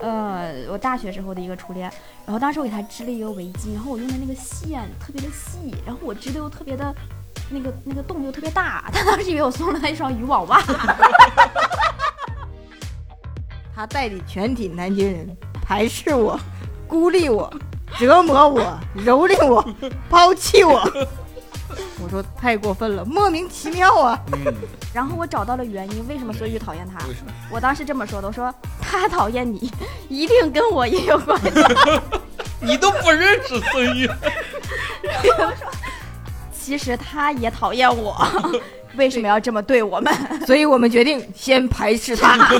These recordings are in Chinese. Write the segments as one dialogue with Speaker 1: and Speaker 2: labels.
Speaker 1: 呃我大学时候的一个初恋，然后当时我给他织了一个围巾，然后我用的那个线特别的细，然后我织的又特别的，那个那个洞又特别大，他当时以为我送了他一双渔网袜，
Speaker 2: 他代理全体南京人排斥我、孤立我、折磨我、蹂躏我、 抛弃我。我说太过分了，莫名其妙啊！
Speaker 3: 嗯，
Speaker 1: 然后我找到了原因，为什么说句讨厌他？
Speaker 3: 为什么？
Speaker 1: 我当时这么说的，我说他讨厌你， 一定跟我也有关系。
Speaker 3: 你都不认识孙玉，
Speaker 1: 其实他也讨厌我， 为什么要这么对我们？
Speaker 2: 所以我们决定先排斥他。
Speaker 1: 所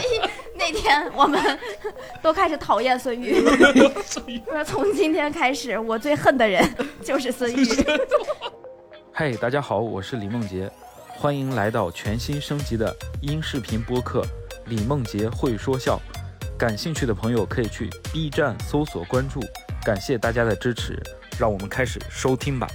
Speaker 1: 以那天我们都开始讨厌孙玉。
Speaker 3: 孙玉
Speaker 1: 我说从今天开始，我最恨的人就是孙玉。
Speaker 4: 嗨，大家好，我是李梦洁，欢迎来到全新升级的音视频播客《李梦洁会说笑》。感兴趣的朋友可以去 B 站搜索关注，感谢大家的支持，让我们开始收听吧。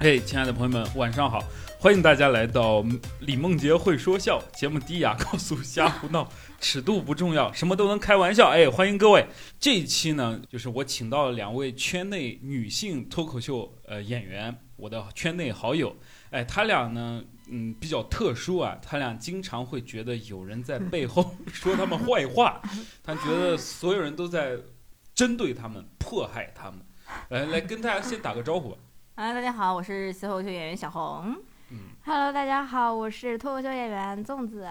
Speaker 3: 嘿，亲爱的朋友们，晚上好！欢迎大家来到嗯李梦洁会说笑节目，低雅高俗瞎胡闹，尺度不重要，什么都能开玩笑。哎，欢迎各位！这一期呢，就是我请到了两位圈内女性脱口秀呃演员，我的圈内好友。哎，他俩呢，嗯，比较特殊啊，他俩经常会觉得有人在背后 说他们坏话，他觉得所有人都在针对他们、迫害他们。来来，跟大家先打个招呼吧。
Speaker 2: 啊，大家好，我是脱口秀演员小红。
Speaker 3: 嗯。
Speaker 1: Hello，大家好，我是脱口秀演员粽子。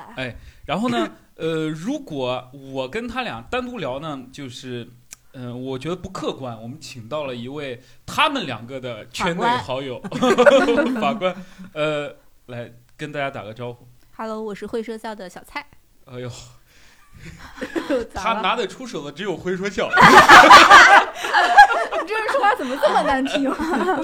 Speaker 3: 然后呢， 呃，如果我跟他俩单独聊呢，就是，嗯、我觉得不客观。我们请到了一位他们两个的圈内好 友 法官，呃，来跟大家打个招呼。
Speaker 5: Hello，我是会说笑的小 蔡。
Speaker 3: 哎呦，
Speaker 5: 咋
Speaker 3: 他
Speaker 5: 了？
Speaker 3: 拿得出手的只有会 说笑。
Speaker 5: 你这人说话怎么这么难听？
Speaker 2: 啊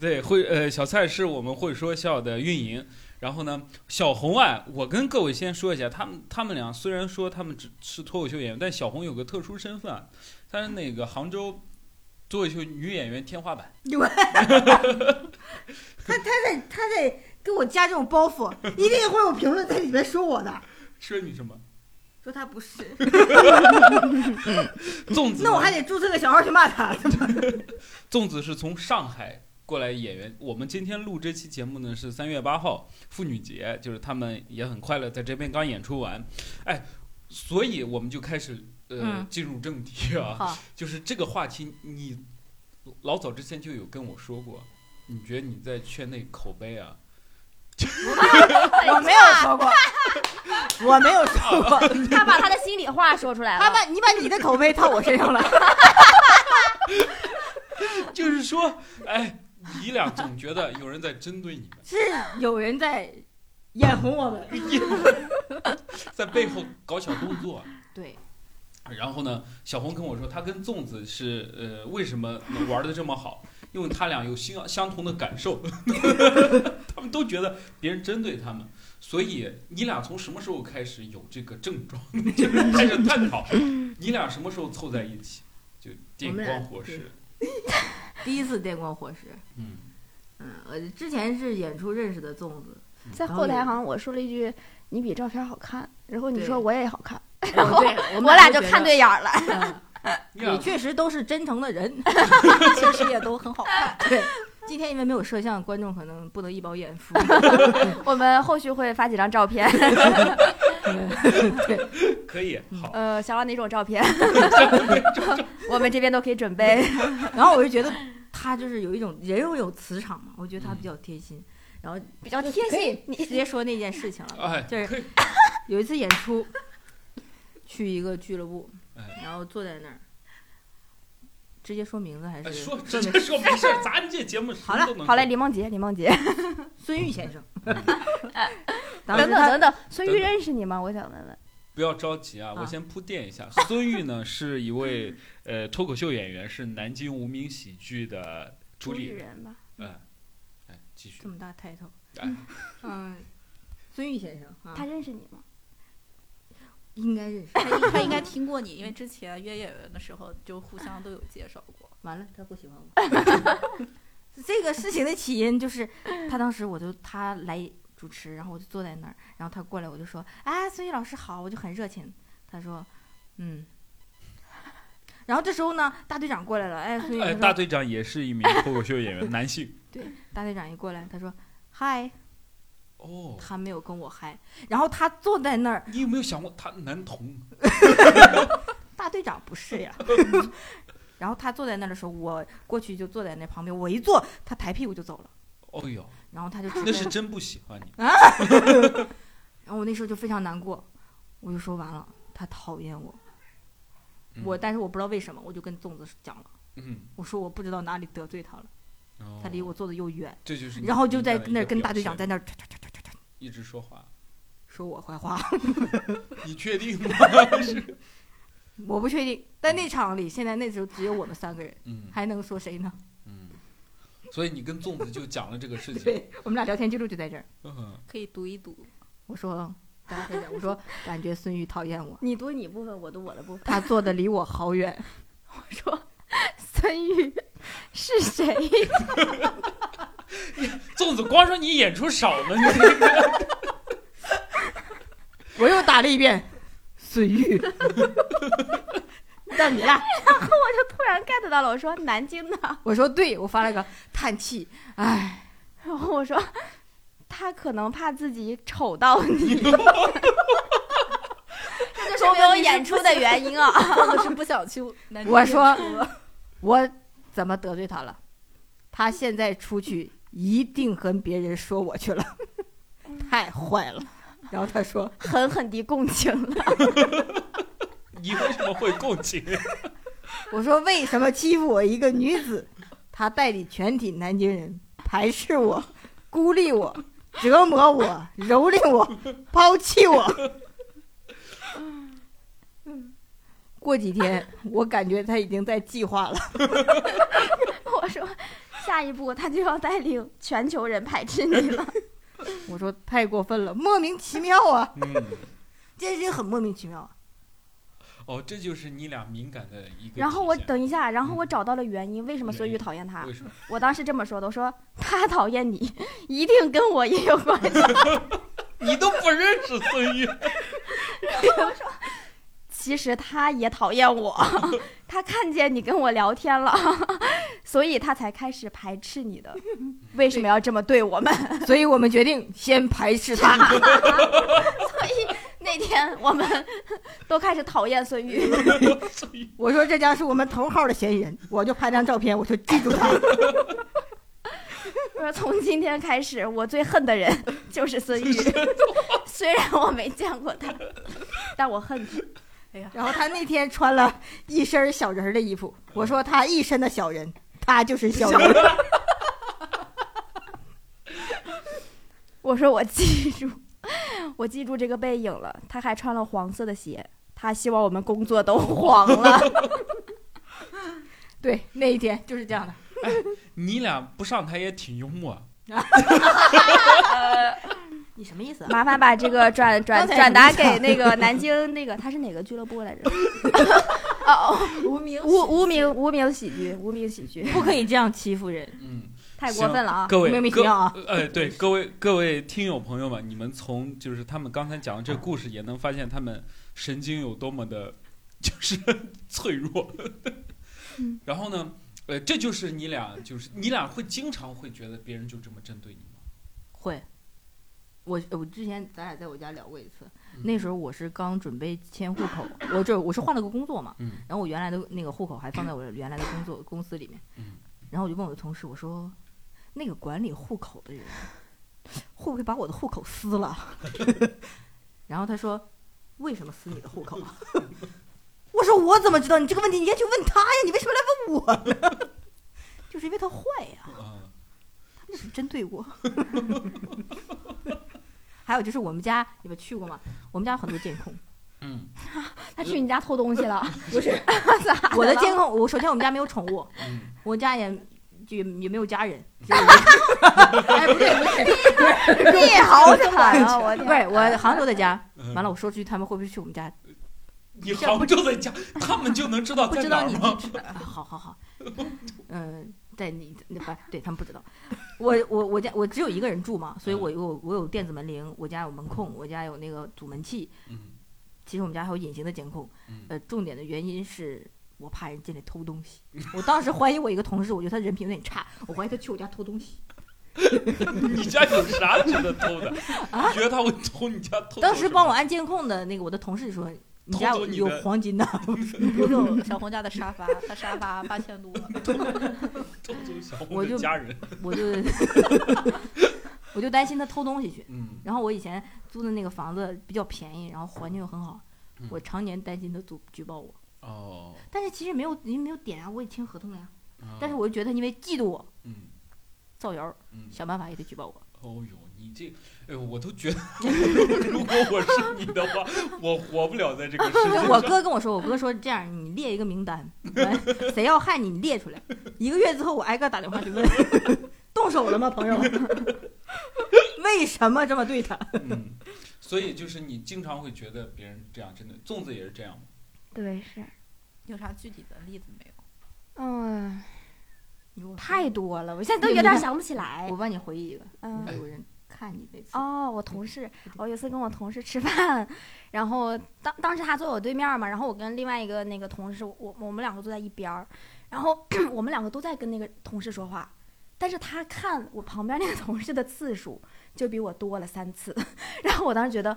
Speaker 3: 对，会呃，小蔡是我们会说笑的运营。然后呢，小红啊，我跟各位先说一下，他们他们俩虽然说他们只是脱口秀演员，但小红有个特殊身份啊，她是那个杭州脱口秀女演员天花板。
Speaker 2: 他他在他在给我加这种包袱，一定会有评论在里面说我的，
Speaker 3: 说你什么？
Speaker 2: 说他不是，
Speaker 3: 粽子呢，
Speaker 2: 那我还得注册个小号去骂他。
Speaker 3: 粽子是从上海过来演员。我们今天录这期节目呢是三月八号妇女节，就是他们也很快乐，在这边刚演出完，哎，所以我们就开始呃、
Speaker 5: 嗯
Speaker 3: 进入正题啊，
Speaker 5: 好，
Speaker 3: 就是这个话题，你老早之前就有跟我说过，你觉得你在圈内口碑啊？
Speaker 2: 我 没有说过， 我没有说过，
Speaker 1: 他把他的心里话说出来
Speaker 2: 他
Speaker 1: 了。
Speaker 2: 把你把你的口碑套我身上了。
Speaker 3: 就是说，哎，你俩总觉得有人在针对你们，
Speaker 2: 是有人在 眼红我 们，
Speaker 3: 在背后搞小动作。
Speaker 2: 对，
Speaker 3: 然后呢，小红跟我说，她跟粽子是呃，为什么能玩的这么好？因为他俩有相相同的感受， 他们都觉得别人针对他们，所以你俩从什么时候开始有这个症状？ 就是开始探讨，你俩什么时候凑在一起？就电光火石，
Speaker 2: 第一次电光火石。
Speaker 3: 嗯，
Speaker 2: 嗯，我之前是演出认识的粽子，
Speaker 1: 在后台好像我说了一句：“你比照片好看。”然后你
Speaker 2: 对
Speaker 1: 说我也好看，
Speaker 2: 然后我
Speaker 1: 我俩就看对眼儿了。
Speaker 2: 了。
Speaker 3: 你
Speaker 2: 也
Speaker 3: 俩
Speaker 2: 确实都是真诚的人。
Speaker 5: 确实也都很好看。
Speaker 2: 对，今天因为没有摄像，观众可能不能一饱眼福。
Speaker 1: 我们呃后续会发几张照片，
Speaker 2: 对，
Speaker 3: 可以好，哎
Speaker 1: 呃，想要哪 种照片，我们这边都可以准备。
Speaker 2: 然后我就觉得他就是有一种人有有磁场嘛，我觉得他比
Speaker 3: 嗯
Speaker 2: 较贴心，然后
Speaker 1: 比较贴
Speaker 2: 可
Speaker 1: 心
Speaker 2: 以，直接说那件事情了。
Speaker 3: 哎，
Speaker 2: 就是
Speaker 3: 可以，
Speaker 2: 有一次演出，去一个俱乐部
Speaker 3: 哎，
Speaker 2: 然后坐在那儿，直接说名字还
Speaker 3: 哎
Speaker 2: 是
Speaker 3: 说
Speaker 2: 这
Speaker 3: 直
Speaker 2: 么
Speaker 3: 接说没事儿，咱这节目什么都能
Speaker 1: 好嘞，
Speaker 3: 说，
Speaker 1: 李梦洁，李梦洁，
Speaker 2: 孙玉先生。
Speaker 3: 嗯
Speaker 2: 当
Speaker 1: 等
Speaker 2: 时
Speaker 1: 等
Speaker 2: 他
Speaker 1: 等等，孙
Speaker 3: 等
Speaker 1: 玉
Speaker 3: 等
Speaker 1: 认识你吗？我想问问。
Speaker 3: 不要着急啊，我
Speaker 2: 啊
Speaker 3: 先铺垫一下。孙玉呢 是一位呃脱口秀演员，是南京无名喜剧的主理人。
Speaker 1: 人吧，
Speaker 3: 嗯，哎，继续
Speaker 2: 这。么大抬头
Speaker 3: 哎，
Speaker 2: 嗯，孙玉先生啊，
Speaker 1: 他认识你吗？
Speaker 2: 应该认识。
Speaker 5: 他应该听过你，因为之前约演员的时候就互相都有介绍过。
Speaker 2: 完了，他不喜欢我。这个事情的起因就是，他当时我就他来主持，然后我就坐在那儿，然后他过来我就说：“哎，孙玉老师好。”我就很热情。他说：“嗯。然后这时候呢，大队长过来了，哎，所以
Speaker 3: 哎，
Speaker 2: 他说
Speaker 3: 大队长也是 一名脱口秀演员，男性。
Speaker 2: 大队长一过来，他说嗨，
Speaker 3: 哦，
Speaker 2: 他没有跟我嗨，然后他坐在那儿，
Speaker 3: 你有没有想过他男同？
Speaker 2: 大队长不是 呀。然后他坐在那儿的时候，我过去就坐在那旁边，我一坐，他抬屁股就走了。
Speaker 3: 哦呦，
Speaker 2: 然后他就直
Speaker 3: 那
Speaker 2: 接，
Speaker 3: 是真不喜欢你。
Speaker 2: 然后我那时候就非常难过，我就说完了，他讨厌我，
Speaker 3: 嗯
Speaker 2: 我但是我不知道为什么，我就跟粽子讲了，
Speaker 3: 嗯，
Speaker 2: 我说我不知道哪里得罪他了，
Speaker 3: 哦
Speaker 2: 他离我坐的又远，
Speaker 3: 这就是你
Speaker 2: 然后就在
Speaker 3: 的一
Speaker 2: 那儿
Speaker 3: 个
Speaker 2: 跟
Speaker 3: 表
Speaker 2: 大队长
Speaker 3: 现
Speaker 2: 在那儿唰唰唰唰唰唰
Speaker 3: 一直 说话。
Speaker 2: 说我坏话，
Speaker 3: 你确定吗？ 是
Speaker 2: 我不确定，在那场里，现在那时候只有我们三个人，
Speaker 3: 嗯
Speaker 2: 还能说谁呢？
Speaker 3: 嗯，所以你跟粽子就讲了这个事情。
Speaker 2: 对我们俩聊天记录就在这儿，
Speaker 3: 嗯，
Speaker 5: 可以读一读。
Speaker 2: 我说。大家可以讲我 说，感觉孙宇讨厌我，
Speaker 1: 你读你部分，我读我的部分。
Speaker 2: 他坐的离我好远，
Speaker 1: 我说孙宇是谁？
Speaker 3: 粽子光说你演出少了，你这个
Speaker 2: 我又打了一遍，孙 玉，蛋你呀！
Speaker 1: 我就突然 get 到了，我说南京的，
Speaker 2: 我说对，我发了个叹气，唉，
Speaker 1: 然后我说他可能怕自己丑到你，
Speaker 5: 这
Speaker 1: 这是没有演出的 原因啊。
Speaker 5: 我是不想去南京
Speaker 2: 我
Speaker 5: 演
Speaker 2: 说
Speaker 5: 出
Speaker 2: 我怎么得罪他了？他现在出去一定跟别人说我去了， 太坏了。然后他说
Speaker 1: 狠狠地共情了。
Speaker 3: 你为什么会共情？：“
Speaker 2: 我说为什么欺负我一个女子？他代理全体南京人排斥我、孤立我、折磨我、蹂躏我、抛弃我。”过几天，我感觉他已经在计划了。
Speaker 1: 我说下一步他就要带领全球人排斥你 了。
Speaker 2: 我说太过分了，莫名其妙啊，
Speaker 3: 嗯，
Speaker 2: 这件事情很莫名其妙啊。
Speaker 3: 哦，这就是你俩敏感的一个体现。
Speaker 1: 然后我等一下，然后我找到了嗯原因，为什么孙宇讨厌他
Speaker 3: 为？什么？
Speaker 1: 我当时这么说的，我说他讨厌你，一定跟我也有关系。
Speaker 3: 你都不认识孙玉，
Speaker 1: 其实他也讨厌我， 他看见你跟我聊天了， 所以他才开始排斥你的。为什么要这么对我们？
Speaker 2: 所以我们决定先排斥 他。
Speaker 1: 那天我们 都开始讨厌孙宇。
Speaker 3: 孙玉
Speaker 2: 我说这将是我们头号的嫌疑人，我就拍张照片，我就记住他。
Speaker 1: 我说从今天开始，我最恨的人就是孙宇。 虽然我没见过他，但我恨他。
Speaker 2: 然后他那天穿了一身小人儿的衣服，我说他一身的小人，他就是小人儿。
Speaker 1: 我说我记住，我记住这个背影了。他还穿了黄色的鞋，他希望我们工作都黄了。
Speaker 2: 对，那一天就是这样的。
Speaker 3: 你俩不上台也挺幽默啊。
Speaker 2: 你什么意思啊？
Speaker 1: 麻烦把这个转转
Speaker 2: 刚才
Speaker 1: 转达
Speaker 2: 怎么
Speaker 1: 给
Speaker 2: 讲
Speaker 1: 那个南京那个他是哪个俱乐部来着？哦，哦
Speaker 5: 无名
Speaker 1: 无无名无名喜剧，无名喜剧
Speaker 2: 不可以这样欺负人，
Speaker 3: 嗯，
Speaker 1: 太过分了啊！
Speaker 3: 各位
Speaker 2: 莫名其
Speaker 3: 各
Speaker 2: 妙啊！
Speaker 3: 呃，对各位各位听友朋友们，你们从就是他们刚才讲的这个故事，也能发现他们神经有多么的，就是 脆弱。
Speaker 1: 嗯
Speaker 3: 然后呢，呃，这就是你俩，就是你俩会经常会觉得别人就这么针对你吗？
Speaker 2: 会，我我之前咱俩在我家聊过一次，
Speaker 3: 嗯
Speaker 2: 那时候我是刚准备迁户口，我这我是换了个工作嘛，
Speaker 3: 嗯
Speaker 2: 然后我原来的那个户口还放在我原来的工作公司里面，
Speaker 3: 嗯
Speaker 2: 然后我就问我的同事，我说那个管理户口的人会不会把我的户口撕了？ 然后他说为什么撕你的户口啊？ 我说我怎么知道？你这个问题你应该去问他呀，你为什么来问我呢？ 就是因为他坏呀、
Speaker 3: 啊、
Speaker 2: 是针对我。 还有就是我们家，你们去过吗？我们家有很多监 控，
Speaker 3: 嗯
Speaker 1: 他去你家偷东西了，
Speaker 2: 不是
Speaker 1: 咋的
Speaker 2: 我的
Speaker 1: 了
Speaker 2: 监控。我首先我们家没有宠物，
Speaker 3: 嗯
Speaker 2: 我家也就也也没有家人。只有 我哎，不对不对，
Speaker 1: 你好惨啊！哦我
Speaker 2: 不
Speaker 1: 天，
Speaker 2: 是我杭州的家。
Speaker 3: 嗯，
Speaker 2: 完了，我说出去他们会不会去我们家？
Speaker 3: 你杭州 在家，他们就能知道
Speaker 5: 不
Speaker 3: 在
Speaker 5: 知
Speaker 3: 哪
Speaker 5: 道
Speaker 3: 儿
Speaker 5: 你
Speaker 3: 吗？
Speaker 5: 地址，
Speaker 2: 啊好好好，嗯，在你那不对，他们不知道。我我我家我只有一个
Speaker 1: 嗯
Speaker 2: 人住嘛，所以我有我有电子门铃，我家有门控，我家有那个阻门器，
Speaker 3: 嗯
Speaker 2: 其实我们家还有隐形的监控，
Speaker 3: 嗯
Speaker 2: 呃，重点的原因是我怕人进来偷东西。 我当时怀疑我一个同事，我觉得他人品有点差，我怀疑他去我家偷东西。
Speaker 3: 你家有啥值得偷的？
Speaker 2: 啊
Speaker 3: 你觉得他会偷你家偷？
Speaker 2: 当时帮我按监控的那个我的同事说，你家
Speaker 3: 偷走
Speaker 2: 有
Speaker 3: 你
Speaker 2: 有
Speaker 3: 的
Speaker 2: 黄金呐、
Speaker 5: 我有小红家的沙发，他沙发八千多，
Speaker 3: 偷走小
Speaker 2: 我
Speaker 3: 红
Speaker 2: 就
Speaker 3: 的家人，
Speaker 2: 我 就我就担心他偷东西去。
Speaker 3: 嗯，
Speaker 2: 然后我以前租的那个房子比较便宜，然后环境又很好
Speaker 3: 嗯，
Speaker 2: 我常年担心他举举报我。
Speaker 3: 哦，
Speaker 2: 但是其实没有，人没有点啊，我也签合同了呀。
Speaker 3: 啊
Speaker 2: 但是我就觉得他因为嫉妒我
Speaker 3: 嗯
Speaker 2: 造谣，
Speaker 3: 嗯，
Speaker 2: 想办法也得举报我。
Speaker 3: 哦呦，你这，哎呦，我 都觉得，如果我是你的话，我活不了在这个世界
Speaker 2: 我
Speaker 3: 上。
Speaker 2: 哥跟我说，我哥说这样，你列一个名单，完谁要害你，你列出来。一个月之后，我挨个打电话去问， 动手了吗，朋友？ 为什么这么对他？
Speaker 3: 嗯，所以就是你经常会觉得别人这样，真的，粽子也是这样吗？
Speaker 1: 对，是，
Speaker 5: 有啥具体的例子没有？
Speaker 1: 嗯，
Speaker 2: 你给我说
Speaker 1: 太多了，我现在都有点想不起来
Speaker 2: 我。帮你回忆一个，
Speaker 1: 嗯，
Speaker 2: 有人看你那次，
Speaker 1: 哦，我同事，我有一次跟我同事吃饭，然后当当时他坐我对面嘛，然后我跟另外一个那个同事，我我们两个坐在一边儿，然后 我们两个都在跟那个同事说话，但是他看我旁边那个同事的次数就比我多了三次， 然后我当时觉得。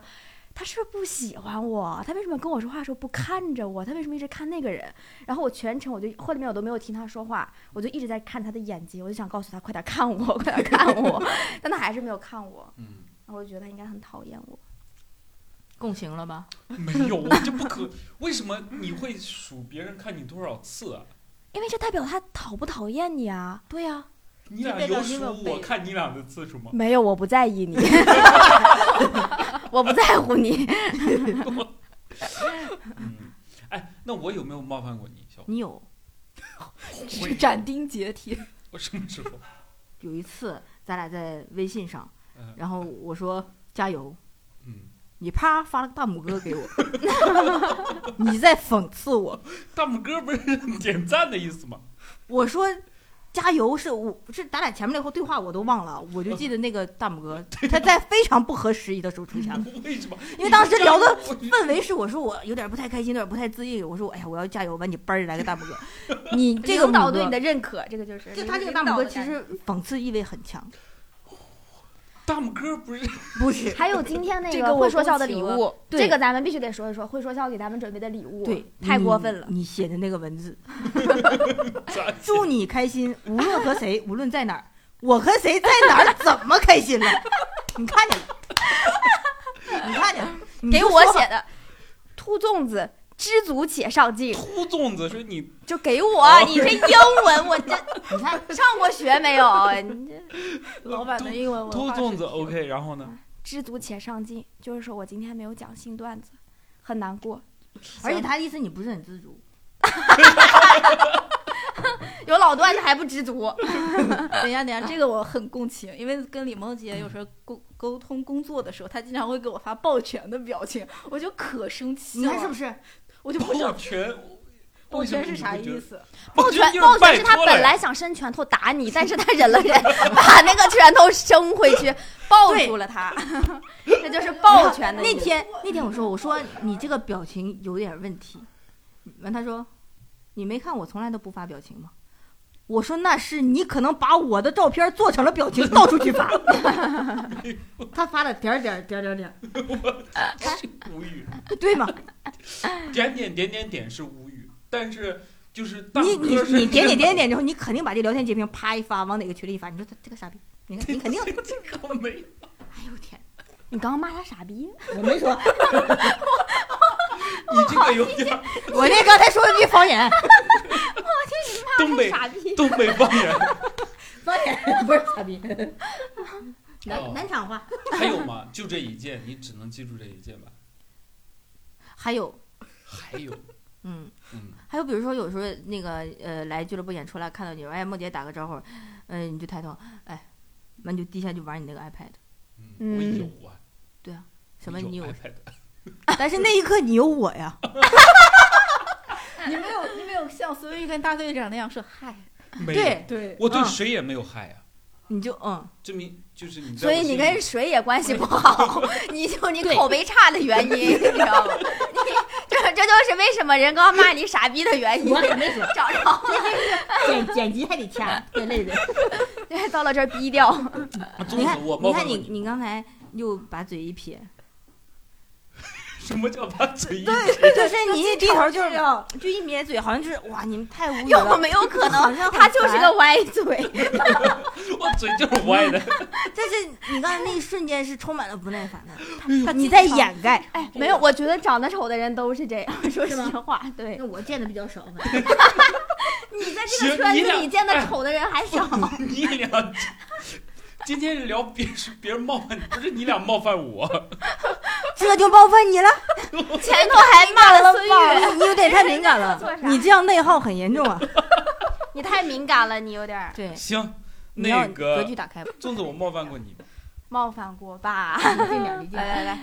Speaker 1: 他是不是不喜欢我？他为什么跟我说话的时候不看着我？他为什么一直看那个人？然后我全程我就后面我都没有听他说话，我就一直在看他的眼睛，我就想告诉他快点看我，快点看我， 但他还是没有看我。
Speaker 3: 嗯，
Speaker 1: 然后我就觉得他应该很讨厌我。
Speaker 2: 共情了吧？
Speaker 3: 没有，我就不可，为什么你会数别人看你多少次啊？
Speaker 1: 因为这代表他讨不讨厌你啊？
Speaker 2: 对呀、
Speaker 3: 你
Speaker 5: 就
Speaker 3: 俩
Speaker 5: 代表
Speaker 3: 有
Speaker 5: 你有
Speaker 3: 数
Speaker 5: 没有
Speaker 3: 我
Speaker 5: 被
Speaker 3: 看你俩的次数吗？
Speaker 1: 没有，我不在意 你，我不在乎你。
Speaker 3: 嗯，哎，那我有没有冒犯过你，小红？
Speaker 2: 你有
Speaker 3: 会
Speaker 5: 斩钉截铁，
Speaker 3: 我什么时候？
Speaker 2: 有一次，咱俩在微信上，
Speaker 3: 嗯
Speaker 2: 然后我说加油，
Speaker 3: 嗯，
Speaker 2: 你啪发了个大拇哥给我， 你在讽刺我。
Speaker 3: 大拇哥不是点赞的意思吗？
Speaker 2: 我说加油是我是咱俩前面那个对话我都忘了，我就记得那个大拇 哥他在非常不合时宜的时候出现了，
Speaker 3: 为什么？
Speaker 2: 因为当时聊的
Speaker 3: 我就
Speaker 2: 氛围是我说我有点不太开心，有点不太自意，我说哎呀我要加油，完你嘣儿来个大拇 哥，你这个
Speaker 1: 领导
Speaker 2: 拇
Speaker 1: 对
Speaker 2: 哥
Speaker 1: 你的认可，这个就是
Speaker 2: 就
Speaker 1: 领
Speaker 2: 他这个大
Speaker 1: 领
Speaker 2: 拇
Speaker 1: 导
Speaker 2: 哥
Speaker 1: 的
Speaker 2: 其
Speaker 1: 感觉
Speaker 2: 实讽刺意味很强，
Speaker 3: 大拇哥不是
Speaker 2: 不是
Speaker 1: 还有今天那
Speaker 5: 这
Speaker 1: 个
Speaker 5: 我
Speaker 1: 会说笑的礼
Speaker 5: 恭喜
Speaker 1: 物
Speaker 5: 了，，
Speaker 2: 对
Speaker 1: 这个咱们必须得说一说。会说笑给咱们准备的礼物，
Speaker 2: 对
Speaker 1: 太过分了。
Speaker 2: 你你写的那个文字，
Speaker 3: 咋
Speaker 2: 祝你开心，无论和谁，无论在哪儿，我和谁在哪儿，怎么开心了？ 你看见了？你看见了？你
Speaker 1: 给
Speaker 2: 就
Speaker 1: 我
Speaker 2: 说吧
Speaker 1: 写 的，兔嗯粽子知足且上进，哦
Speaker 3: 秃粽子说你
Speaker 1: 就给我。你这英文， 我这你看上过学没有？你这
Speaker 5: 老板的英文文
Speaker 3: 秃
Speaker 5: 化
Speaker 3: 粽
Speaker 5: 水平
Speaker 3: 子 OK，然后呢？
Speaker 1: 知足且上进，就是说我今天没有讲新段子，很难过。
Speaker 2: 而且他的意思你不是很自主，
Speaker 1: 有老段子还不知足，
Speaker 5: 等一下，等一下，这个我很共情，因为跟李梦洁有时候沟沟通工作的时候，她经常会给我发抱拳的表情，我就可生气
Speaker 2: 你
Speaker 5: 了。
Speaker 2: 看是不是？
Speaker 5: 我就不知
Speaker 3: 抱
Speaker 5: 道
Speaker 3: 拳，
Speaker 5: 抱拳是啥
Speaker 3: 为什么你会觉
Speaker 5: 意
Speaker 3: 得？
Speaker 5: 思？
Speaker 1: 抱拳
Speaker 3: 就
Speaker 1: 抱拳
Speaker 3: 拜
Speaker 1: 是他
Speaker 3: 托了
Speaker 1: 本
Speaker 3: 呀
Speaker 1: 来想伸拳头打你，但是他忍了忍，把那个拳头伸回去，抱住了 他，那就是抱拳的意
Speaker 2: 那
Speaker 1: 思。
Speaker 2: 天那天我说我说你这个表情有点问题，完他说你没看我从来都不发表情吗？我说那是你可能把我的照片做成了表情到处去发， 他发了点儿点儿点儿点儿点儿，
Speaker 3: 无语，
Speaker 2: 对吗？
Speaker 3: 点点点点点是无语，但是就是大
Speaker 2: 你
Speaker 3: 拇
Speaker 2: 你
Speaker 3: 哥是
Speaker 2: 你点点点 点之后，你肯定把这聊天截屏啪一发，往哪个群里一发，你说他这个傻逼，你看你肯定，哎
Speaker 3: 这 个没
Speaker 2: 呦我天，
Speaker 1: 你刚刚骂他傻逼，
Speaker 2: 我没说，
Speaker 3: 你这个有点
Speaker 2: 我这刚才说了句方言，
Speaker 3: 东北
Speaker 1: 傻逼，
Speaker 3: 东北方言。
Speaker 2: 方言不是傻逼，
Speaker 3: 哦
Speaker 2: 南南昌话。
Speaker 3: 还有吗？就这一件，你只能记住这一件吧。
Speaker 2: 还有，
Speaker 3: 还有，
Speaker 2: 嗯，
Speaker 3: 嗯，
Speaker 2: 还有比如说有时候那个呃来俱乐部演出来看到你，哎梦姐打个招呼，嗯、你就抬头，哎，那你就低下就玩你那个 iPad，
Speaker 3: 嗯，我有啊，
Speaker 2: 什么
Speaker 3: 你
Speaker 2: 你有，
Speaker 3: iPad
Speaker 2: 但是那一刻你有我呀，
Speaker 5: 你没有，你没有像孙玉跟大队长那样说嗨。
Speaker 3: 没有
Speaker 2: 对，
Speaker 5: 对，
Speaker 3: 我对
Speaker 2: 嗯
Speaker 3: 谁也没有害啊，
Speaker 2: 你就嗯，
Speaker 3: 证明就是你在
Speaker 1: 所
Speaker 3: 我
Speaker 1: 以
Speaker 3: 心里。
Speaker 1: 你跟谁也关系不好，你就你口碑差的原因，你知道吗？你这就是为什么人高骂你傻逼的原因
Speaker 2: 我。可没说，
Speaker 1: 找着，
Speaker 2: 剪剪辑还得掐，对累人。
Speaker 1: 哎到了这儿逼掉。
Speaker 3: 中
Speaker 2: 你看，
Speaker 3: 死啊我！冒
Speaker 2: 你
Speaker 3: 犯
Speaker 2: 看
Speaker 3: 了
Speaker 2: 你
Speaker 3: 你，
Speaker 2: 你刚才又把嘴一撇，
Speaker 3: 什么叫把嘴一撇？
Speaker 2: 就是你一低头 就是就一抿嘴，好像就是哇，你们太无语了。
Speaker 1: 有没有可
Speaker 2: 好
Speaker 1: 能
Speaker 2: 像很
Speaker 1: 他就是
Speaker 2: 烦
Speaker 1: 个歪嘴？
Speaker 3: 我嘴就是歪的。
Speaker 2: 但是你刚才那一瞬间是充满了不耐烦的，你在掩盖。
Speaker 1: 哎，没有，我觉得长得丑的人都是这样。说实话，对
Speaker 2: 那我见的比较少，
Speaker 1: 你在
Speaker 3: 这个行圈你子俩里见的哎
Speaker 1: 丑的人 还少。
Speaker 3: 你俩今天聊别是别人冒犯，不是你俩冒犯我。
Speaker 2: 这就冒犯你了，
Speaker 1: 前头还骂了孙悦，
Speaker 2: 你有点太敏感 了
Speaker 1: 做，啥
Speaker 2: 你这样内耗很严重啊。
Speaker 1: 你太敏感了，你有点儿
Speaker 2: 对，
Speaker 3: 行，
Speaker 2: 你要
Speaker 3: 那
Speaker 2: 格局
Speaker 3: 个
Speaker 2: 打开吧，
Speaker 3: 粽子，我冒犯过你吗？
Speaker 1: 冒犯过吧？
Speaker 2: 离近点，离近
Speaker 1: 哎来
Speaker 2: 点。
Speaker 1: 来来，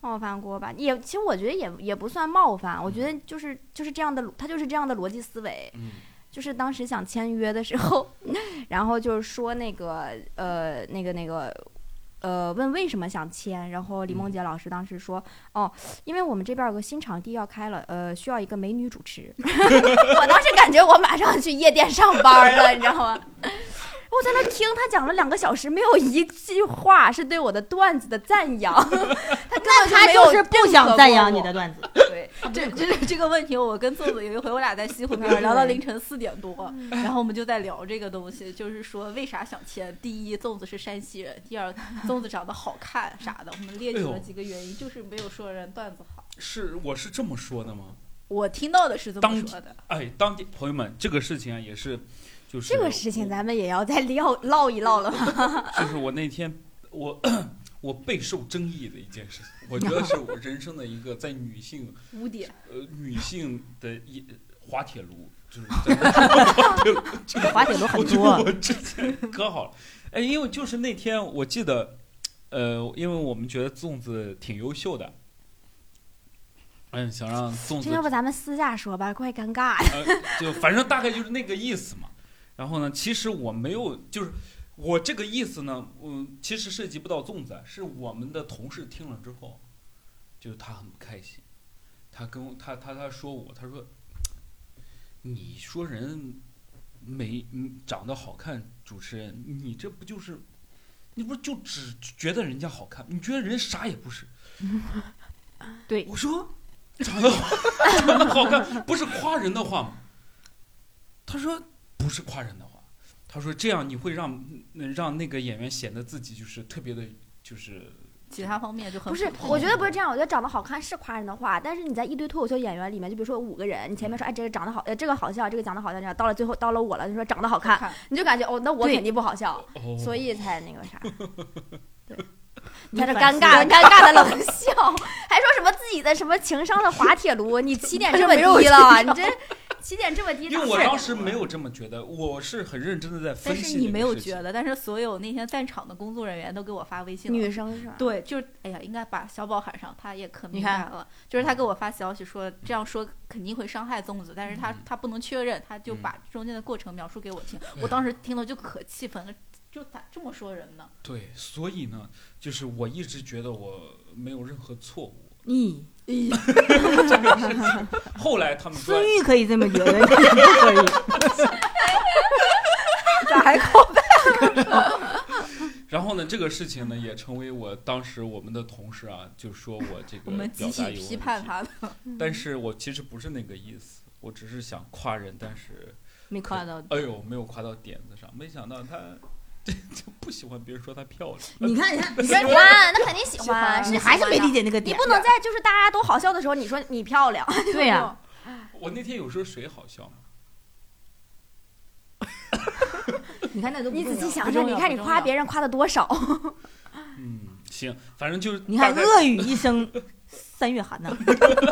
Speaker 1: 冒犯过吧？也其实我觉得也也不算冒犯，我觉得就是就是这样的，他就是这样的逻辑思维。
Speaker 3: 嗯，
Speaker 1: 就是当时想签约的时候， 然后就是说那个呃那个那个呃问为什么想签，然后李梦洁老师当时说、哦，因为我们这边有个新场地要开了，呃需要一个美女主持。 我当时感觉我马上去夜店上班了，你知道吗？ 我在那听他讲了两个小时，没有一句话是对我的段子的赞扬， 他根本
Speaker 2: 他
Speaker 1: 没有
Speaker 2: 就是不想赞扬你的段子， 哦
Speaker 5: 对，这这这个问题，我跟粽子有一回，我俩在西湖那儿聊到凌 晨四点多，然后我们就在聊这个东西，就是说为啥想签。第一，粽子是山西人；第二，粽子长得好看啥的。我们列举
Speaker 3: 哎
Speaker 5: 了
Speaker 3: 呦
Speaker 5: 几个原因，就是没有说人段子好。
Speaker 3: 是我是这么说的吗？
Speaker 5: 我听到的是这
Speaker 3: 当
Speaker 5: 么说的，
Speaker 3: 哎，当地朋友们，这个事情啊，也是，就是
Speaker 1: 这个事情，咱们也要再聊唠一唠了吧？
Speaker 3: 就是我那天我 我备受争议的一件事情，我觉得是我人生的一个在女性
Speaker 5: 污点。
Speaker 3: 呃女性的一滑铁卢，就是在滑铁卢
Speaker 2: 滑铁卢
Speaker 3: 我
Speaker 2: 很
Speaker 3: 觉得
Speaker 2: 多。
Speaker 3: 我之前可好了，哎，因为就是那天我记得，呃，因为我们觉得粽子挺优秀的，嗯，想让粽子
Speaker 1: 这要不咱们私下说吧，怪尴尬的。
Speaker 3: 呃，就反正大概就是那个意思嘛。然后呢，其实我没有，就是我这个意思呢，嗯，其实涉及不到粽子，啊是我们的同事听了之后，就是他很不开心，他跟我他他他说我，他说你说人没嗯长得好看，主持人你这不就是。你不就只觉得人家好看，你觉得人啥也不是。
Speaker 2: 对
Speaker 3: 我说长得好长得好看不是夸人的话吗？他说不是夸人的话，他说这样你会让嗯让那个演员显得自己就是特别的，就是
Speaker 5: 其他方面就很
Speaker 1: 不是
Speaker 5: 普，通
Speaker 1: 我觉得不是这样。我觉得长得好看是夸人的话，但是你在一堆脱口秀演员里面，就比如说五个人，你前面说哎这个长得好，呃这个好笑，这个讲的好笑，这样到了最后到了我了，你说长得好看，
Speaker 5: 看
Speaker 1: 你就感觉哦那我
Speaker 2: 对
Speaker 1: 肯定不好笑，
Speaker 3: 哦
Speaker 1: 所以才那个啥，
Speaker 2: 你
Speaker 1: 才这
Speaker 2: 反
Speaker 1: 尴
Speaker 2: 思
Speaker 1: 尬尴尬的冷笑，还说什么自己的什么情商的滑铁卢，你起点这么低了，啊你这起点这么低，
Speaker 3: 因为我
Speaker 1: 咋
Speaker 3: 当时没有这么觉得，我是很认真的在分
Speaker 5: 但
Speaker 3: 析这个事
Speaker 5: 是
Speaker 3: 情。
Speaker 5: 你没有觉得，但是所有那天在场的工作人员都给我发微信了
Speaker 1: 女生是吧？
Speaker 5: 对，就是哎呀，应该把小宝喊上，他也可
Speaker 2: 你
Speaker 5: 敏
Speaker 2: 看
Speaker 5: 感了。就是他给我发消息说这样说肯定会伤害粽子，但是他、
Speaker 3: 嗯
Speaker 5: 他不能确认，他就
Speaker 3: 嗯
Speaker 5: 把中间的过程描述给我听。
Speaker 3: 对
Speaker 5: 我当时听了就可气愤了，就咋这么说人呢？
Speaker 3: 对，所以呢，就是我一直觉得我没有任何错误。
Speaker 2: 咦，
Speaker 3: 后来他们说
Speaker 2: 孙，玉可以这么觉得， 你不可以。 咋还扣？
Speaker 3: 然后呢，这个事情呢也成为我当时我们的同事啊，就说我这个
Speaker 5: 我们
Speaker 3: 表
Speaker 5: 集
Speaker 3: 达
Speaker 5: 体
Speaker 3: 有
Speaker 5: 批
Speaker 3: 问
Speaker 5: 判
Speaker 3: 题
Speaker 5: 他的，
Speaker 3: 但是我其实不是那个意思，我只是想夸人，但是
Speaker 2: 没夸到。
Speaker 3: 哎呦，没有夸到点子上，没想到他 就不喜欢别人说她漂亮。
Speaker 2: 你看，你看，你
Speaker 1: 喜欢
Speaker 2: 看，
Speaker 1: 那肯定喜
Speaker 5: 喜欢
Speaker 1: 欢，
Speaker 2: 你还是没理
Speaker 1: 解。
Speaker 2: 解那个
Speaker 1: 你
Speaker 2: 点。
Speaker 1: 不能在就是大家都好笑的时候，你说你漂亮，
Speaker 2: 对啊呀，
Speaker 3: 我那天有时候谁好笑吗？
Speaker 2: 你看那都不
Speaker 1: 你仔
Speaker 2: 重要
Speaker 1: 细想
Speaker 5: 不
Speaker 1: 想，
Speaker 5: 重
Speaker 1: 你
Speaker 5: 要
Speaker 1: 看
Speaker 5: 不
Speaker 1: 你
Speaker 5: 重
Speaker 1: 夸
Speaker 5: 要
Speaker 1: 别人夸的多少，
Speaker 3: 嗯，行，反正就是
Speaker 2: 你
Speaker 3: 大
Speaker 2: 看
Speaker 3: 概
Speaker 2: 恶语一声三月寒呐，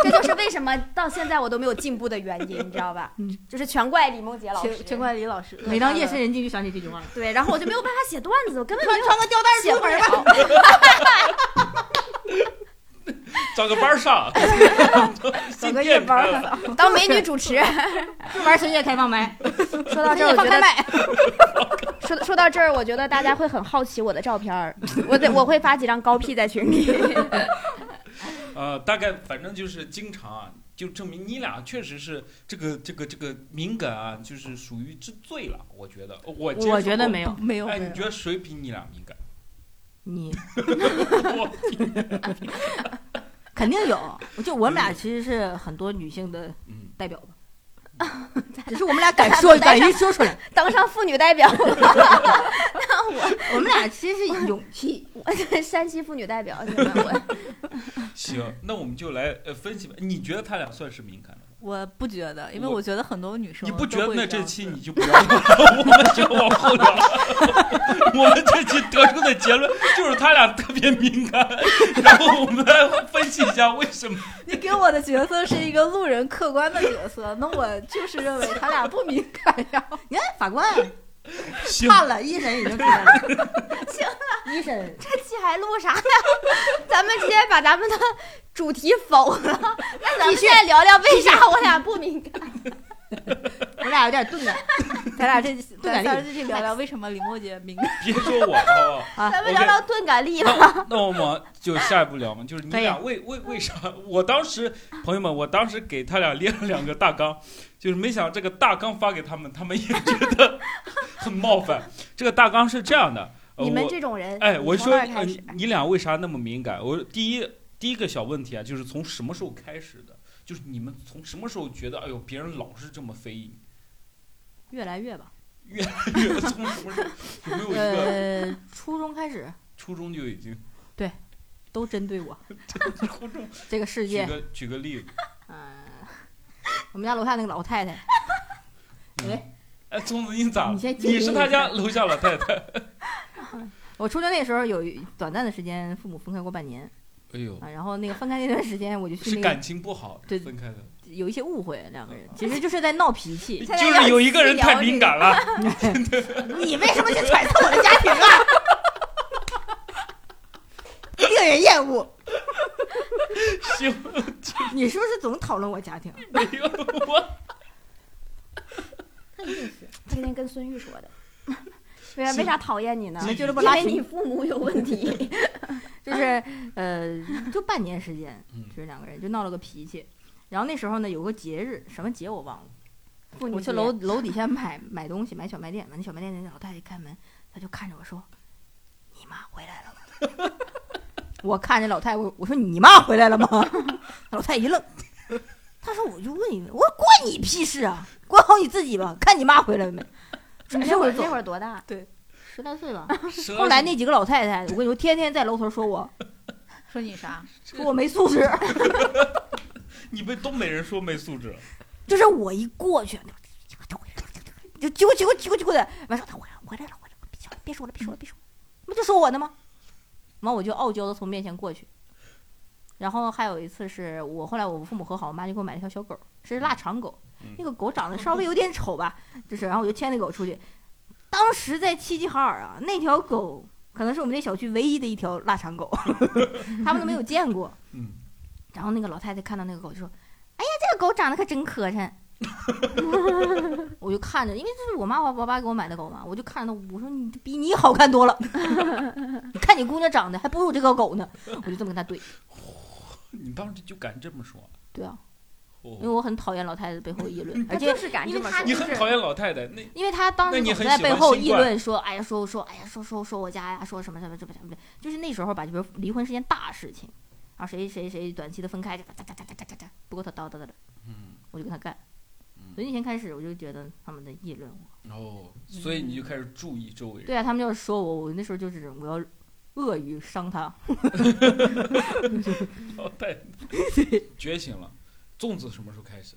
Speaker 1: 这就是为什么到现在我都没有进步的原因，你知道吧？
Speaker 2: 嗯
Speaker 1: 就是全怪李梦洁老师
Speaker 5: 全，全怪李老师。
Speaker 2: 每当夜深人静就想起这句话了。
Speaker 1: 对，然后我就没有办法写段子，我根本没有
Speaker 2: 穿个吊带
Speaker 1: 写
Speaker 2: 出
Speaker 1: 不
Speaker 2: 门吧。
Speaker 1: 了。
Speaker 3: 找个班儿上，
Speaker 1: 找
Speaker 3: 进
Speaker 1: 个夜
Speaker 3: 电
Speaker 1: 班
Speaker 3: 台了
Speaker 1: 儿当美女主 持。
Speaker 2: 玩深夜开放麦，
Speaker 1: 说到这儿，我觉得 说说到这儿，我觉得大家会很好奇我的照片儿，我得我会发几张高 P 在群里。
Speaker 3: 呃，大概反正就是经常啊，就证明你俩确实是这个这个这个敏感啊，就是属于之最了。我觉得，我接
Speaker 6: 我
Speaker 3: 触
Speaker 6: 觉得
Speaker 3: 过
Speaker 6: 没有，
Speaker 5: 没有，没
Speaker 3: 哎，你
Speaker 5: 有
Speaker 3: 觉得谁比你俩敏感？
Speaker 2: 你
Speaker 3: 我
Speaker 2: 肯定有，就我们俩其实是很多女性的
Speaker 3: 嗯，
Speaker 2: 代表吧，只是我们俩敢
Speaker 5: 哎
Speaker 2: 说，敢于说出来。
Speaker 1: 当上妇女代表 了，
Speaker 2: 我们俩其实是勇 气，
Speaker 1: 我这山西妇女代表，现在我
Speaker 3: 行，那我们就来呃分析吧。你觉得他俩算是敏感的吗？
Speaker 5: 我不觉得，因为
Speaker 3: 我
Speaker 5: 我觉得很多女生
Speaker 3: 你不
Speaker 5: 都
Speaker 3: 觉得？
Speaker 5: 会
Speaker 3: 那
Speaker 5: 这
Speaker 3: 这
Speaker 5: 样
Speaker 3: 期
Speaker 5: 子
Speaker 3: 你就不要聊了， 我们就往后聊 了。我们这期得出的结论就是他俩特别敏感， 然后我们来分析一下为 什么。
Speaker 5: 你给我的角色是一个路人客观的角色，那我 就是认为他俩不敏感 呀。
Speaker 2: 你看法
Speaker 1: 啊
Speaker 2: 官
Speaker 3: 行，
Speaker 2: 判了，一审已经出 来了，行
Speaker 5: 啊
Speaker 2: 了，一审
Speaker 1: 这期还录啥呀？ 咱们直接把咱们的主题否 了，那咱们现在聊聊为啥我俩不敏感？
Speaker 2: 我俩有点钝 感，
Speaker 5: 咱俩这
Speaker 2: 对
Speaker 5: 咱
Speaker 2: 咱
Speaker 5: 俩
Speaker 2: 俩
Speaker 5: 这期聊聊为什么林墨姐 敏感，
Speaker 3: 别说我好不好？
Speaker 1: 咱们
Speaker 3: OK
Speaker 1: 聊聊钝感力吧。
Speaker 3: 那那我们就下一步聊嘛，就是你
Speaker 6: 可以
Speaker 3: 俩为为为啥？我当时朋友们，我当时给他俩列了两个大纲，就是没想到这个大纲发给他们，他们也觉得 很冒犯。这个大纲是这样的，呃、
Speaker 1: 你们
Speaker 3: 我
Speaker 1: 这种人，
Speaker 2: 嗯
Speaker 3: 哎，
Speaker 1: 你
Speaker 3: 我
Speaker 1: 从
Speaker 3: 说、
Speaker 1: 哪儿
Speaker 3: 呃
Speaker 1: 开
Speaker 3: 你
Speaker 1: 始？
Speaker 3: 你俩为啥那么敏感？我第一第一个小问题啊，就是从什么时候开始的？就是你们从什么时候觉得，哎呦，别人老是这么非议？
Speaker 2: 越来越吧。
Speaker 3: 越从什么时候有没有一个
Speaker 2: 呃，初中开始
Speaker 3: 初中就已经？
Speaker 2: 都针对我
Speaker 3: 初中
Speaker 2: 这个世
Speaker 3: 举
Speaker 2: 界，
Speaker 3: 个举个例子，
Speaker 2: 嗯，我们家楼下那个老太太，
Speaker 3: 哎，聪子你咋了？
Speaker 2: 你先
Speaker 3: 你是他家楼下老太太。
Speaker 2: 我初中那时候有一短暂的时间，父母分开过半年
Speaker 3: 哎呦，
Speaker 2: 啊，然后那个分开那段时间，我就是去那
Speaker 3: 感
Speaker 2: 个
Speaker 3: 情不好
Speaker 2: 对
Speaker 3: 分开的，
Speaker 2: 有一些误会，两个人其实就是在闹脾气，
Speaker 3: 就
Speaker 1: 现在
Speaker 3: 是有一个人太敏感了。
Speaker 2: 你为什么去揣测我的家庭 啊？令人厌恶。
Speaker 3: 行，哎
Speaker 2: 你是不是总讨论我家庭？
Speaker 3: 没有我，
Speaker 1: 今天跟孙玉说的。 为啥为啥讨厌你呢
Speaker 2: 你？们俱乐部
Speaker 1: 因
Speaker 2: 拉
Speaker 1: 为你
Speaker 2: 群，
Speaker 1: 父母有问题。
Speaker 2: 就是呃，就半年时间
Speaker 3: 嗯，
Speaker 2: 就是两个人就闹了个脾气。然后那时候呢，有个节日，什么节我忘了，
Speaker 1: 妇女
Speaker 2: 我去
Speaker 1: 节
Speaker 2: 楼楼底下买买东西，买小卖店嘛。那小卖店那老太太一开门，她就看着我说：“你妈回来了吗？”我看着老太太，我我说：“你妈回来了吗？”老太太一愣，她说：“我就问一问，我说关你屁事啊，管好你自己吧，看你妈回来了没。” 转身
Speaker 1: 那会
Speaker 2: 我
Speaker 1: 儿
Speaker 2: 就
Speaker 1: 那
Speaker 2: 走
Speaker 1: 会，儿多大？
Speaker 2: 十来岁吧。
Speaker 3: 蛇
Speaker 2: 后来那几个老太太，我跟你说，天天在楼头说我，
Speaker 5: 说你啥？
Speaker 2: 说我没素质。
Speaker 3: 你被东北人说没素质，
Speaker 2: 就是我一过去，就揪揪揪揪的，完说他回来了回来了，回来了，别说了，别说了，别说了，别说了，那不就说我呢吗？完我就傲娇的从面前过去。然后还有一次是我后来我父母和好，我妈就给我买了一条小狗，是腊肠狗
Speaker 3: 嗯，
Speaker 2: 那个狗长得稍微有点丑吧，就是然后我就牵那狗出去。当时在齐齐哈尔啊，那条狗可能是我们那小区唯一的一条腊肠狗，他们都没有见过。
Speaker 3: 嗯，
Speaker 2: 然后那个老太太看到那个狗就说：“哎呀，这个狗长得可真磕碜。”我就看着，因为这是我妈我我爸给我买的狗嘛，我就看着它，我说你比你好看多了，你看你姑娘长得还不如这个狗呢，我就这么跟她对。
Speaker 3: 你当时就敢这么说。
Speaker 2: 对啊，因为
Speaker 3: 哦，
Speaker 2: 我很讨厌老太太背后议论，而
Speaker 1: 他
Speaker 2: 且
Speaker 1: 就是敢
Speaker 2: 因
Speaker 1: 这
Speaker 2: 为
Speaker 1: 么
Speaker 2: 她
Speaker 1: 说。
Speaker 3: 你很讨厌老太太，那
Speaker 2: 因为她当
Speaker 3: 那
Speaker 2: 时
Speaker 3: 你
Speaker 2: 总
Speaker 3: 很
Speaker 2: 是在
Speaker 3: 喜
Speaker 2: 背
Speaker 3: 欢
Speaker 2: 后
Speaker 3: 新
Speaker 2: 议
Speaker 3: 冠
Speaker 2: 论说，哎呀说说哎呀说说说我家呀，说什么什么什么什么的，就是那时候吧，就是离婚是件大事情，然后谁谁谁短期的分开，哒哒哒哒哒哒哒，不够她叨叨叨的，
Speaker 3: 嗯，
Speaker 2: 我就跟她干。
Speaker 3: 嗯
Speaker 2: 所以那天开始我就觉得他们在议论我，
Speaker 3: 哦，所以你就开始注意周围人。
Speaker 2: 对啊，他们要是说我，我那时候就是我要恶语伤他，
Speaker 3: 老太太觉醒嗯了。粽子什么时候开始？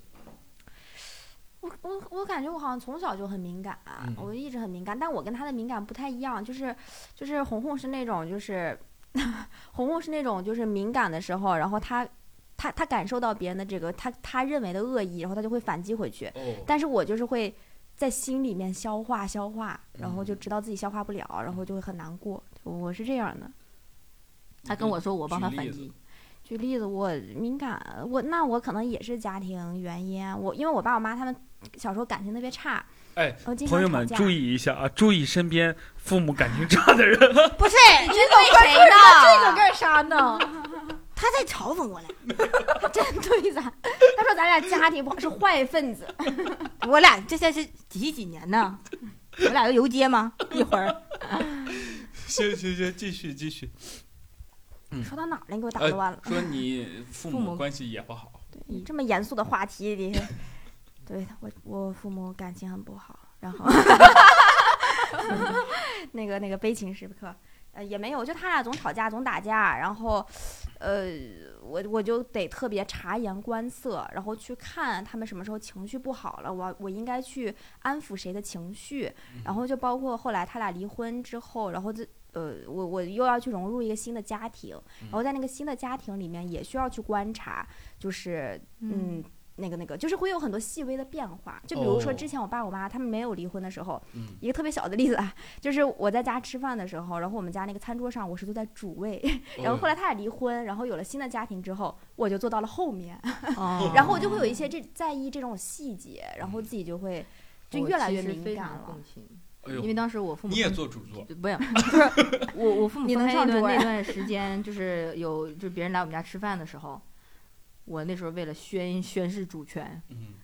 Speaker 1: 我我我感觉我好像从小就很敏感、啊
Speaker 3: 嗯
Speaker 1: 我一直很敏感，但我跟他的敏感不太一样，就是就是红红是那种就是 红红是那种就是敏感的时候，然后他他他感受到别人的这个他他认为的恶意，然后他就会反击回去，
Speaker 3: 哦，
Speaker 1: 但是我就是会。在心里面消化消化，然后就
Speaker 3: 嗯
Speaker 1: 知道自己消化不了，然后就会很难过。我是这样的。
Speaker 2: 他跟
Speaker 3: 嗯
Speaker 2: 我说我帮他
Speaker 3: 举
Speaker 2: 反
Speaker 3: 例子
Speaker 2: 击，
Speaker 1: 举例子，我敏感，我那我可能也是家庭原因。我因为我爸我妈他们小时候感情特别差，
Speaker 3: 哎，
Speaker 1: 我经常
Speaker 3: 朋友们
Speaker 1: 吵架
Speaker 3: 注意一下啊，注意身边父母感情差的人。
Speaker 1: 不是，你这为谁呢？
Speaker 5: 干啥呢？
Speaker 2: 他在嘲讽我俩，
Speaker 1: 他真对咱，他说咱俩家庭不好，是坏分子。
Speaker 2: 我俩这现在是几几年呢？我俩要游街吗？一会儿
Speaker 3: 行行行，继续继续。
Speaker 1: 说到哪儿了？你给我
Speaker 3: 呃
Speaker 1: 打乱了。
Speaker 3: 说你父
Speaker 2: 父
Speaker 3: 母
Speaker 2: 母
Speaker 3: 关系也不好，
Speaker 1: 你这么严肃的话题 里，对我我父母感情很不好，然后 那个那个悲情时刻，呃也没有，就他俩总吵架，总打架，然后呃我我就得特别察言观色，然后去看他们什么时候情绪不好了，我我应该去安抚谁的情绪，然后就包括后来他俩离婚之后，然后这。呃，我我又要去融入一个新的家庭，然后在那个新的家庭里面也需要去观察，就是嗯，那个那个，就是会有很多细微的变化。就比如说
Speaker 3: 哦
Speaker 1: 之前我爸我妈他们没有离婚的时候，
Speaker 3: 嗯
Speaker 1: 一个特别小的例子啊，就是我在家吃饭的时候，然后我们家那个餐桌上我是坐在主位，然后后来他俩离婚，然后有了新的家庭之后，我就坐到了后面，
Speaker 2: 哦
Speaker 1: 然后我就会有一些这在意这种细节，然后自己就会就越来越敏感了。。
Speaker 3: 哎
Speaker 2: 因
Speaker 3: 呦
Speaker 2: 为，当时我父母
Speaker 3: 你也做主座，
Speaker 2: 不是，就是 我我父母
Speaker 5: 你能
Speaker 2: 分开那
Speaker 5: 上
Speaker 2: 段
Speaker 5: 桌呀
Speaker 2: 那段时间，就是有就别人来我们家吃饭的时候，我那时候为了宣宣示主权，
Speaker 3: 嗯，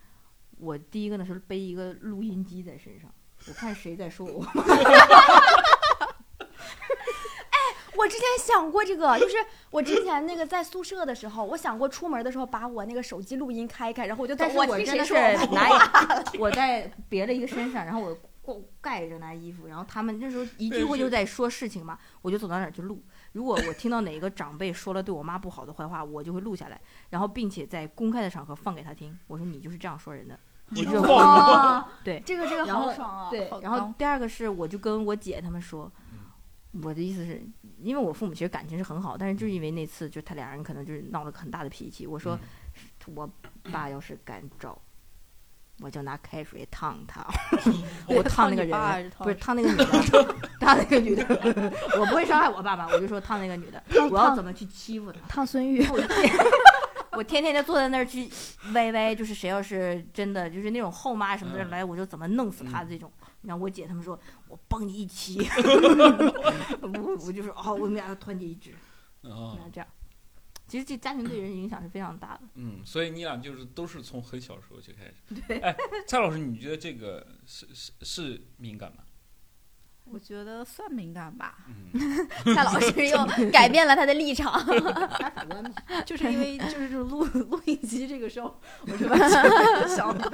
Speaker 2: 我第一个呢是背一个录音机在身上，我看谁在说 我。
Speaker 1: 我之前想过这个，就是我之前那个在宿舍的时候，我想过出门的时候把我那个手机录音开开，然后我就等
Speaker 2: 但是
Speaker 1: 我
Speaker 2: 我
Speaker 1: 听
Speaker 2: 真
Speaker 1: 谁
Speaker 2: 的是
Speaker 1: 说我坏
Speaker 2: 拿一， 我在别了一个身上，然后我过盖着拿衣服，然后他们那时候一聚会就在说事情嘛，我就走到哪儿就录。如果我听到哪一个长辈说了对我妈不好的坏话，我就会录下来，然后并且在公开的场合放给他听。我说你就是这样说人的。
Speaker 3: 你
Speaker 2: 就
Speaker 3: 放
Speaker 5: 哦
Speaker 1: 啊，
Speaker 2: 对
Speaker 1: 这个这个
Speaker 2: 然后
Speaker 1: 好爽啊！
Speaker 2: 对
Speaker 5: 好，
Speaker 2: 然后
Speaker 5: 刚
Speaker 2: 第二个是，我就跟我姐他们说
Speaker 3: 嗯，
Speaker 2: 我的意思是，因为我父母其实感情是很好，但是就是因为那次，就他俩人可能就是闹了个很大的脾气。我说，我爸要是敢找，我就拿开水烫他，我烫那个人。不是烫那个女的，烫那个女的，我不会伤害我爸爸，我就说烫那个女的，我要
Speaker 1: 烫
Speaker 2: 怎么去欺负她？
Speaker 1: 烫 孙玉，
Speaker 2: 我天，我天天就坐在那儿去 歪歪，就是谁要是真的就是那种后妈什么的
Speaker 3: 嗯
Speaker 2: 来，我就怎么弄死他这种。然后我姐他们说，我帮你一起，我我就说哦，我们俩团结一致，
Speaker 3: 啊
Speaker 2: 然，后这样。其实这家庭对人影响是非常大的。
Speaker 3: 嗯，所以你俩就是都是从很小时候就开始。对，哎，蔡老师，你觉得这个是是是敏感吗？
Speaker 5: 我觉得算敏感 吧，
Speaker 3: 嗯，
Speaker 1: 蔡老师又改变了他的立场。
Speaker 5: 就是因为就是这种录 录音机这个时候，我是完全没有想到，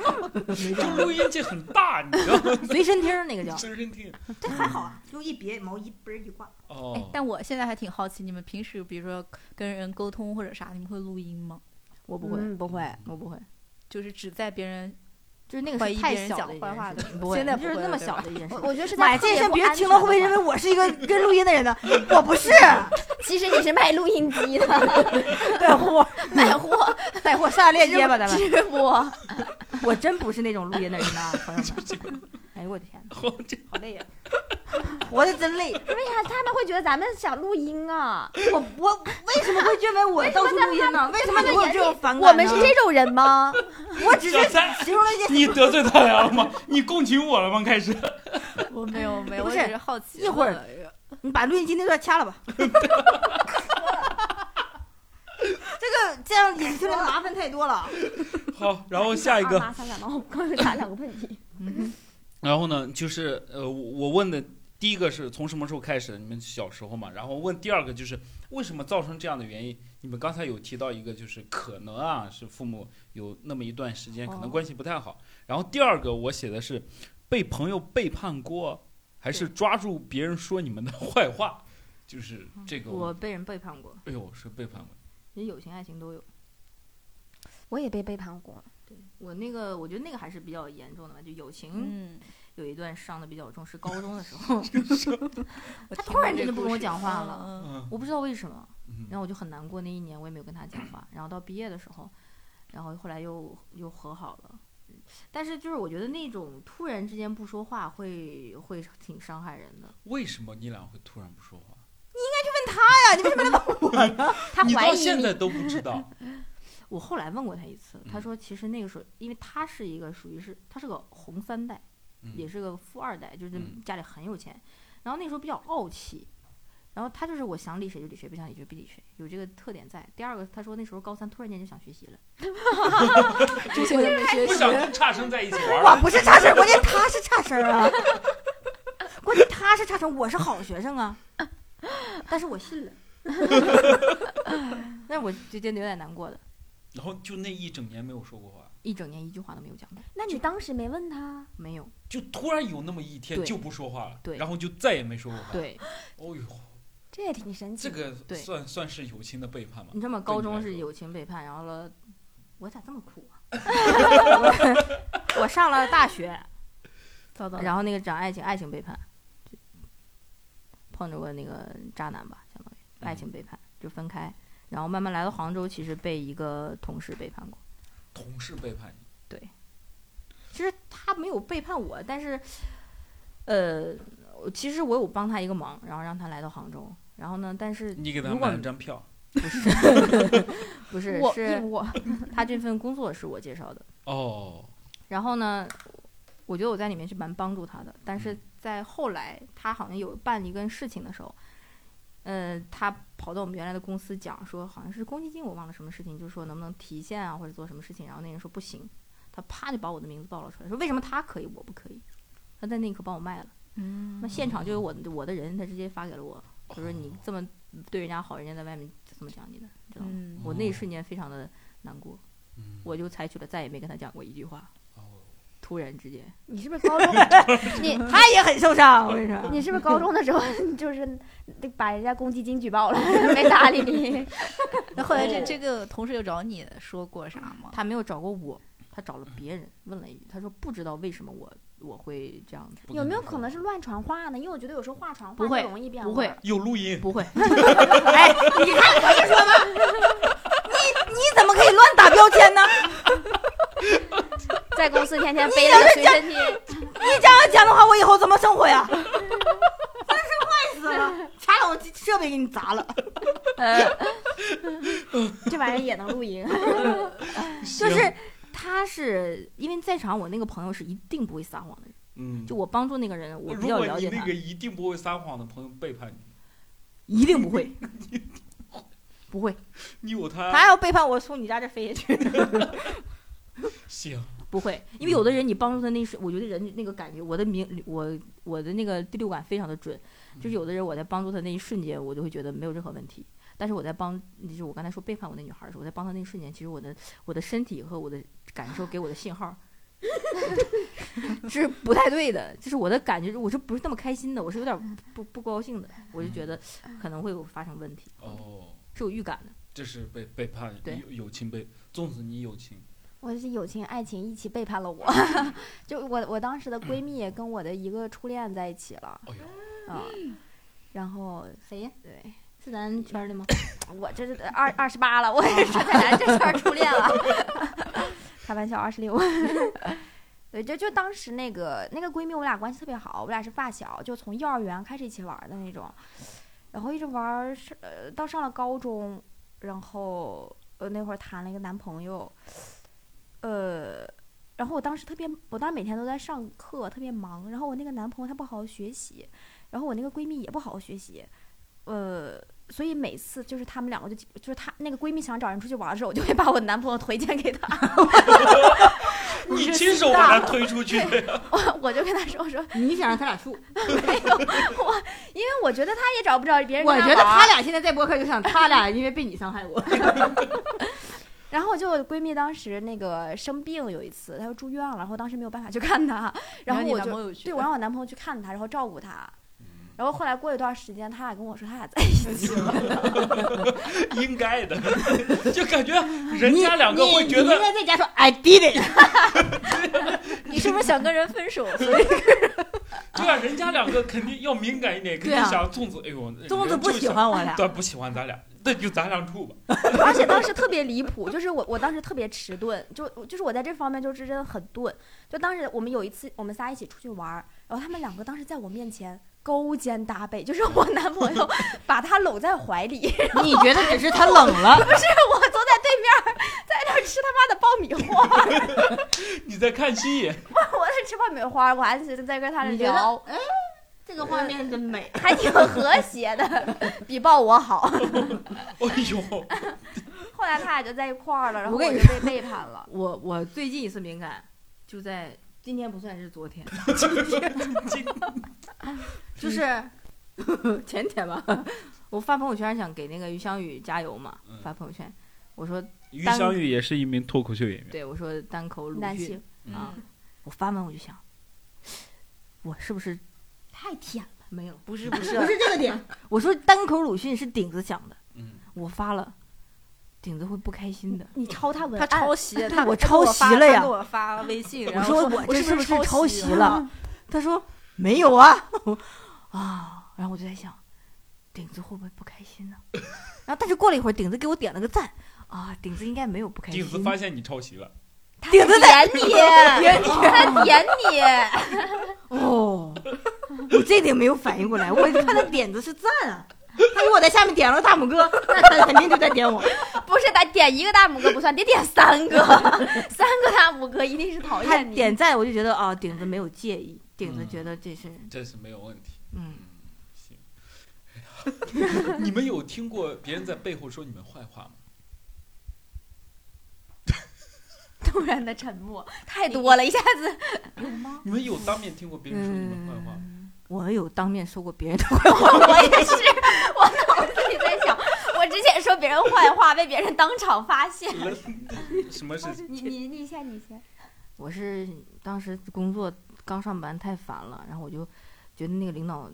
Speaker 3: 就录音机很大，你知道 吗？
Speaker 2: 随身听儿那个叫，
Speaker 3: 随身听。
Speaker 2: 这还好啊，就一别毛衣嘣一挂。
Speaker 5: 哎
Speaker 3: 哦，，
Speaker 5: 但我现在还挺好奇，你们平时比如说跟人沟通或者啥，你们会录音吗？
Speaker 2: 我不会，
Speaker 1: 嗯不会，
Speaker 2: 我不会，
Speaker 5: 就是只在别人
Speaker 2: 就是那个
Speaker 5: 怀
Speaker 2: 是
Speaker 5: 疑
Speaker 2: 太
Speaker 5: 别人
Speaker 2: 小
Speaker 5: 讲
Speaker 2: 的一
Speaker 5: 坏
Speaker 2: 件
Speaker 5: 话
Speaker 2: 事
Speaker 5: 的
Speaker 2: 情不会
Speaker 5: 现在不
Speaker 2: 就是
Speaker 5: 会
Speaker 2: 那
Speaker 5: 了
Speaker 2: 么
Speaker 5: 对
Speaker 2: 小
Speaker 5: 吧
Speaker 2: 的一件事
Speaker 1: 我
Speaker 2: 情。
Speaker 1: 我觉得是
Speaker 2: 妈
Speaker 1: 在
Speaker 2: 呀，这
Speaker 1: 特别
Speaker 2: 些
Speaker 1: 不
Speaker 2: 别
Speaker 1: 安
Speaker 2: 听
Speaker 1: 全
Speaker 2: 了
Speaker 1: 的
Speaker 2: 会认
Speaker 1: 环
Speaker 2: 为我是一个跟录音的人的，我不是。
Speaker 1: 其实你是卖录音机的，
Speaker 2: 带货，
Speaker 1: 卖 货
Speaker 2: 带货上链接吧，咱们。
Speaker 1: 直播。
Speaker 2: 我真不是那种录音的人呐，朋友们。哎呦我的天哪，
Speaker 3: 好，这
Speaker 2: 好累呀、活得真累。
Speaker 1: 为啥他们会觉得咱们想录音啊？
Speaker 2: 我我为什么会认为我到处录音呢？为什么你会有这种反
Speaker 1: 我
Speaker 2: 感呢？
Speaker 1: 们是这种人吗？
Speaker 2: 我只是
Speaker 3: 小三，
Speaker 2: 形容了一些
Speaker 3: 你得罪他俩了吗？ 你共情我了吗？开始，
Speaker 5: 我没有没有，
Speaker 2: 不
Speaker 5: 我
Speaker 2: 是
Speaker 5: 只是好奇。
Speaker 2: 一会儿，你把录音机那段掐了吧。这个这样引出来的麻烦太多了。
Speaker 3: 好，然后下一个
Speaker 2: 啊
Speaker 1: 二。妈三三毛，我刚有打两个 问题。
Speaker 5: 嗯
Speaker 3: 然后呢，就是呃，我我问的第一个是从什么时候开始？你们小时候嘛。然后问第二个就是为什么造成这样的原因？你们刚才有提到一个，就是可能啊是父母有那么一段时间可能关系不太好。然后第二个我写的是被朋友背叛过，还是抓住别人说你们的坏话？就是这个
Speaker 2: 我被人背叛过，
Speaker 3: 哎呦是背叛过。
Speaker 2: 人友情爱情都有。
Speaker 1: 我也被背叛过，
Speaker 2: 对我那个，我觉得那个还是比较严重的吧，就友情
Speaker 5: 嗯，
Speaker 2: 有一段伤的比较重，是高中的时 候，
Speaker 5: 我
Speaker 2: 他
Speaker 5: 听
Speaker 2: 突然
Speaker 5: 过
Speaker 2: 间
Speaker 5: 这
Speaker 2: 就不跟
Speaker 5: 故
Speaker 2: 我
Speaker 5: 事
Speaker 2: 讲话了
Speaker 5: 嗯嗯
Speaker 3: 嗯
Speaker 2: 我不知道为什么。然
Speaker 3: 嗯
Speaker 2: 后我就很难过，那一年我也没有跟他讲话。然后到毕业的时候，然后后来又又和好了。但是就是我觉得那种突然之间不说话会会挺伤害人的。
Speaker 3: 为什么你俩会突然不说话？
Speaker 1: 他
Speaker 3: 你
Speaker 1: 怀
Speaker 3: 到
Speaker 1: 疑
Speaker 3: 现
Speaker 1: 你
Speaker 3: 在都不知道。
Speaker 2: 我后来问过他一次，他
Speaker 3: 嗯
Speaker 2: 说其实那个时候，因为他是一个属于是他是个红三代，
Speaker 3: 嗯
Speaker 2: 也是个富二代，就是
Speaker 3: 嗯
Speaker 2: 家里很有钱。然后那时候比较傲气，然后他就是我想理谁就理谁，不想理就不理谁，有这个特点在。第二个，他说那时候高三突然间就想学习了，
Speaker 1: 追求的美学
Speaker 3: 不想跟差生在一起玩
Speaker 5: 我
Speaker 3: 儿。
Speaker 5: 不是差生，关键他是差生啊。关键他是差生，我是好学生啊。
Speaker 2: 但是我信了， 那我就真的有点难过的，
Speaker 3: 然后就那一整年没有说过话，
Speaker 2: 一整年一句话都没有讲过，
Speaker 1: 那你当时没问他？
Speaker 2: 没有。
Speaker 3: 就突然有那么一天
Speaker 2: 对
Speaker 3: 就不说话了，
Speaker 2: 对
Speaker 3: 然后就再也没说过话。，
Speaker 2: 对，
Speaker 3: 哦呦，
Speaker 1: 这也挺神奇
Speaker 3: 这
Speaker 1: 的。
Speaker 3: 个
Speaker 2: 对嗯
Speaker 3: 算算是友情的背叛吗？
Speaker 2: 你这么
Speaker 3: 对
Speaker 2: 高
Speaker 3: 你来
Speaker 2: 中
Speaker 3: 说
Speaker 2: 是友情背叛，然后了，我咋这么苦啊？ 我我 上了大学，
Speaker 1: 糟糕
Speaker 2: 然后那个讲爱情，爱情背叛，就碰着过那个渣男吧，相当
Speaker 3: 嗯
Speaker 2: 于爱情背叛就分开，然后慢慢来到杭州，其实被一个同事背叛过。
Speaker 3: 同事背叛你，
Speaker 2: 其实他没有背叛我，但是，呃，我其实我有帮他一个忙，然后让他来到杭州，然后呢，但是
Speaker 3: 你给他
Speaker 2: 嗯如果
Speaker 3: 买了张票。
Speaker 2: 不是
Speaker 1: 我
Speaker 2: 是
Speaker 1: 我
Speaker 2: 他这份工作是我介绍的。
Speaker 3: 哦，
Speaker 2: 然后呢，我觉得我在里面是蛮帮助他的，但是
Speaker 3: 嗯
Speaker 2: 在后来他好像有办一个事情的时候，呃，他跑到我们原来的公司讲说，好像是公积金，我忘了什么事情，就是说能不能提现啊，或者做什么事情。然后那人说不行，他啪就把我的名字报了出来，说为什么他可以我不可以？他在那一刻帮我卖了，
Speaker 1: 嗯
Speaker 2: 那现场就有我的我的人，他直接发给了我，他说你这么对人家好，人家在外面怎么讲你的，你知道吗？
Speaker 1: 嗯
Speaker 2: 我那
Speaker 3: 哦
Speaker 2: 一瞬间非常的难过，
Speaker 3: 嗯
Speaker 2: 我就采取了再也没跟他讲过一句话，
Speaker 3: 哦
Speaker 2: 突然之间。
Speaker 1: 你是不是 高中？你
Speaker 5: 他也很受伤，我跟你说。
Speaker 1: 你是不是高中的时候就是把人家公积金举报了， 没搭理你？
Speaker 7: 那 后来这
Speaker 3: 哦
Speaker 7: 这个同事又找你说过啥吗？
Speaker 2: 他没有找过我，他找了别人，问了一句，他说不知道为什么我我会这样子，
Speaker 3: 不
Speaker 1: 有没有
Speaker 3: 说
Speaker 1: 可能是乱传话呢？因为我觉得有时候话传话
Speaker 2: 不会
Speaker 1: 就容易变
Speaker 2: 不
Speaker 1: 味
Speaker 2: 会
Speaker 1: 儿。
Speaker 3: 有录音？
Speaker 2: 不会，
Speaker 5: 哎，你看我就说吧，你你怎么可以乱打标签呢？
Speaker 1: 在公司天 天背那个随身听，
Speaker 5: 你这样讲的话，我以后怎么生活 呀？真是坏死了，差点我设备给你砸 了。
Speaker 7: 呃
Speaker 1: 这玩意儿也能录音。
Speaker 2: 就是他是因为在场我那个朋友是一定不会撒谎的人，
Speaker 3: 嗯，
Speaker 2: 就我帮助那个人，我
Speaker 3: 如
Speaker 2: 比较
Speaker 3: 果
Speaker 2: 了
Speaker 3: 你
Speaker 2: 解
Speaker 3: 那
Speaker 2: 他
Speaker 3: 个，一定不会撒谎的朋友背叛你，
Speaker 2: 一定不 会，不会，
Speaker 3: 你有
Speaker 5: 他要背叛我，从你家这飞下去。
Speaker 3: 行，
Speaker 2: 不会，因为有的人你帮助他那时，我觉得人那个感觉，我的明我我的那个第六感非常的准，就是有的人我在帮助他那一瞬间，我就会觉得没有任何问题。但是我在帮，就是我刚才说背叛我那女孩的时候，我在帮她那一瞬间，其实我的我的身体和我的感受给我的信号是不太对的，就是我的感觉，我是不是那么开心的？我是有点不不高兴的，我就觉得可能会有发生问题，
Speaker 3: 哦，
Speaker 2: 是有预感的。
Speaker 3: 这是背背叛，
Speaker 2: 对
Speaker 3: 友友情背，粽子你友情，
Speaker 1: 我是友情、爱情一起背叛了我，
Speaker 3: 嗯
Speaker 1: 就我我当时的闺蜜也跟我的一个初恋在一起了，
Speaker 3: 哎呦，
Speaker 1: 啊，然后
Speaker 2: 谁呀？
Speaker 1: 对
Speaker 2: 是咱圈儿的吗？
Speaker 1: 我这是二二十八了，我也是在咱这圈儿初恋了， 开玩笑，二十六。 对，就就当时那个那个闺蜜，我俩关系特别好，我俩是发小，就从幼儿园开始一起玩儿的那种，然后一直玩儿是呃到上了高中，然后呃那会儿谈了一个男朋友，呃，然后我当时特别，我当时每天都在上课，特别忙，然后我那个男朋友他不好好学习，然后我那个闺蜜也不好好学习，呃，所以每次就是他们两个就就是她那个闺蜜想找人出去玩的时候，我就会把我男朋友推荐给她，
Speaker 3: 你亲手把他推出去，
Speaker 1: 我我就跟她说我说，
Speaker 5: 你想让他俩处？
Speaker 1: 因为我觉得她也找不着别人
Speaker 5: 我
Speaker 1: 跟
Speaker 5: 觉
Speaker 1: 她
Speaker 5: 得
Speaker 1: 玩儿
Speaker 5: 他俩现在在播客，就想他俩因为被你伤害 我。
Speaker 1: 然后就闺蜜当时那个生病有一次，她就住院了，然后当时没有办法去看她，然后
Speaker 2: 你
Speaker 1: 我
Speaker 2: 男
Speaker 1: 就
Speaker 2: 朋友去
Speaker 1: 对我让我男朋友去看她，然后照顾她。然后后来过一段时间，他俩跟我说他俩在一起了，
Speaker 3: 应该的， 就感觉人家两个会觉
Speaker 5: 你你应
Speaker 3: 得
Speaker 5: 该在家说 I did it。
Speaker 7: 你是不是想跟人分手？所以
Speaker 3: 对啊，人家两个肯定要敏感一点，肯
Speaker 5: 对
Speaker 3: 定
Speaker 5: 啊
Speaker 3: 想粽子，哎呦，
Speaker 5: 粽子
Speaker 3: 人
Speaker 5: 不
Speaker 3: 就
Speaker 5: 喜
Speaker 3: 想，
Speaker 5: 欢我俩，
Speaker 3: 对，不喜欢咱俩，那就咱俩处吧，
Speaker 1: 而且当时特别离谱，就是我我当时特别迟钝，就就是我在这方面就是真的很钝。就当时我们有一次我们仨一起出去玩儿，然后他们两个当时在我面前勾肩搭背，就是我男朋 友把她搂在怀里，
Speaker 5: 你觉得只是他冷了？
Speaker 1: 不是我坐在对面儿，在那儿吃他妈的爆米花，
Speaker 3: 你在看戏，
Speaker 1: 我在吃爆米花，我还在跟他
Speaker 2: 你觉得
Speaker 1: 聊。
Speaker 2: 这
Speaker 1: 个画面真美。
Speaker 6: 还挺和谐的，比抱我 好。
Speaker 3: 哎呦，
Speaker 6: 后来他俩就在一块儿了，然后
Speaker 2: 我跟
Speaker 6: 我
Speaker 2: 你
Speaker 6: 就被背叛了。
Speaker 2: 我我最近一次敏感就在今天，不算是昨 天，就是前天吧。我发朋友圈想给那个于湘雨加油嘛
Speaker 3: 嗯，
Speaker 2: 发朋友圈，我说
Speaker 3: 于香玉也是一名脱口秀演员。
Speaker 2: 对，我说单口鲁
Speaker 1: 男
Speaker 2: 迅
Speaker 1: 性
Speaker 2: 啊
Speaker 5: 嗯，
Speaker 2: 我发完我就想，我是不是
Speaker 1: 太甜了，
Speaker 2: 没有？
Speaker 5: 不是不
Speaker 2: 不
Speaker 5: 是，
Speaker 2: 是这个点，我说单口鲁迅是顶子想的，
Speaker 3: 嗯，
Speaker 2: 我发了，顶子会不开心的。
Speaker 1: 你抄他文
Speaker 5: 他
Speaker 1: 案，
Speaker 5: 抄袭，他
Speaker 2: 我
Speaker 5: 他
Speaker 2: 抄袭了呀
Speaker 5: 给我发他给我发微信，
Speaker 2: 我
Speaker 5: 然后
Speaker 2: 说
Speaker 5: 我
Speaker 2: 我这不
Speaker 5: 是不
Speaker 2: 是抄
Speaker 5: 抄
Speaker 2: 袭
Speaker 5: 了？
Speaker 2: 了？他说没有啊， 我啊，然后我就在想，顶子会不会不开心呢？然后但是过了一会儿，顶子给我点了个赞啊，顶子应该没有不开心。
Speaker 3: 顶子发现你抄袭了，
Speaker 2: 顶子在
Speaker 6: 点 你，他点你，
Speaker 2: 哦，我这点没有反应过来，我看 他点子是赞啊。他如果在下面点了个大拇哥，那他肯定就在点我。
Speaker 6: 不是他点一个大拇哥不算，得点三个，三个大拇哥一定是
Speaker 1: 哎
Speaker 6: 讨
Speaker 2: 他
Speaker 6: 厌你。
Speaker 2: 点赞，我就觉得啊，顶子没有介意，顶
Speaker 3: 嗯
Speaker 2: 子觉得这是
Speaker 3: 这是没有问题。
Speaker 2: 嗯，
Speaker 3: 行。你们有听过别人在背后说你们坏话吗？
Speaker 6: 突然的沉默太多了，一 下子
Speaker 3: 你们有当面听过别人说你们坏话吗？
Speaker 2: 我有当面说过别人的
Speaker 6: 我也是，我脑子里在想，我之前说别人坏话被别人当场发现。
Speaker 5: 嗯
Speaker 3: 什么事情？
Speaker 6: 你你你先，你先。
Speaker 2: 我是当时工作刚上班太烦了，然后我就觉得那个领导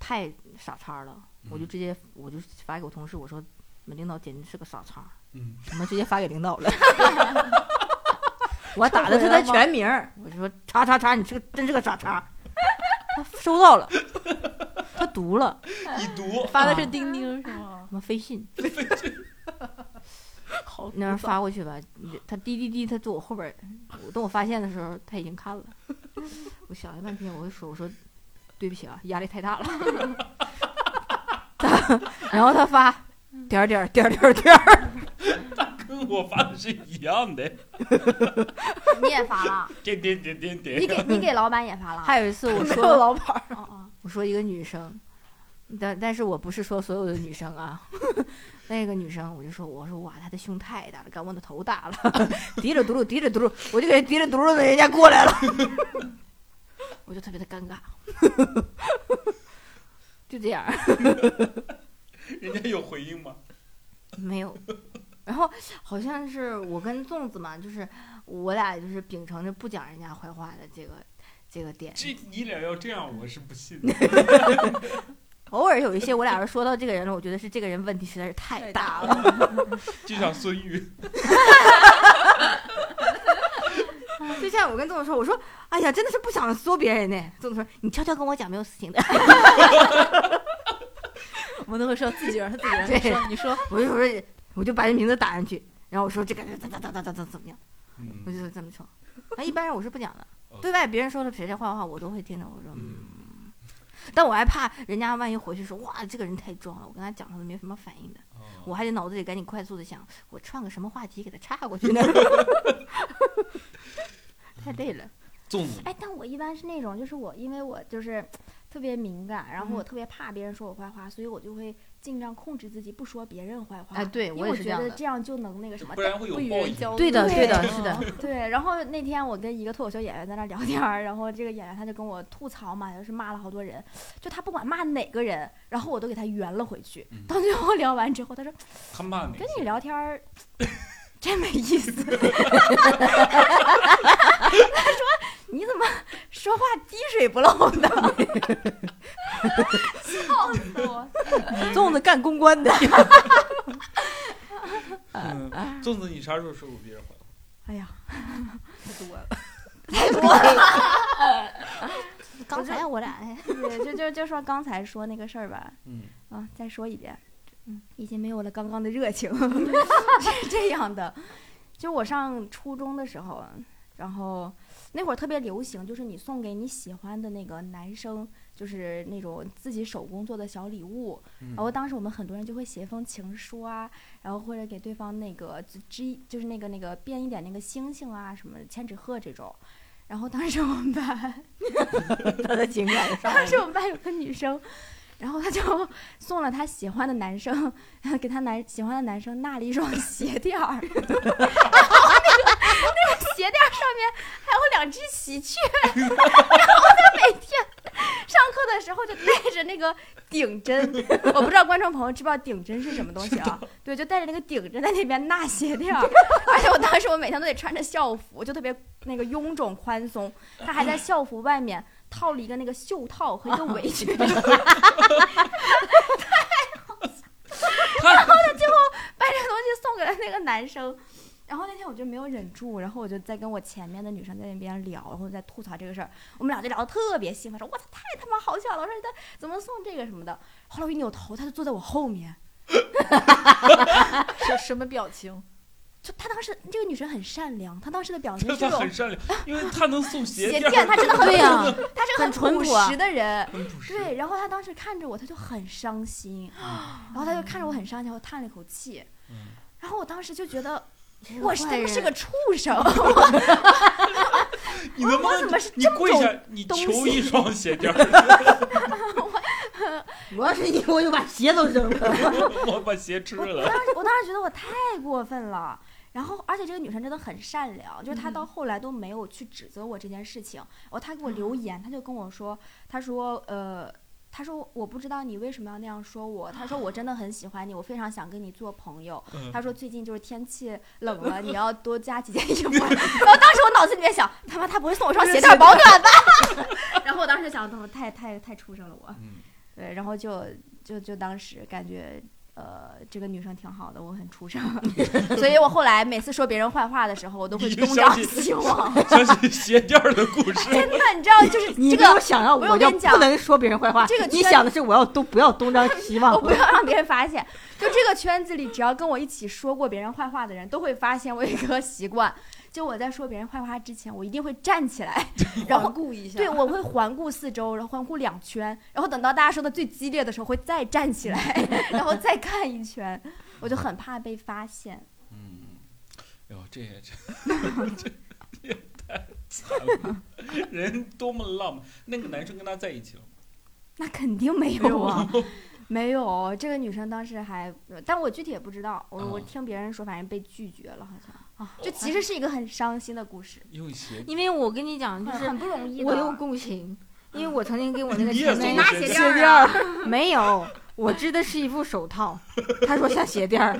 Speaker 2: 太傻叉了，我就
Speaker 3: 嗯
Speaker 2: 直接我就发给我同事，我说你们领导简直是个傻叉，
Speaker 3: 嗯，
Speaker 2: 我们直接发给领导 了。我打的是他全名儿，我说叉叉叉，你是个真是个傻叉。他收到了，他读了，
Speaker 3: 已读。
Speaker 5: 发的是钉钉是吗？
Speaker 2: 什么飞 信
Speaker 5: 好
Speaker 2: 那样发过去吧，你他滴滴滴，他坐我后边儿，我等我发现的时候他已经看了。 我想了半天，我就说我说对不起啊，压力太大了。 他然后他发
Speaker 5: 嗯
Speaker 2: 点儿点儿点儿点儿点儿，
Speaker 3: 跟我发的是一样的，
Speaker 6: 你也发 了，
Speaker 3: 点点点点
Speaker 6: 你
Speaker 3: 点。
Speaker 6: 给你给老板也发了。
Speaker 2: 还有一次我
Speaker 5: 没
Speaker 2: 说
Speaker 5: 有老板儿，
Speaker 6: 哦哦，
Speaker 2: 我说一个女生，但但是我不是说所有的女生啊， 那个女生我就说我说哇她的胸太大了，赶我的头大了， 滴着嘟噜滴着嘟噜，我就给人滴着嘟噜的人家过来了，我就特别的尴尬， 就这样儿
Speaker 3: 人家有回应吗？
Speaker 2: 没有。然后好像是我跟粽子嘛，就是我俩就是秉承着不讲人家坏话的这个这个点，
Speaker 3: 这你俩要这样，我是不信的。
Speaker 2: 偶尔有一些我俩人说到这个人了，我觉得是这个人问题实在是太
Speaker 5: 太
Speaker 2: 大
Speaker 5: 大
Speaker 2: 了。
Speaker 3: 就像孙玉，
Speaker 2: 就像我跟粽子说，我说，哎呀，真的是不想说别人呢。 粽子说，你悄悄跟我讲没有事情的。
Speaker 5: 我们都会说自己人，他自己人。
Speaker 2: 对
Speaker 5: 你说你说，
Speaker 2: 我就说，我就把人名字打上去，然后我说这个人怎怎怎怎怎怎怎么样，我
Speaker 3: 嗯，
Speaker 2: 就这么说。那一般人我是不讲的
Speaker 3: OK，
Speaker 2: 对外别人说了谁的坏话，我都会听着。我说，嗯，但我还怕人家万一回去说，哇，这个人太装了，我跟他讲他都没什么反应的，
Speaker 3: 哦嗯
Speaker 2: 我还得脑子里赶紧快速的想，我串个什么话题给他岔过去呢？ 太累了，
Speaker 3: 粽子
Speaker 1: 哎，但我一般是那种，就是我因为我就是特别敏感，然后我
Speaker 2: 嗯
Speaker 1: 特别怕别人说我坏话，所以我就会尽量控制自己不说别人坏话。
Speaker 2: 哎，对
Speaker 1: 因
Speaker 2: 我
Speaker 1: 为
Speaker 2: 也
Speaker 1: 我
Speaker 2: 是这
Speaker 1: 觉
Speaker 2: 样
Speaker 1: 得
Speaker 2: 的，
Speaker 1: 这样就能那个什么
Speaker 3: 不。然会有
Speaker 5: 不与
Speaker 3: 报
Speaker 5: 人
Speaker 3: 应。
Speaker 5: 交流。
Speaker 2: 对的，对的，
Speaker 1: 对
Speaker 2: 是的，
Speaker 1: 对，然后那天我跟一个脱口秀演员在那儿聊天儿，然后这个演员他就跟我吐槽嘛，就是骂了好多人，就他不管骂哪个人，然后我都给他圆了回去
Speaker 3: 嗯。
Speaker 1: 到最后聊完之后，他说
Speaker 3: 他骂你
Speaker 1: 跟，你聊天儿真没意思。 他说你怎么说话滴水不漏的？ 笑死我！
Speaker 2: 粽子干公关的。
Speaker 3: 嗯粽子，你啥时候说过别人坏话？
Speaker 1: 哎呀，
Speaker 5: 太多了。
Speaker 2: 刚才我俩
Speaker 1: 对，就就就说刚才说那个事儿吧，
Speaker 3: 嗯，
Speaker 1: 啊，再说一遍，嗯已经没有了刚刚的热情，是这样的。就我上初中的时候，然后那会儿特别流行，就是你送给你喜欢的那个男生，就是那种自己手工做的小礼物。
Speaker 3: 嗯
Speaker 1: 然后当时我们很多人就会写一封情书啊，然后或者给对方那个织，就是那个那个编一点那个星星啊，什么千纸鹤这种。然后当时我们班
Speaker 2: 他的情感上来
Speaker 1: 当
Speaker 2: 了
Speaker 1: 时我们班有个女生，然后她就送了她喜欢的男生，给她男喜欢的男生纳了一双鞋垫儿，然后 那个那个鞋垫儿上面还有两只喜鹊， 然后她每天上课的时候就带着那个顶针，我不知道观众朋友知不知道顶针是什么东西啊？对，就带着那个顶针在那边纳鞋垫儿，而且我当时我每天都得穿着校服，就特别那个臃肿宽松，她还在校服外面。套了一个那个袖套和一个围 裙，
Speaker 3: 他
Speaker 1: 把这个东西送给了那个男生。然后那天我就没有忍住，然后我就在跟我前面的女生在那边聊，然后在吐槽这个事儿，我们俩就聊得特别兴奋，说我操太他妈好笑了，我说他怎么送这个什么的。后来我一扭头，他就坐在我后面，
Speaker 5: 什什么表情？
Speaker 1: 就他当时这个女生很善良，她当时的表情
Speaker 3: 他
Speaker 1: 是这
Speaker 3: 他
Speaker 1: 种
Speaker 3: 很善良，因为他能送鞋
Speaker 1: 鞋
Speaker 3: 垫
Speaker 1: 垫，
Speaker 3: 儿，嗯
Speaker 1: 她真的啊很
Speaker 6: 对呀
Speaker 1: 她是个
Speaker 6: 很淳
Speaker 1: 朴
Speaker 6: 朴啊
Speaker 1: 实的人，
Speaker 3: 很朴实。
Speaker 1: 对，然后他当时看着我，他就很伤心，然后他就看着我很伤心，然后叹了一口气，
Speaker 3: 嗯
Speaker 1: 然后我当时就觉得
Speaker 6: 个
Speaker 1: 我是他
Speaker 6: 坏
Speaker 1: 妈
Speaker 6: 人
Speaker 1: 是个畜生，
Speaker 3: 你能不
Speaker 1: 我怎么
Speaker 3: 能
Speaker 1: 是
Speaker 3: 你
Speaker 1: 这
Speaker 3: 跪
Speaker 1: 种
Speaker 3: 下，你
Speaker 1: 东
Speaker 3: 求
Speaker 1: 西
Speaker 3: 一双鞋垫儿，
Speaker 2: 我要是你，我就把鞋都扔了。
Speaker 3: 我把鞋吃
Speaker 1: 我我
Speaker 3: 了。
Speaker 1: 当时我当时觉得我太过分了。然后，而且这个女生真的很善良，就是她到后来都没有去指责我这件事情。哦，她给我留言，她就跟我说，她说，呃，她说我不知道你为什么要那样说我，她说我真的很喜欢你，我非常想跟你做朋友。
Speaker 3: 嗯
Speaker 1: 她说最近就是天气冷了，你要多加几件衣 服。然后当时我脑子里面想，他妈她不会送我双鞋垫儿保暖吧？ 然后我当时想，他妈太太太畜生了我。
Speaker 3: 嗯
Speaker 1: 对，然后就就就当时感觉。呃，这个女生挺好的，我很出声， 所以我后来每次说别人坏话的时候，我都会
Speaker 3: 你就
Speaker 1: 东张
Speaker 3: 相信
Speaker 1: 西望。
Speaker 3: 相信鞋垫儿的故 事，
Speaker 1: 真的，你知道，就是
Speaker 2: 你
Speaker 1: 这
Speaker 2: 没有
Speaker 1: 个，
Speaker 2: 想要，
Speaker 1: 不是我
Speaker 2: 就
Speaker 1: 跟你讲
Speaker 2: 不能说别人坏话。
Speaker 1: 这个
Speaker 2: 你
Speaker 1: 圈
Speaker 2: 想的是我要都不要东张西望
Speaker 1: 我。哦不要 让别人发现。就这个圈子里，只要跟我一起说过别人坏话的人，都会发现我有一个 习惯，就我在说别人坏话之前，我一定会站起来，然后
Speaker 5: 环顾一下，
Speaker 1: 对，我会环顾四周，然后环顾两圈，然后等到大家说的最激烈的时候，会再站起来， 然后再看一圈。我就很怕被发现。
Speaker 3: 嗯，哟，这也这这也太惨了，人多么浪漫！那个男生跟他在一起了吗？
Speaker 1: 那肯定没有啊， 没有。哦这个女生当时还，但我具体也不知道，我、我
Speaker 5: 哦
Speaker 3: 嗯
Speaker 1: 听别人说，反正被拒绝了，好像。
Speaker 6: 啊
Speaker 1: 就其实是一个很伤心的故事，
Speaker 3: 用鞋
Speaker 6: 因为我跟你讲，就
Speaker 1: 很
Speaker 6: 是
Speaker 1: 很不容易的。
Speaker 6: 我有共情，因为我曾经跟我那个
Speaker 3: 你也
Speaker 6: 前
Speaker 3: 送
Speaker 6: 男
Speaker 3: 过
Speaker 6: 友
Speaker 3: 鞋垫
Speaker 2: 鞋垫儿没有，我织的是一副手 套。他说像鞋垫儿，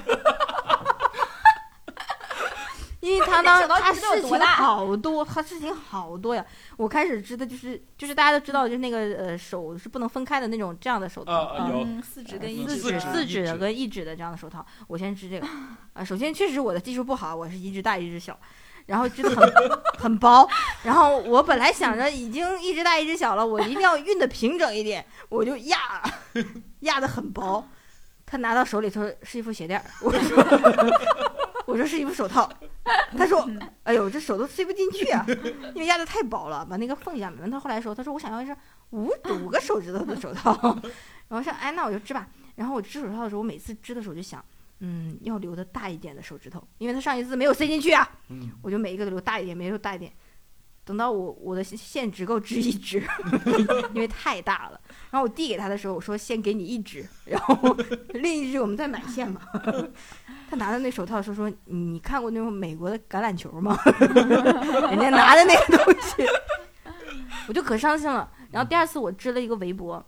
Speaker 2: 因为他当
Speaker 6: 想到
Speaker 2: 他
Speaker 6: 织的有
Speaker 2: 事
Speaker 6: 多
Speaker 2: 情
Speaker 6: 大
Speaker 2: 好多，他事情好多呀。我开始织的就是就是大家都知道，就是那个呃手是不能分开的那种这样的手套
Speaker 3: 嗯啊啊有
Speaker 5: 嗯，四指跟一
Speaker 3: 嗯
Speaker 5: 指
Speaker 3: 四指
Speaker 2: 四指
Speaker 3: 一
Speaker 2: 的
Speaker 3: 指
Speaker 2: 跟一指的这样的手套，我先织这个。啊，首先确实我的技术不好，我是一只大一只小，然后织的很很薄。然后我本来想着已经一只大一只小了，我一定要熨的平整一点，我就压压的很薄。他拿到手里头是一副鞋垫儿，我说我说是一副手套，他说哎呦这手都塞不进去啊，因为压的太薄了，把那个缝压满。他后来说他说我想要是五五个手指头的手套， 然后说哎那我就织吧。然后我织手套的时候，我每次织的时候就想，嗯，要留的大一点的手指头，因为它上一次没有塞进去啊，
Speaker 3: 嗯，
Speaker 2: 我就每一个都留大一点，每一个都大一点。等到我我的线只够织 一只，因为太大了。然后我递给他的时候，我说先给你一只，然后 另一只我们再买线 吧。他拿的那手套的时候说：“你看过那种美国的橄榄球吗？ 人家拿的那个东西，我就可伤心了。”然后第二次我织了一个围脖，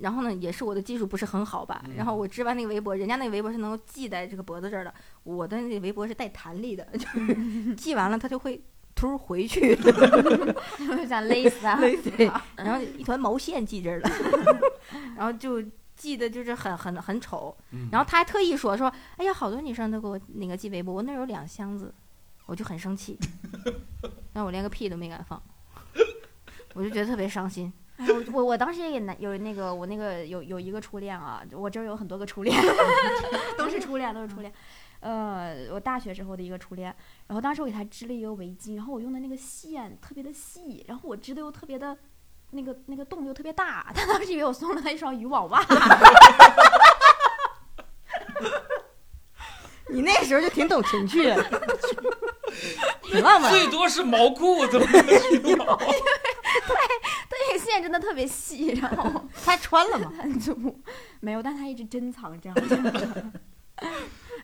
Speaker 2: 然后呢，也是我的技术不是很好吧。
Speaker 1: 嗯
Speaker 2: 然后我织完那个围脖，人家那个围脖是能够系在这个脖子这儿的，我的那围脖是带弹力的， 就是系完了它就会突儿回去，
Speaker 1: 我 就想勒死啊他。
Speaker 2: 对，然后一团毛线系这儿了， 然后就系的就是很很很丑。然后他还特意说说，哎呀，好多女生都给我那个系围脖，我那儿有两箱子，我就很生气，但我连个屁都没敢放，我就觉得特别伤心。
Speaker 1: 哎我我我当时也难有那呃个我那个有有一个初恋啊，我这儿有很多个初恋， 都是初恋，都是初恋。呃，我大学时候的一个初恋，然后当时我给他织了一个围巾，然后我用的那个线特别的细，然后我织的又特别的，那个那个洞又特别大，他当时以为我送了他一双渔网袜，
Speaker 2: 你那时候就挺懂情趣的，挺浪漫。
Speaker 3: 最多是毛裤，怎么能是毛？
Speaker 1: 这个线真的特别细，然后
Speaker 2: 他穿了吗？
Speaker 1: 很粗，没有，但他一直珍藏 这样。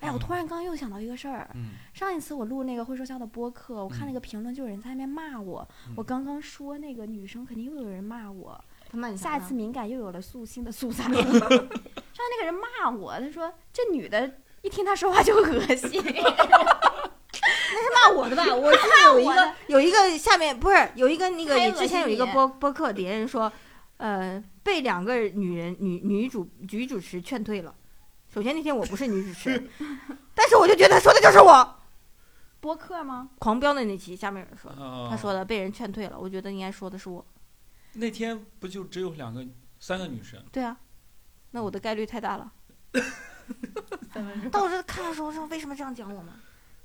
Speaker 1: 哎，我突然刚刚又想到一个事儿，
Speaker 3: 嗯
Speaker 1: 上一次我录那个会说笑的播客，我看
Speaker 2: 嗯
Speaker 1: 那个评论就有人在那边骂我，
Speaker 3: 嗯
Speaker 1: 我刚刚说那个女生肯定又有人骂我，
Speaker 2: 他骂你啥
Speaker 1: 下
Speaker 2: 了
Speaker 1: 一次敏感又有了素新的 素材。上 面那个人骂我，他说这女的一听她说话就恶心，
Speaker 2: 骂我的吧？我记得有一
Speaker 1: 我
Speaker 2: 个
Speaker 1: 的
Speaker 2: 有一个下面不是有一个那个
Speaker 6: 还恶
Speaker 2: 你之
Speaker 6: 心
Speaker 2: 前有一个
Speaker 6: 你
Speaker 2: 播播客别人说，呃，被两个女人女女主女主持劝退了。首先那天我不是女主持，但是我就觉得说的就是我。
Speaker 1: 播客吗？
Speaker 2: 狂飙的那期下面有人说，他
Speaker 3: 他
Speaker 2: 说的被人劝退了，我觉得应该说的是我。
Speaker 3: 啊那天不就只有两个、三个女生？
Speaker 2: 对啊，那我的概率太大 了。到时候看的时候说为什么这样讲我吗？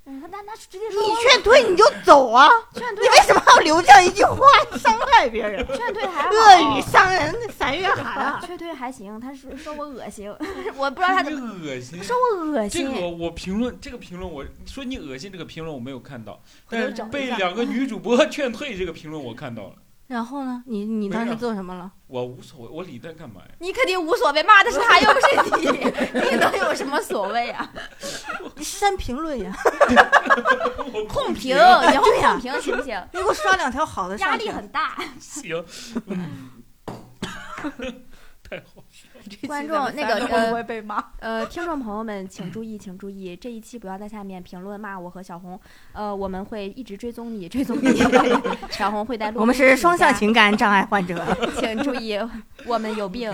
Speaker 1: 嗯，那那直接
Speaker 2: 你
Speaker 1: 说
Speaker 2: 劝退你就走啊！
Speaker 1: 劝
Speaker 2: 你
Speaker 1: 退
Speaker 2: 为什么要留这样一句话伤害别人？
Speaker 1: 劝退还
Speaker 5: 啊
Speaker 2: 恶语伤人，三月寒
Speaker 1: 好，
Speaker 2: 啊！
Speaker 1: 劝退还行，他说说我 恶心，
Speaker 6: 我不知道他怎么。
Speaker 3: 恶心。
Speaker 1: 说我恶
Speaker 3: 这
Speaker 1: 心
Speaker 3: 个，我我评论这个评论我说你恶心这个评论我没有看到，
Speaker 1: 回
Speaker 3: 但
Speaker 1: 头
Speaker 3: 是
Speaker 1: 整一
Speaker 3: 被
Speaker 1: 下
Speaker 3: 两个女主播劝退这个评论我看到了，
Speaker 2: 然后呢？你你当时做什么了？
Speaker 3: 我无所谓，我理他干嘛呀？
Speaker 6: 你肯定无所谓，骂的是他又不 是你，你能有什么所谓啊？
Speaker 2: 你删评论呀！
Speaker 3: 我
Speaker 6: 控评，以
Speaker 3: 评
Speaker 6: 后
Speaker 2: 对呀
Speaker 6: 控评行不 行？
Speaker 2: 你给我刷两条好的上去，
Speaker 6: 压力很大。
Speaker 3: 行，嗯，太好了，
Speaker 1: 观众那个
Speaker 5: 会不会被骂？
Speaker 1: 呃，听众朋友们，请注意，请注意，这一期不要在下面评论骂我和小红，呃，我们会一直追踪你，追踪你，小红会在录。
Speaker 2: 我们是双向，情感障碍患者，
Speaker 1: 请 注意，我们有病。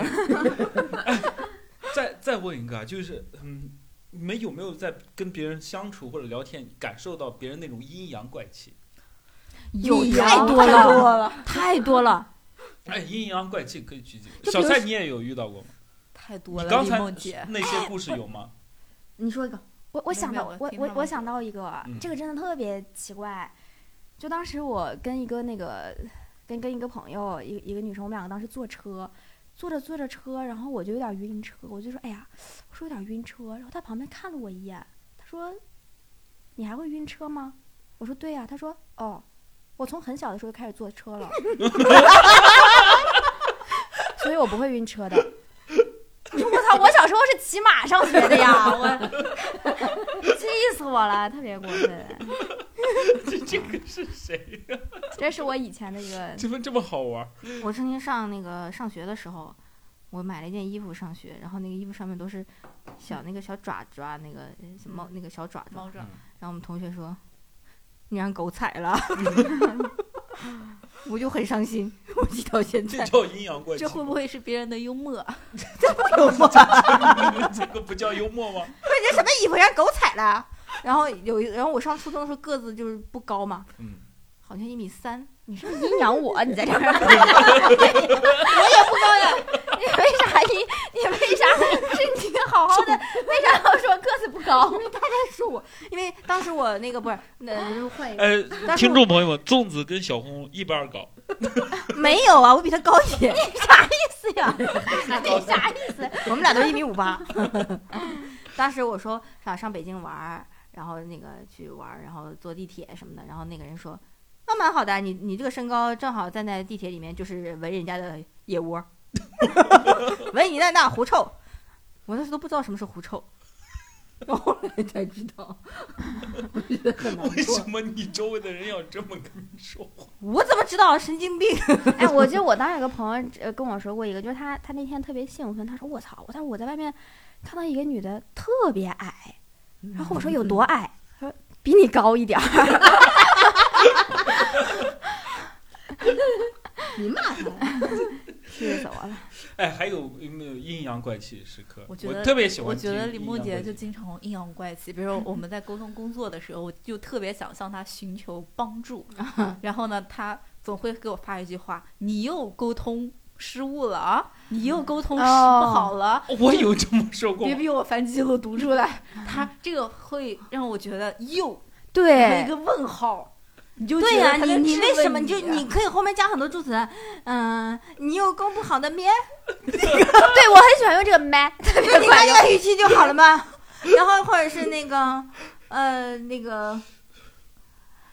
Speaker 3: 再再问一个啊，就是嗯，你们有没有在跟别人相处或者聊天，感受到别人那种阴阳怪气？
Speaker 1: 有
Speaker 2: 你
Speaker 1: 太
Speaker 2: 呀
Speaker 1: 多
Speaker 2: 太
Speaker 1: 了，
Speaker 2: 多 了。
Speaker 1: 太多了。
Speaker 3: 哎，阴阳怪气可以举几个？
Speaker 2: 就比
Speaker 3: 小
Speaker 2: 如
Speaker 3: 蔡你也有遇到过吗？
Speaker 5: 太多
Speaker 3: 你
Speaker 5: 了，
Speaker 3: 刚
Speaker 5: 李
Speaker 3: 才
Speaker 5: 梦姐。
Speaker 3: 那些故事有吗？
Speaker 2: 你说一个，
Speaker 1: 我我想
Speaker 5: 没有
Speaker 1: 到
Speaker 5: 没有
Speaker 1: 我
Speaker 5: 听
Speaker 1: 我
Speaker 5: 他
Speaker 1: 我
Speaker 5: 们
Speaker 1: 想到一个
Speaker 3: 嗯，
Speaker 1: 这个真的特别奇怪，就当时我跟一个那个跟跟一个朋友，一个一个女生，我们两个当时坐车。坐着坐着车，然后我就有点晕车，我就说：“哎呀，我说有点晕车。”然后他旁边看了我一眼，他说：“你还会晕车吗？”我说：“对呀、他说：“哦，我从很小的时候就开始坐车了， 所以我不会晕车的。”
Speaker 6: 我操！我小时候是骑马上学的呀，我
Speaker 1: 气死我了，特别过分。
Speaker 3: 这这个是谁？
Speaker 5: 嗯
Speaker 1: 这是我以前的一个，
Speaker 3: 怎么这么好玩？
Speaker 2: 我曾经上那个上学的时候，我买了一件衣服上学，然后那个衣服上面都是小那个小爪爪，那个小猫那个小爪爪。
Speaker 5: 猫爪，
Speaker 2: 然后我们同学说，你让狗踩 了，我就很伤心，我记到现
Speaker 3: 这
Speaker 2: 在。
Speaker 3: 叫阴阳怪气
Speaker 5: 这
Speaker 3: 吗？
Speaker 5: 会不会是别人的幽默？
Speaker 2: 有吗？
Speaker 3: 这个不叫幽默吗？
Speaker 2: 不是你这什么衣服让狗踩了？然后有一，然后我上初中的时候个子就是不高嘛，
Speaker 3: 嗯，
Speaker 2: 好像一米三，
Speaker 1: 你是不是阴阳我，你在这儿，
Speaker 6: 你为啥你你为啥是你好 好的，为啥要说个子不高？
Speaker 2: 是我，因为当时我那个不是，那就
Speaker 5: 哎
Speaker 2: 换一个，
Speaker 3: 呃，
Speaker 2: 但是
Speaker 3: 听
Speaker 2: 我
Speaker 3: 众朋友们，粽子跟小红一般高，
Speaker 2: 没有啊，我比他高一 点，
Speaker 6: 是 呀，你啥意思？
Speaker 2: 我们俩都一米五八。 当时我说想上北京玩儿，然后那个去玩儿，然后坐地铁什么的，然后那个人说，那蛮好的啊，你你这个身高正好站在地铁里面，就是闻人家的腋窝， 闻你那那狐臭，我那时候都不知道什么是狐臭，我后来才知道，我觉得很难
Speaker 3: 为什
Speaker 2: 过，
Speaker 3: 么你周围的人要这么跟你说话？
Speaker 2: 我怎么知道？神经病！
Speaker 1: 哎，我记得我当时有个朋友呃跟我说过一个，就是他他那天特别兴奋，他说我操，我他说我在外面看到一个女的特别矮，然后我说有多矮，他说比你高一点儿，
Speaker 2: 你骂他，
Speaker 1: 气死我了。
Speaker 3: 哎，还有有没有阴阳怪气时刻？
Speaker 5: 我觉得
Speaker 3: 特别喜欢
Speaker 5: 我觉得
Speaker 3: 听
Speaker 5: 李
Speaker 3: 阴
Speaker 5: 梦
Speaker 3: 阳
Speaker 5: 洁
Speaker 3: 怪
Speaker 5: 就
Speaker 3: 气
Speaker 5: 经常阴阳怪气，比如说我们在沟通工作的时候，我就特别想向她寻求帮助，然后呢，她总会给我发一句话：“你又沟通失误了啊，你又沟通失不好了。
Speaker 3: 哦 我有这么说过
Speaker 5: 别
Speaker 3: 吗？
Speaker 5: 逼我反记录读出来，她这个会让我觉得又和一
Speaker 1: 对，
Speaker 5: 个问号，你就
Speaker 2: 对呀、
Speaker 5: 呀、
Speaker 2: 你你为什么你啊就
Speaker 5: 你
Speaker 2: 你可以后面加很多助词，嗯、你又攻不好的咩？
Speaker 1: 对我很喜欢用这个麦，特别
Speaker 2: 对，你看
Speaker 1: 管
Speaker 2: 这
Speaker 1: 用。
Speaker 2: 个语气就好了嘛。然后或者是那个呃那个，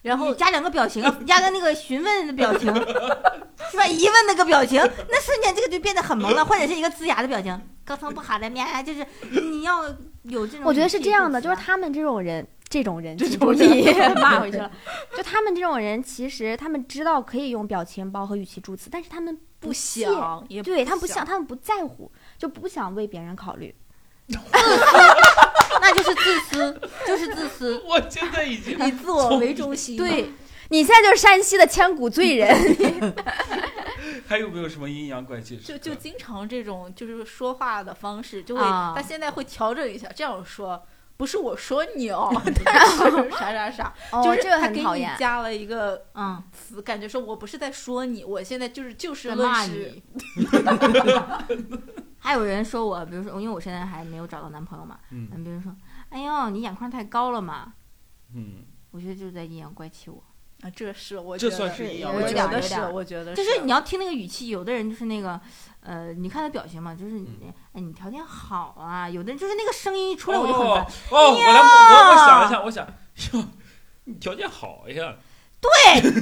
Speaker 5: 然后
Speaker 2: 你加两个表情，加个那个询问的表 情，是吧？疑问那个表情，那瞬间这个就变得很萌了，或者是一个龇牙的表情，高亢不好的喵，就是你要有这种。
Speaker 1: 我觉得是嗯这样的，就是他们这种啊人，这种人，这 种人骂回去了，就他们这种人，其实他们知道可以用表情包和语气助词，但是他们
Speaker 5: 不
Speaker 1: 屑，
Speaker 5: 想，也
Speaker 1: 对他们
Speaker 5: 不
Speaker 1: 不想，，他们不在乎，就不想为别人考虑。
Speaker 2: 那就是自私，就是自 私。
Speaker 3: 我现在已经
Speaker 5: 以自我为中心。
Speaker 2: 对，
Speaker 1: 你现在就是山西的千古罪人，
Speaker 3: 还有没有什么阴阳怪气时
Speaker 5: 就
Speaker 3: 刻？
Speaker 5: 就经常这种就是说话的方式，就会、
Speaker 2: 啊
Speaker 5: 他现在会调整一下，这样说不是我说你哦，但是啥啥啥，就
Speaker 1: 哦，
Speaker 5: 是
Speaker 1: 这个
Speaker 5: 他
Speaker 1: 很
Speaker 5: 给
Speaker 1: 讨
Speaker 5: 你
Speaker 1: 厌。
Speaker 5: 加了一个
Speaker 2: 嗯，
Speaker 5: 词，感觉说我不是在说你，我现在就是就事
Speaker 2: 在
Speaker 5: 论
Speaker 2: 骂
Speaker 5: 事
Speaker 2: 你， 还有人说我，比如说，因为我现在还没有找到男朋友嘛，
Speaker 3: 嗯
Speaker 2: 嗯，别人说，哎呦，你眼眶太高了嘛，
Speaker 3: 嗯，
Speaker 2: 我觉得就是在阴阳怪气我。
Speaker 5: 啊，这是我
Speaker 3: 这
Speaker 5: 觉
Speaker 3: 算
Speaker 5: 得
Speaker 3: 是阴阳
Speaker 5: 我
Speaker 3: 怪
Speaker 2: 有
Speaker 3: 气
Speaker 5: 觉
Speaker 2: 点
Speaker 3: 吗。
Speaker 5: 得
Speaker 2: 有
Speaker 5: 是，
Speaker 2: 点
Speaker 5: 我觉得
Speaker 2: 就是你要听那个语气，有的人就是那个，呃，你看他表情嘛，就是你
Speaker 3: 嗯
Speaker 2: 哎，你条件好啊，有的人就是那个声音一出来我就很
Speaker 3: 哦
Speaker 2: 烦。
Speaker 3: 哦，我来我我想一下，我想，哟，你条件好呀，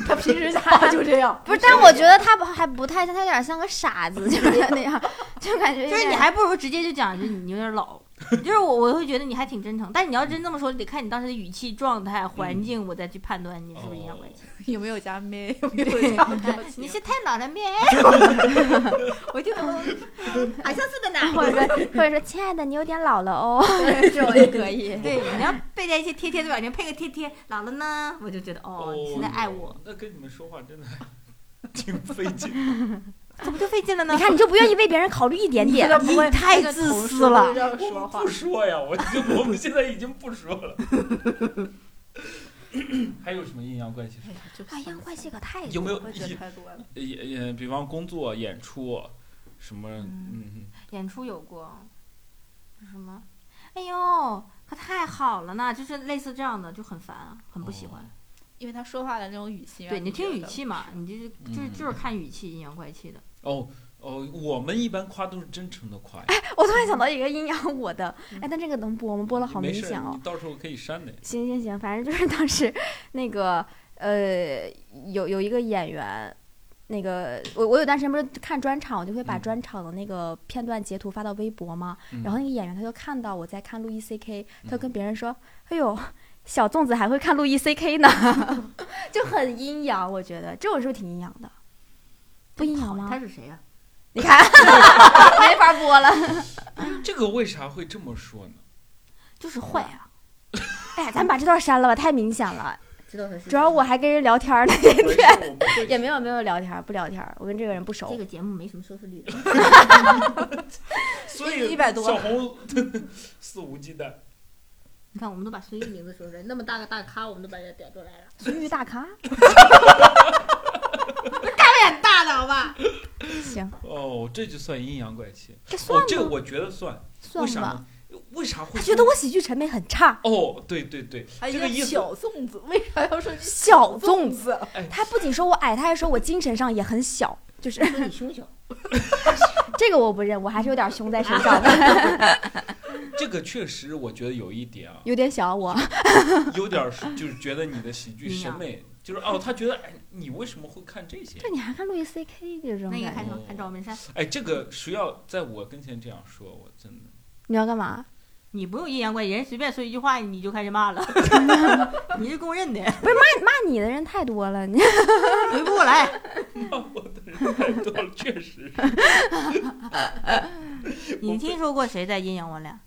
Speaker 5: 他平时讲话就这样，
Speaker 1: 不是，但我觉得他不还不太像，他有点像个傻子，就是 那样，就感觉有
Speaker 2: 就是你
Speaker 1: 点
Speaker 2: 还不如直接就讲，就是你有点老，就是我我会觉得你还挺真诚，但是你要真这么说，得看你当时的语气、状态、环境，我再去判断你是不是阴阳怪气。
Speaker 5: 有没有加妹，有没有 加表情
Speaker 2: 你是太老了咩？
Speaker 5: 我就
Speaker 2: 好像是的呢。
Speaker 1: 或者说或者说亲爱的，你有点老了 哦，这种也可以。
Speaker 2: 对，你要备着一些贴贴的表情，配个贴贴，老了呢，我就觉得哦，你现在爱我，，
Speaker 3: 那跟你们说话真的 还挺费 劲。
Speaker 2: 这不就费劲了呢？
Speaker 1: 你看，你就不愿意为别人考虑一点点，
Speaker 2: 你太自私了。
Speaker 5: 这样
Speaker 3: 我
Speaker 5: 说
Speaker 3: 们
Speaker 5: 话
Speaker 3: 不，说呀，我就我们现在已经不说了。 还有什么阴阳怪气？
Speaker 5: 哎呀，就
Speaker 1: 哎呀，怪气可太多了
Speaker 3: 有没有
Speaker 5: 我觉得太多了，
Speaker 3: 也也，比方工作、演出，什么，嗯，
Speaker 2: 演出有过，是什么？哎呦，可太好了呢！就是类似这样的，就很烦，啊很不喜欢。
Speaker 3: 哦
Speaker 5: 因为他说话的那种语气，
Speaker 2: 对你听语
Speaker 5: 气。
Speaker 2: 气嘛，你就是就是
Speaker 3: 嗯
Speaker 2: 就是看语气，阴阳怪气的。
Speaker 3: 哦哦，我们一般夸都是真诚的夸呀，
Speaker 1: 我突然想到一个阴阳我的，哎，但这个能播吗？播了好
Speaker 3: 没事
Speaker 1: 显
Speaker 3: 儿，
Speaker 1: 哦
Speaker 3: 你。到时候可以删的。
Speaker 1: 行行行，反正就是当时那个呃，有有一个演员，那个我我有段时间不是看专场，我就会把
Speaker 3: 嗯
Speaker 1: 专场的那个片段截图发到微博嘛。
Speaker 3: 嗯
Speaker 1: 然后那个演员他就看到我在看路易 C K，他就跟别人说：“哎呦，小粽子还会看路易 C K 呢，就很阴阳。”我觉得这种是不是挺阴阳的？不阴阳吗
Speaker 2: 他？是谁啊呀、
Speaker 1: 你看， 没法播了。
Speaker 3: 这个为啥会这么说 呢？
Speaker 1: 嗯
Speaker 2: 就是坏啊！
Speaker 1: 哎呀，咱把这段删了吧，太明显了。
Speaker 2: 知道他是
Speaker 1: 主要我还跟人聊天呢，
Speaker 3: 没事儿我不会
Speaker 1: 也没有没有聊天儿，不聊天儿，我跟这个人不熟。
Speaker 2: 这个节目没什么收视率的，
Speaker 3: 所以
Speaker 5: 一百多
Speaker 3: 小红 肆无忌惮。
Speaker 2: 你看我们都把孙玉名字说出来，那么大个大咖，我们都把人家点出来了。
Speaker 1: 体育大 咖，
Speaker 5: 哎
Speaker 2: 很大的好吧？
Speaker 1: 行，
Speaker 3: 哦，这就算阴阳怪气。
Speaker 1: 这算
Speaker 3: 哦
Speaker 1: 吗，？
Speaker 3: 这我觉得算。为
Speaker 1: 算
Speaker 3: 啥
Speaker 1: 吧。
Speaker 3: 呢？为啥会
Speaker 1: 他
Speaker 3: 说？
Speaker 1: 觉得我喜剧审美很差，
Speaker 3: 哦，对对对，
Speaker 5: 还
Speaker 3: 这个意思
Speaker 5: 小粽子，为啥要说你
Speaker 1: 小
Speaker 5: 粽
Speaker 1: 粽
Speaker 5: 子？
Speaker 3: 哎
Speaker 1: 他不仅说我矮，他还说我精神上也很小。就是
Speaker 2: 说你胸小，
Speaker 1: 这个我不认，我还是有点胸在身上 的，
Speaker 3: 这个确实我觉得有一点 啊，
Speaker 1: 有点小我。
Speaker 3: 有点儿是就是觉得你的喜剧
Speaker 2: 阴
Speaker 3: 审
Speaker 2: 阳
Speaker 3: 美就是哦，他觉得哎，你为什么会看这些
Speaker 1: 这？你还看路易 C K 这种
Speaker 2: 那
Speaker 1: 感
Speaker 2: 你
Speaker 1: 觉？
Speaker 2: 看什么？看赵本山，
Speaker 3: 哎，这个谁要在我跟前这样说，我真 的
Speaker 1: 你要干嘛？
Speaker 2: 你不用阴阳怪气，人随便说一句话你就开始 骂了，你是公认的，
Speaker 1: 骂你的人太多了，你
Speaker 2: 回不过来。
Speaker 3: 骂哦我的人太多了，确实是。
Speaker 2: 你听说过谁在阴阳我俩？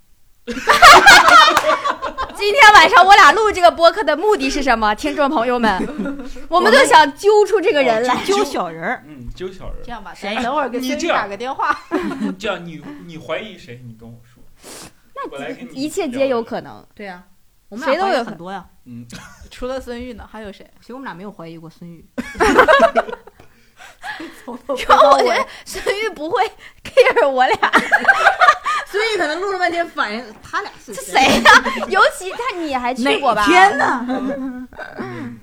Speaker 1: 今天晚上我俩录这个播客的目的是什 么？听众朋友们， 我们就想揪出这个人来。
Speaker 3: 揪
Speaker 2: 人儿，
Speaker 3: 嗯，揪小人
Speaker 5: 这
Speaker 3: 儿，
Speaker 5: 样吧，
Speaker 2: 谁
Speaker 5: 咱等会儿跟
Speaker 3: 你
Speaker 5: 星宇
Speaker 3: 这样
Speaker 5: 打个电话，
Speaker 3: 你 这样你你怀疑谁？你跟我说，我来跟你
Speaker 1: 一切皆有可能。
Speaker 2: 对啊呀，我
Speaker 1: 们
Speaker 2: 们
Speaker 1: 俩
Speaker 2: 俩
Speaker 1: 怀疑很
Speaker 2: 很多呀。
Speaker 3: 嗯，
Speaker 5: 除了孙玉呢，还有谁？
Speaker 2: 其实我们俩没有怀疑过孙宇，
Speaker 1: 然后我觉得孙玉不会 care 我俩，
Speaker 2: 孙宇可能录了半天反应，他俩是
Speaker 1: 这谁？ 呀、尤其他你还去过
Speaker 2: 嗯
Speaker 1: 吧？
Speaker 2: 哪！
Speaker 3: 嗯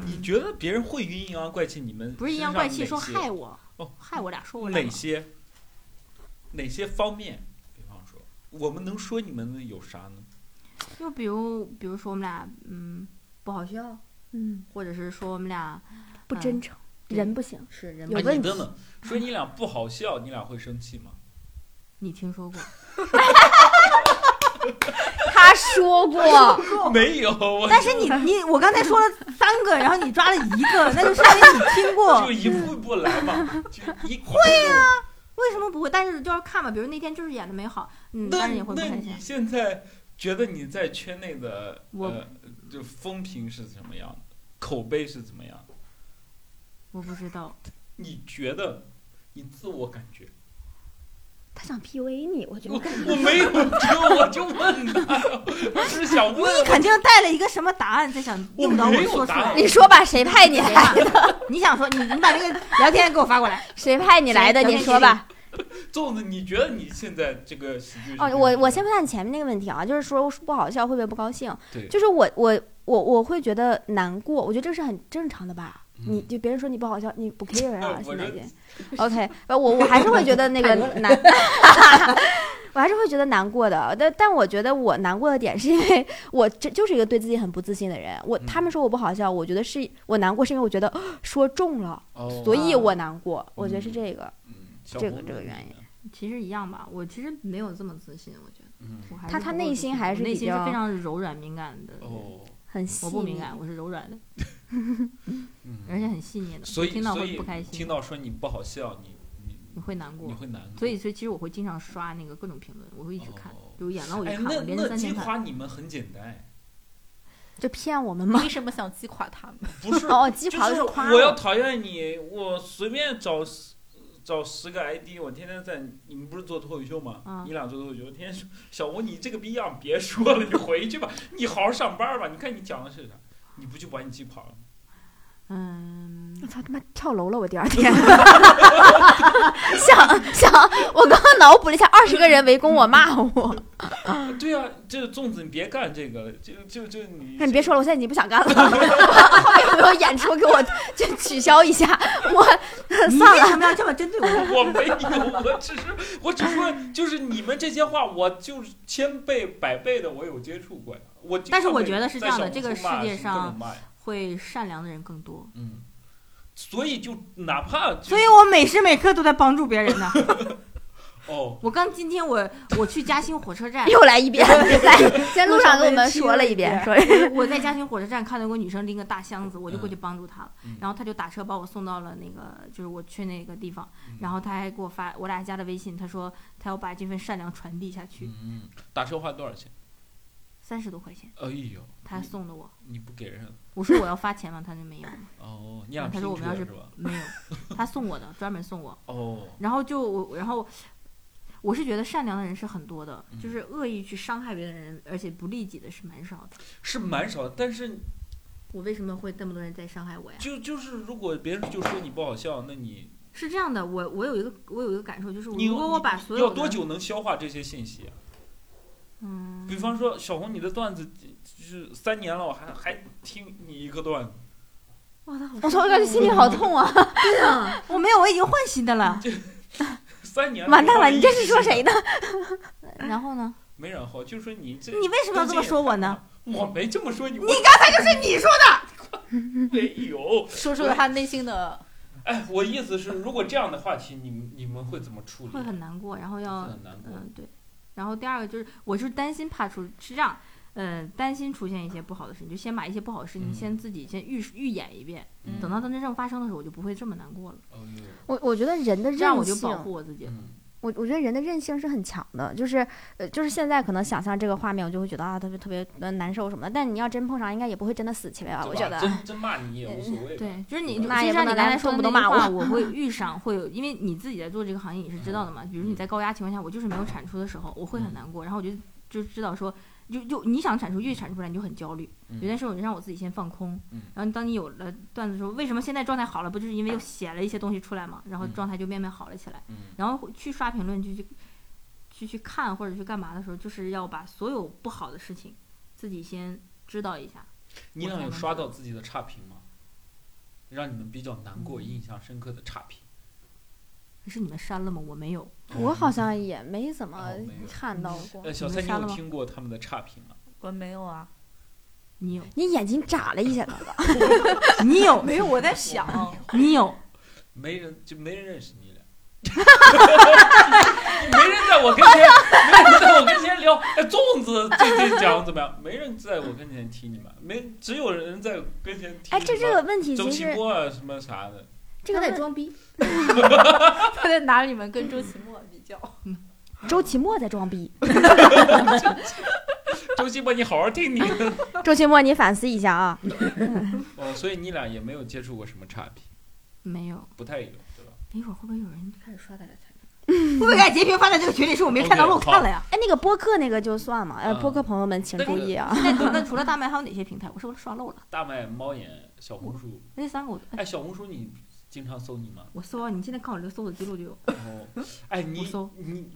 Speaker 3: 你
Speaker 2: 嗯，
Speaker 3: 觉得别人会阴阳怪气？你们
Speaker 2: 不是阴阳怪气，说害我
Speaker 3: 哦，
Speaker 2: 害我俩，说我俩
Speaker 3: 哪。些哪些方面？比方说，我们能说你们的有啥呢？
Speaker 2: 就比如，比如说我们俩，嗯，不好笑，
Speaker 8: 嗯，
Speaker 2: 或者是说我们俩
Speaker 8: 不真诚，
Speaker 1: 嗯
Speaker 2: 对
Speaker 8: 人不行。
Speaker 2: 是
Speaker 8: 有
Speaker 2: 人不
Speaker 3: 哎，
Speaker 8: 问
Speaker 3: 你
Speaker 8: 题
Speaker 3: 等等，说你俩不好笑，你俩会生气吗？
Speaker 2: 你听说过？
Speaker 8: 他说过，
Speaker 3: 没有，我
Speaker 5: 但是你你我刚才说了三个，然后你抓了一个，那就说明你听过
Speaker 3: 就。一步一步来嘛，就一会呀、
Speaker 2: 为什么不会？但是就要看吧，比如那天就是演的没好，嗯，
Speaker 3: 那
Speaker 2: 但是也会不
Speaker 3: 那
Speaker 2: 开心
Speaker 3: 你。现在觉得你在圈内的
Speaker 2: 我
Speaker 3: 呃、就风评是什么样的，口碑是怎么样的？
Speaker 2: 我不知道，
Speaker 3: 你觉得你自我感觉？
Speaker 8: 他想 PUA 你，我觉
Speaker 3: 我
Speaker 8: 得
Speaker 3: 我没有，就我就问他，我只是想问
Speaker 5: 你肯定带了一个什么答案在想
Speaker 3: 我
Speaker 5: 诱导我
Speaker 3: 没有
Speaker 5: 说出
Speaker 3: 答
Speaker 5: 来
Speaker 3: 案。
Speaker 1: 你说吧，谁派你来？
Speaker 5: 你想说你你把那个聊天给我发过 来，
Speaker 1: 谁派你来的？
Speaker 5: 行
Speaker 1: 你说吧。
Speaker 3: 粽子，你觉得你现在这个喜剧是
Speaker 1: 哦，我我先回答你前面那个问题啊，就是说不好笑会不会不高兴？
Speaker 3: 对
Speaker 1: 就是我我我我会觉得难过，我觉得这是很正常的吧。你
Speaker 3: 嗯
Speaker 1: 就别人说你不好笑，你不 care 啊
Speaker 3: 哎，我
Speaker 1: 现在
Speaker 3: 这
Speaker 1: 已经。OK，呃我我还是会觉得那个难， 我还是会觉得难过的。但但我觉得我难过的点是因为我这就是一个对自己很不自信的人。我
Speaker 3: 嗯
Speaker 1: 他们说我不好笑，我觉得是我难过，是因为我觉得哦说中了，
Speaker 3: 哦
Speaker 1: 所以我难过。我觉得是
Speaker 3: 嗯
Speaker 1: 这个。
Speaker 3: 嗯小
Speaker 1: 这个
Speaker 3: 红
Speaker 1: 这个
Speaker 3: 呢
Speaker 1: 原因，
Speaker 2: 其实一样吧。我其实没有这么自信，我觉得
Speaker 3: 嗯
Speaker 2: 我还是
Speaker 1: 他他
Speaker 2: 不够
Speaker 1: 内
Speaker 2: 自
Speaker 1: 心
Speaker 2: 信
Speaker 1: 还
Speaker 2: 我
Speaker 1: 是
Speaker 2: 内
Speaker 1: 比
Speaker 2: 心是
Speaker 1: 较
Speaker 2: 非常柔软敏感的。
Speaker 3: 哦，
Speaker 1: 很细
Speaker 2: 我
Speaker 1: 腻，
Speaker 2: 不敏感，我是柔软的，
Speaker 3: 嗯，
Speaker 2: 而且很细腻的。
Speaker 3: 所以
Speaker 2: 听到
Speaker 3: 所
Speaker 2: 会
Speaker 3: 以
Speaker 2: 不开心，
Speaker 3: 听到说你不好笑，你你
Speaker 2: 你会难过
Speaker 3: 你。会难过，
Speaker 2: 所以，所以其实我会经常刷那个各种评论，我会一直看
Speaker 3: 哦，
Speaker 2: 就演完我就
Speaker 3: 哎，
Speaker 2: 看，
Speaker 3: 那
Speaker 2: 我连着
Speaker 3: 那
Speaker 2: 三
Speaker 3: 击
Speaker 2: 天看。
Speaker 3: 垮你们很简单，哎
Speaker 1: 就骗我们吗？
Speaker 2: 为什么想击垮他们？
Speaker 3: 不是
Speaker 1: 哦，鸡
Speaker 3: 就
Speaker 1: 跑的
Speaker 3: 是
Speaker 1: 是夸
Speaker 3: 我要讨厌你，我随便找十找十个 ID，我天天在你们不是做脱口秀吗？
Speaker 2: 啊
Speaker 3: 你俩做脱口秀，我天天说小吴你这个逼样别说了，你回去吧，你好好上班吧。你看你讲的是啥？你不就把你击垮了？
Speaker 2: 嗯，
Speaker 1: 我操他妈跳楼了！我第二天， 想想，我刚刚脑补了一下，二十个人围攻我骂我，
Speaker 3: 吗？对啊，这个粽子你别干这个了，就就就你
Speaker 1: 你别说了，我现在已经不想干了。 有没有演出给我就取消一下？我
Speaker 5: 你
Speaker 1: 算
Speaker 5: 为
Speaker 1: 了，
Speaker 5: 什么要这么针对我？
Speaker 3: 我没有，我只是我只说，就是你们这些话，我就是千倍百倍的，我有接触过呀。我经常
Speaker 2: 但是我
Speaker 3: 被
Speaker 2: 觉得是这样的
Speaker 3: 在
Speaker 2: 这
Speaker 3: 小
Speaker 2: 个
Speaker 3: 红书骂
Speaker 2: 世界
Speaker 3: 什么各
Speaker 2: 上
Speaker 3: 种骂呀
Speaker 2: 会善良的人更多。
Speaker 3: 嗯，所以就哪怕就
Speaker 5: 所以我每时每刻都在帮助别人呢。
Speaker 3: 哦，
Speaker 2: 我刚今天 我我去嘉兴火车站，
Speaker 1: 又来一 遍，来，今天路上跟我们说了一遍，说
Speaker 2: 我在嘉兴火车站看到有个女生拎个大箱子，我就过去帮助她了。
Speaker 3: 嗯
Speaker 2: 然后她就打车把我送到了那个，就是我去那个地方。
Speaker 3: 嗯
Speaker 2: 然后她还给我发我俩加的微信，她说她要把这份善良传递下去。
Speaker 3: 嗯，打车花多少钱？
Speaker 2: 三十多块钱，
Speaker 3: 哎呦，
Speaker 2: 她还送了我。
Speaker 3: 你不给人
Speaker 2: 我说我要发钱嘛，她就没有，
Speaker 3: 哦，你俩
Speaker 2: 他说我们要
Speaker 3: 拼
Speaker 2: 是
Speaker 3: 车是吧？
Speaker 2: 没有，她送我的，专门送我。
Speaker 3: 哦，
Speaker 2: 然后就我，然后我是觉得善良的人是很多的
Speaker 3: 嗯，
Speaker 2: 就是恶意去伤害别人的人，而且不利己的是蛮少的。
Speaker 3: 是蛮少，但是
Speaker 2: 我为什么会这么多人在伤害我呀？
Speaker 3: 就就是如果别人就说你不好笑，那你
Speaker 2: 是这样的，我我有一个我有一个感受，就是我
Speaker 3: 你
Speaker 2: 如果我把所有
Speaker 3: 要
Speaker 2: 的
Speaker 3: 多？久能消化这些信息啊？
Speaker 2: 嗯，
Speaker 3: 比方说小红，你的段子就是三年了，我还还听你一个段子，
Speaker 2: 哇，他好
Speaker 1: 我说我感觉心里好痛啊！
Speaker 5: 我没有，我已经换新的 了。
Speaker 3: 三年
Speaker 1: 完蛋了，你这是说谁？呢？
Speaker 2: 然后呢？
Speaker 3: 没然后，就是说你这
Speaker 5: 你为什么要这么说我呢？
Speaker 3: 我没这么说你，我
Speaker 5: 你
Speaker 3: 哎
Speaker 5: 刚才就是你说的。
Speaker 3: 没有。
Speaker 2: 说
Speaker 3: 出了
Speaker 2: 他内心的
Speaker 3: 哎，我意思是，如果这样的话题，你们你们会怎么处理？
Speaker 2: 会很难过，然后要
Speaker 3: 很难过。
Speaker 2: 嗯对，然后第二个就是我就是担心怕出是这样，呃担心出现一些不好的事情，就先把一些不好的事情
Speaker 3: 嗯
Speaker 2: 先自己先预预演一遍，
Speaker 3: 嗯
Speaker 2: 等到它真正发生的时候，我就不会这么难过了。
Speaker 3: 哎呦，
Speaker 1: 我我觉得人的
Speaker 2: 这样我
Speaker 1: 韧
Speaker 2: 就
Speaker 1: 性
Speaker 2: 保，护我自己。
Speaker 3: 嗯，
Speaker 1: 我我觉得人的韧性是很强的，就是呃，就是现在可能想象这个画面，我就会觉得啊，特别特别呃难受什么的。但你要真碰上，应该也不会真的死去吧？
Speaker 3: 对
Speaker 1: 啊我
Speaker 3: 吧
Speaker 1: 觉得。
Speaker 3: 真真骂你也无所谓吧。
Speaker 2: 对，就是你，就
Speaker 1: 那也
Speaker 2: 像
Speaker 1: 不
Speaker 2: 你
Speaker 1: 能
Speaker 2: 刚
Speaker 1: 来
Speaker 2: 才说的
Speaker 1: 动不
Speaker 2: 那
Speaker 1: 动
Speaker 2: 句
Speaker 1: 骂
Speaker 2: 话，我会遇上会有，因为你自己在做这个行业，你是知道的嘛。比如你在高压情况下，我就是没有产出的时候，我会很
Speaker 3: 嗯
Speaker 2: 难过，然后我就就知道说，就就你想产出越产出不来，你就很焦虑。有
Speaker 3: 嗯，
Speaker 2: 些时候我就让我自己先放空
Speaker 3: 嗯，
Speaker 2: 然后当你有了段子的时候，为什么现在状态好了，不就是因为又写了一些东西出来嘛，然后
Speaker 3: 嗯
Speaker 2: 状态就慢慢好了起来。
Speaker 3: 嗯
Speaker 2: 然后去刷评论去去去去看或者去干嘛的时候，就是要把所有不好的事情自己先知道一下。
Speaker 3: 你俩有刷到自己的差评吗？让你们比较难过、印象深刻的差评？
Speaker 2: 是你们删了吗？我没有。
Speaker 1: 我好像也没怎么
Speaker 3: 哦没有
Speaker 1: 看到过
Speaker 3: 呃，。小
Speaker 2: 你
Speaker 3: 蔡，
Speaker 2: 们
Speaker 3: 你
Speaker 2: 删
Speaker 3: 有
Speaker 2: 了吗
Speaker 3: 听过他们的差评吗？
Speaker 9: 我没有啊，
Speaker 2: 你有，
Speaker 6: 你眼睛眨了一下，
Speaker 2: 你有，
Speaker 5: 没有，我在想，
Speaker 2: 你有，
Speaker 3: 没人就没人认识你俩， 没人在我跟前，没人在我跟前聊，哎，粽子最近讲怎么样？没人在我跟前提你们，没只有人在我跟前提。
Speaker 6: 哎，这这个问题
Speaker 3: 周
Speaker 6: 其
Speaker 3: 奇
Speaker 6: 实
Speaker 3: 波啊什么啥的，
Speaker 6: 这个
Speaker 5: 他
Speaker 6: 问
Speaker 5: 在装逼， 他在拿你们跟周奇墨比较。
Speaker 6: 周奇墨在装逼。
Speaker 3: 周奇波你好好听你 的。
Speaker 6: 周奇墨，你反思一下啊！
Speaker 3: 哦，所以你俩也没有接触过什么差评，
Speaker 2: 没有。
Speaker 3: 不太有，对吧？
Speaker 2: 一会儿会不会有人开始刷大家菜？会 不会给截屏发在这个群里说我没看到
Speaker 3: OK，
Speaker 2: 漏看了呀？
Speaker 6: 哎，那个播客那个就算嘛，呃，
Speaker 3: 嗯
Speaker 6: 播客朋友们请
Speaker 3: 那个
Speaker 6: 注意啊！
Speaker 2: 现在那除了大麦还有哪些平台？我是不是刷漏了？
Speaker 3: 大麦、猫眼、小红书，
Speaker 6: 嗯
Speaker 2: 那三个我哎
Speaker 3: 哎，小红书你经常搜你吗？
Speaker 2: 我搜啊，你现在看我这个搜索记录就有。
Speaker 3: 哦，哎，你
Speaker 2: 我搜
Speaker 3: 你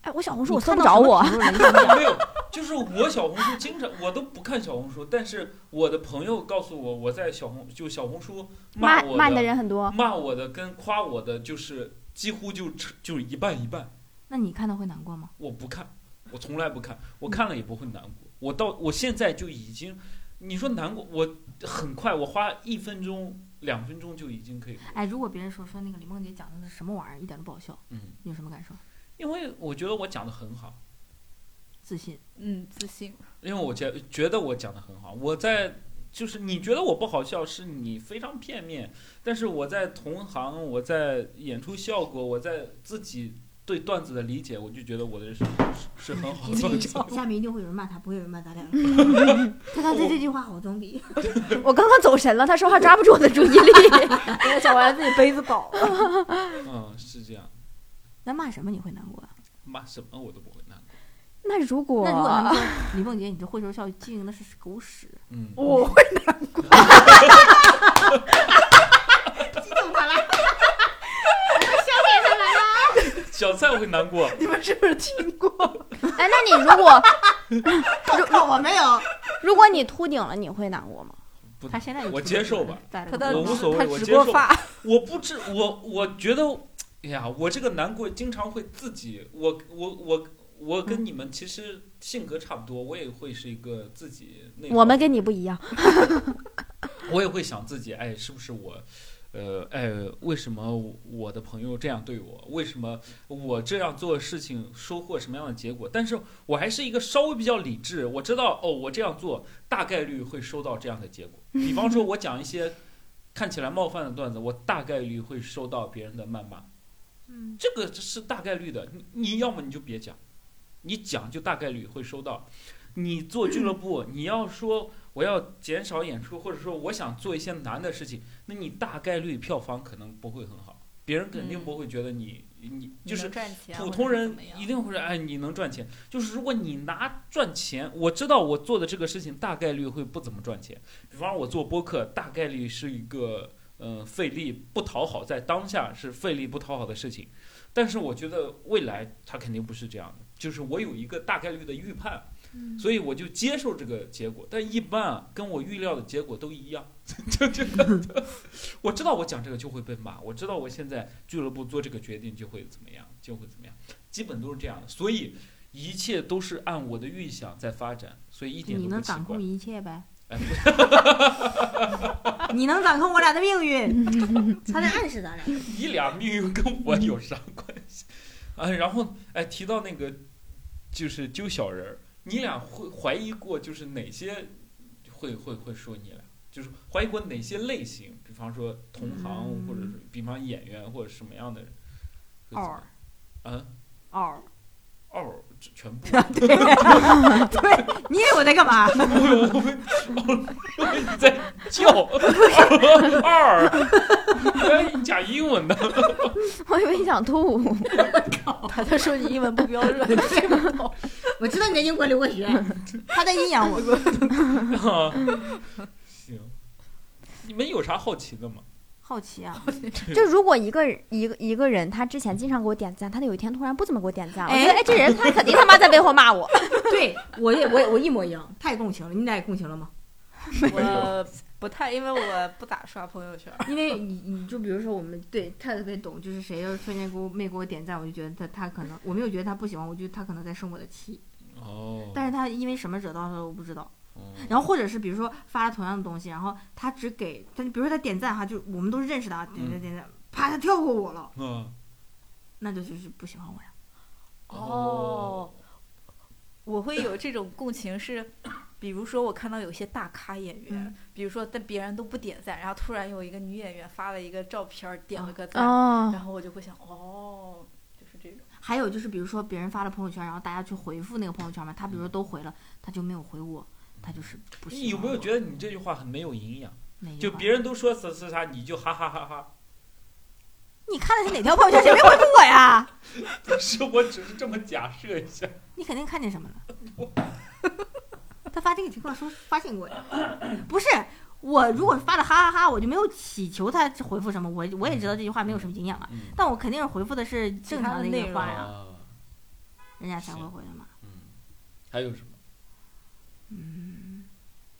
Speaker 6: 哎，我小红书我
Speaker 2: 你
Speaker 6: 搜
Speaker 2: 看
Speaker 6: 不
Speaker 2: 到
Speaker 6: 着
Speaker 2: 什么
Speaker 6: 我，
Speaker 2: 评论了。
Speaker 3: 没有，就是我小红书经常我都不看小红书，但是我的朋友告诉我，我在小红就小红书
Speaker 6: 骂
Speaker 3: 骂我
Speaker 6: 骂你的人很多。
Speaker 3: 骂我的跟夸我的就是几乎就就是一半一半，
Speaker 2: 那你看到会难过吗？
Speaker 3: 我不看，我从来不看，我看了也不会难过，我到我现在就已经，你说难过，我很快我花一分钟两分钟就已经可以过，
Speaker 2: 哎，如果别人说说那个李梦洁讲的是什么玩意儿，一点都不好笑，
Speaker 3: 嗯，
Speaker 2: 你有什么感受？
Speaker 3: 因为我觉得我讲的很好。
Speaker 2: 自信。
Speaker 5: 嗯，自信。
Speaker 3: 因为我觉觉得我讲的很好，我在就是你觉得我不好笑是你非常片面，但是我在同行，我在演出效果，我在自己对段子的理解，我就觉得我的是是是 很好的段子。
Speaker 2: 嗯下面一定会有人骂他，不会有人骂 咱俩。他刚才这句话好装逼。
Speaker 6: 我刚刚走神了，他说话抓不住我的注意力。
Speaker 5: 讲完自己杯子饱了。
Speaker 3: 嗯，是这样，
Speaker 2: 那骂什么你会难过呀？啊
Speaker 3: 骂什么我都不会难过。
Speaker 6: 那如果
Speaker 2: 那如果他们说李梦洁，你这会说笑经营的是狗屎，
Speaker 3: 嗯，
Speaker 5: 我
Speaker 3: 小蔡会难过，
Speaker 5: 你们是不是听过？
Speaker 6: 哎，那你如果
Speaker 2: 我靠，我没有。
Speaker 6: 如果你秃顶了，你会难过吗？
Speaker 3: 不
Speaker 2: 他现在
Speaker 3: 我接受吧，
Speaker 2: 他
Speaker 5: 他的
Speaker 3: 我无所谓
Speaker 5: 他
Speaker 3: 我
Speaker 5: 直
Speaker 3: 接
Speaker 5: 播
Speaker 3: 受
Speaker 5: 发，
Speaker 3: 我不知我我觉得，哎呀，我这个难过经常会自己，我我我我
Speaker 5: 嗯
Speaker 3: 跟你们其实性格差不多，我也会是一个自己内耗
Speaker 6: 我们跟你不一样，
Speaker 3: 我也会想自己，哎，是不是我，呃，哎，为什么我的朋友这样对我？为什么我这样做事情收获什么样的结果？但是我还是一个稍微比较理智，我知道哦，我这样做大概率会收到这样的结果。比方说，我讲一些看起来冒犯的段子，我大概率会收到别人的谩骂。嗯，这个是大概率的，你你要么你就别讲，你讲就大概率会收到。你做俱乐部，你要说我要减少演出，或者说我想做一些难的事情，那你大概率票房可能不会很好，别人肯定
Speaker 5: 嗯
Speaker 3: 不会觉得你、你就
Speaker 5: 你
Speaker 3: 是
Speaker 5: 能赚钱
Speaker 3: 普
Speaker 5: 或者
Speaker 3: 通
Speaker 5: 是怎
Speaker 3: 人
Speaker 5: 么
Speaker 3: 一
Speaker 5: 样
Speaker 3: 定会说，哎，你能赚钱。就是如果你拿赚钱，我知道我做的这个事情大概率会不怎么赚钱。比方我做播客，大概率是一个嗯费力不讨好，在当下是费力不讨好的事情。但是我觉得未来它肯定不是这样的，就是我有一个大概率的预判，所以我就接受这个结果。但一般啊，跟我预料的结果都一样， 就这个， 我知道我讲这个就会被骂，我知道我现在俱乐部做这个决定就会怎么样，就会怎么样，基本都是这样的。所以一切都是按我的预想在发展，所以一点
Speaker 2: 你
Speaker 3: 都不
Speaker 2: 能
Speaker 3: 奇
Speaker 2: 掌
Speaker 3: 怪
Speaker 2: 控。一切呗
Speaker 3: 哎。
Speaker 2: 你能掌控我俩的命运，他在暗示咱俩。
Speaker 3: 你俩命运跟我有啥关系？啊，然后哎，提到那个就是揪小人儿，你俩会怀疑过就是哪些会会会说你俩，就是怀疑过哪些类型？比方说同行，或者是比方演员或者什么样的人？会怎么样啊，
Speaker 5: 哦，
Speaker 3: 二儿这全部。
Speaker 2: 你以为我在干嘛？
Speaker 3: 我我我你在叫二二，你讲英文的。
Speaker 6: 我以为你想吐。
Speaker 5: 他在说你英文不标准，这不懂。
Speaker 2: 我知道你在英国留过学， 他在阴阳我。
Speaker 3: 啊，行，你们有啥好奇的吗？
Speaker 2: 好奇啊，
Speaker 6: 就如果一个人一个一个人，他之前经常给我点赞，他有一天突然不怎么给我点赞了，我觉得
Speaker 2: 哎
Speaker 6: 哎，这 人他肯定他妈在背后骂我。
Speaker 2: 对我也我也我一模一样，太共情了。你俩也共情了吗？
Speaker 5: 我不太，因为我不咋刷朋友圈。
Speaker 2: 因为你你就比如说我们对他特别懂，就是谁要是突然间给我没给我点赞，我就觉得他他可能嗯我没有觉得他不喜欢，我觉得他可能在生我的气。
Speaker 3: 哦
Speaker 2: 但是他因为什么惹到了我不知道，然后或者是比如说发了同样的东西，然后他只给他，比如说他点赞哈，就我们都认识的啊，点赞点赞，啪，他跳过我了，
Speaker 3: 嗯，
Speaker 2: 那就就是不喜欢我呀。
Speaker 5: 哦，我会有这种共情是，比如说我看到有些大咖演员，
Speaker 2: 嗯
Speaker 5: 比如说但别人都不点赞，然后突然有一个女演员发了一个照片儿，点了个赞，
Speaker 1: 哦，
Speaker 5: 然后我就会想，哦，就是这 种，
Speaker 2: 还有就是比如说别人发了朋友圈，然后大家去回复那个朋友圈嘛，他比如说都回了，他就没有回我，他就是不喜欢
Speaker 3: 你有没有
Speaker 2: 我啊
Speaker 3: 觉得你这句话很没有营养？
Speaker 2: 哪一
Speaker 3: 就
Speaker 2: 块
Speaker 3: 别人都说啥啥啥，你就哈哈哈哈。
Speaker 2: 你看的是哪条朋友圈，谁没回复我呀？
Speaker 3: 不是，我只是这么假设一下。
Speaker 2: 你肯定看见什么了。 他发这个情况说发现过呀？不是，我如果发的哈哈哈，我就没有祈求他回复什么，我我也知道这句话没有什么营养啊，
Speaker 3: 嗯
Speaker 2: 但我肯定是回复的是正常的一个话
Speaker 5: 哎
Speaker 2: 呀，
Speaker 3: 啊，
Speaker 2: 人家才会回的嘛。
Speaker 3: 嗯，还有什么？
Speaker 2: 嗯，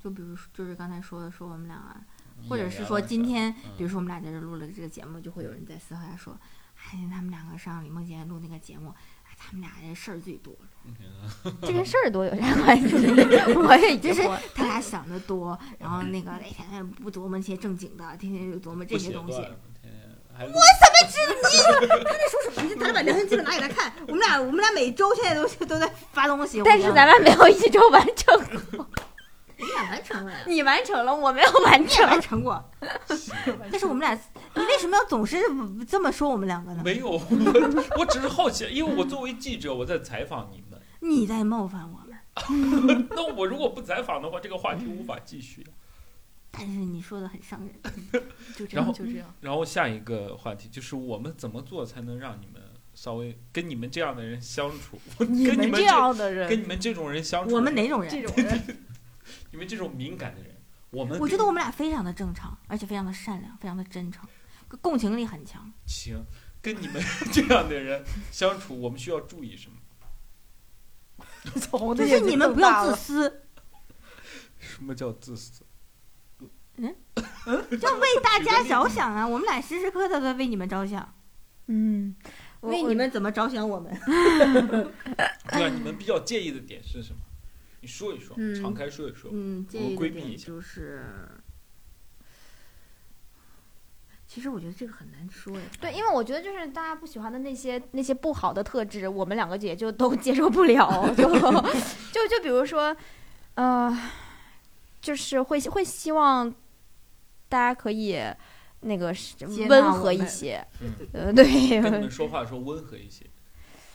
Speaker 2: 就比如说就是刚才说的，说我们俩啊，
Speaker 3: 你
Speaker 2: 或者
Speaker 3: 演
Speaker 2: 是
Speaker 3: 员
Speaker 2: 说
Speaker 3: 了
Speaker 2: 今
Speaker 3: 是吧
Speaker 2: 天，
Speaker 3: 嗯
Speaker 2: 比如说我们俩在这录了这个节目，就会有人在私下说，哎，他们两个上李梦洁录那个节目，哎，他们俩这事儿最多，
Speaker 3: 嗯
Speaker 1: 这跟事儿多有啥 关系？我也
Speaker 2: 就
Speaker 1: 就是是
Speaker 2: 他俩想的多，然后那个哎，天天不琢磨一些正经的，天天就琢磨这
Speaker 3: 不
Speaker 2: 些
Speaker 3: 写
Speaker 2: 东西
Speaker 3: 段。子天天还录
Speaker 2: 说什么？他俩把聊天记录拿给他看，我们俩我们俩每周现在都都在发东西，
Speaker 1: 但是咱俩没有一周完成，
Speaker 2: 我们俩完成了呀，
Speaker 1: 你完成了，我没有完
Speaker 2: 你也
Speaker 1: 成。
Speaker 2: 完成过。
Speaker 5: 完
Speaker 2: 但是我们俩，你为什么要总是这么说我们两个呢？
Speaker 3: 没有，我我只是好奇，因为我作为记者，我在采访你们。
Speaker 2: 你在冒犯我们。
Speaker 3: 那我如果不采访的话，这个话题无法继续。
Speaker 2: 但是你说的很伤人，
Speaker 5: 就这
Speaker 3: 然后
Speaker 5: 样，就这样，
Speaker 3: 然后下一个话题就是我们怎么做才能让你们稍微跟你们这样的人相处， 跟你们
Speaker 5: 这样的
Speaker 3: 这
Speaker 5: 人，
Speaker 3: 跟你们这种人相处，
Speaker 2: 我们哪种
Speaker 5: 这
Speaker 2: 人？
Speaker 5: 种人，
Speaker 3: 你们这种敏感的人，我们
Speaker 2: 我觉
Speaker 3: 跟
Speaker 2: 得我们俩非常的正常，而且非常的善良，非常的真诚，共情力很强。
Speaker 3: 行，跟你们这样的人相处，我们需要注意什么？
Speaker 5: 从
Speaker 2: 就是你们不要自私，
Speaker 3: 什么叫自私？
Speaker 2: 要为大家
Speaker 3: 举个例
Speaker 2: 着
Speaker 3: 子
Speaker 2: 想啊！我们俩时时刻刻的为你们着想，
Speaker 10: 嗯，我
Speaker 2: 为你们怎么着想我 们。
Speaker 3: 对啊，你们比较介意的点是什么？你说一说，
Speaker 2: 嗯
Speaker 3: 敞开说一说。
Speaker 2: 嗯，介
Speaker 3: 我
Speaker 2: 意
Speaker 3: 规
Speaker 2: 的
Speaker 3: 避一
Speaker 2: 点
Speaker 3: 下
Speaker 2: 就是，其实我觉得这个很难说呀。
Speaker 1: 对，因为我觉得就是大家不喜欢的那些那些不好的特质，我们两个也就都 接受不了，就就就比如说，呃，就是会会希望大家可以那个是
Speaker 2: 接纳
Speaker 1: 温
Speaker 2: 我
Speaker 1: 和一
Speaker 2: 们
Speaker 1: 些，
Speaker 3: 嗯，
Speaker 1: 呃，
Speaker 3: 跟你们
Speaker 1: 对，
Speaker 3: 说话的时候温和一些。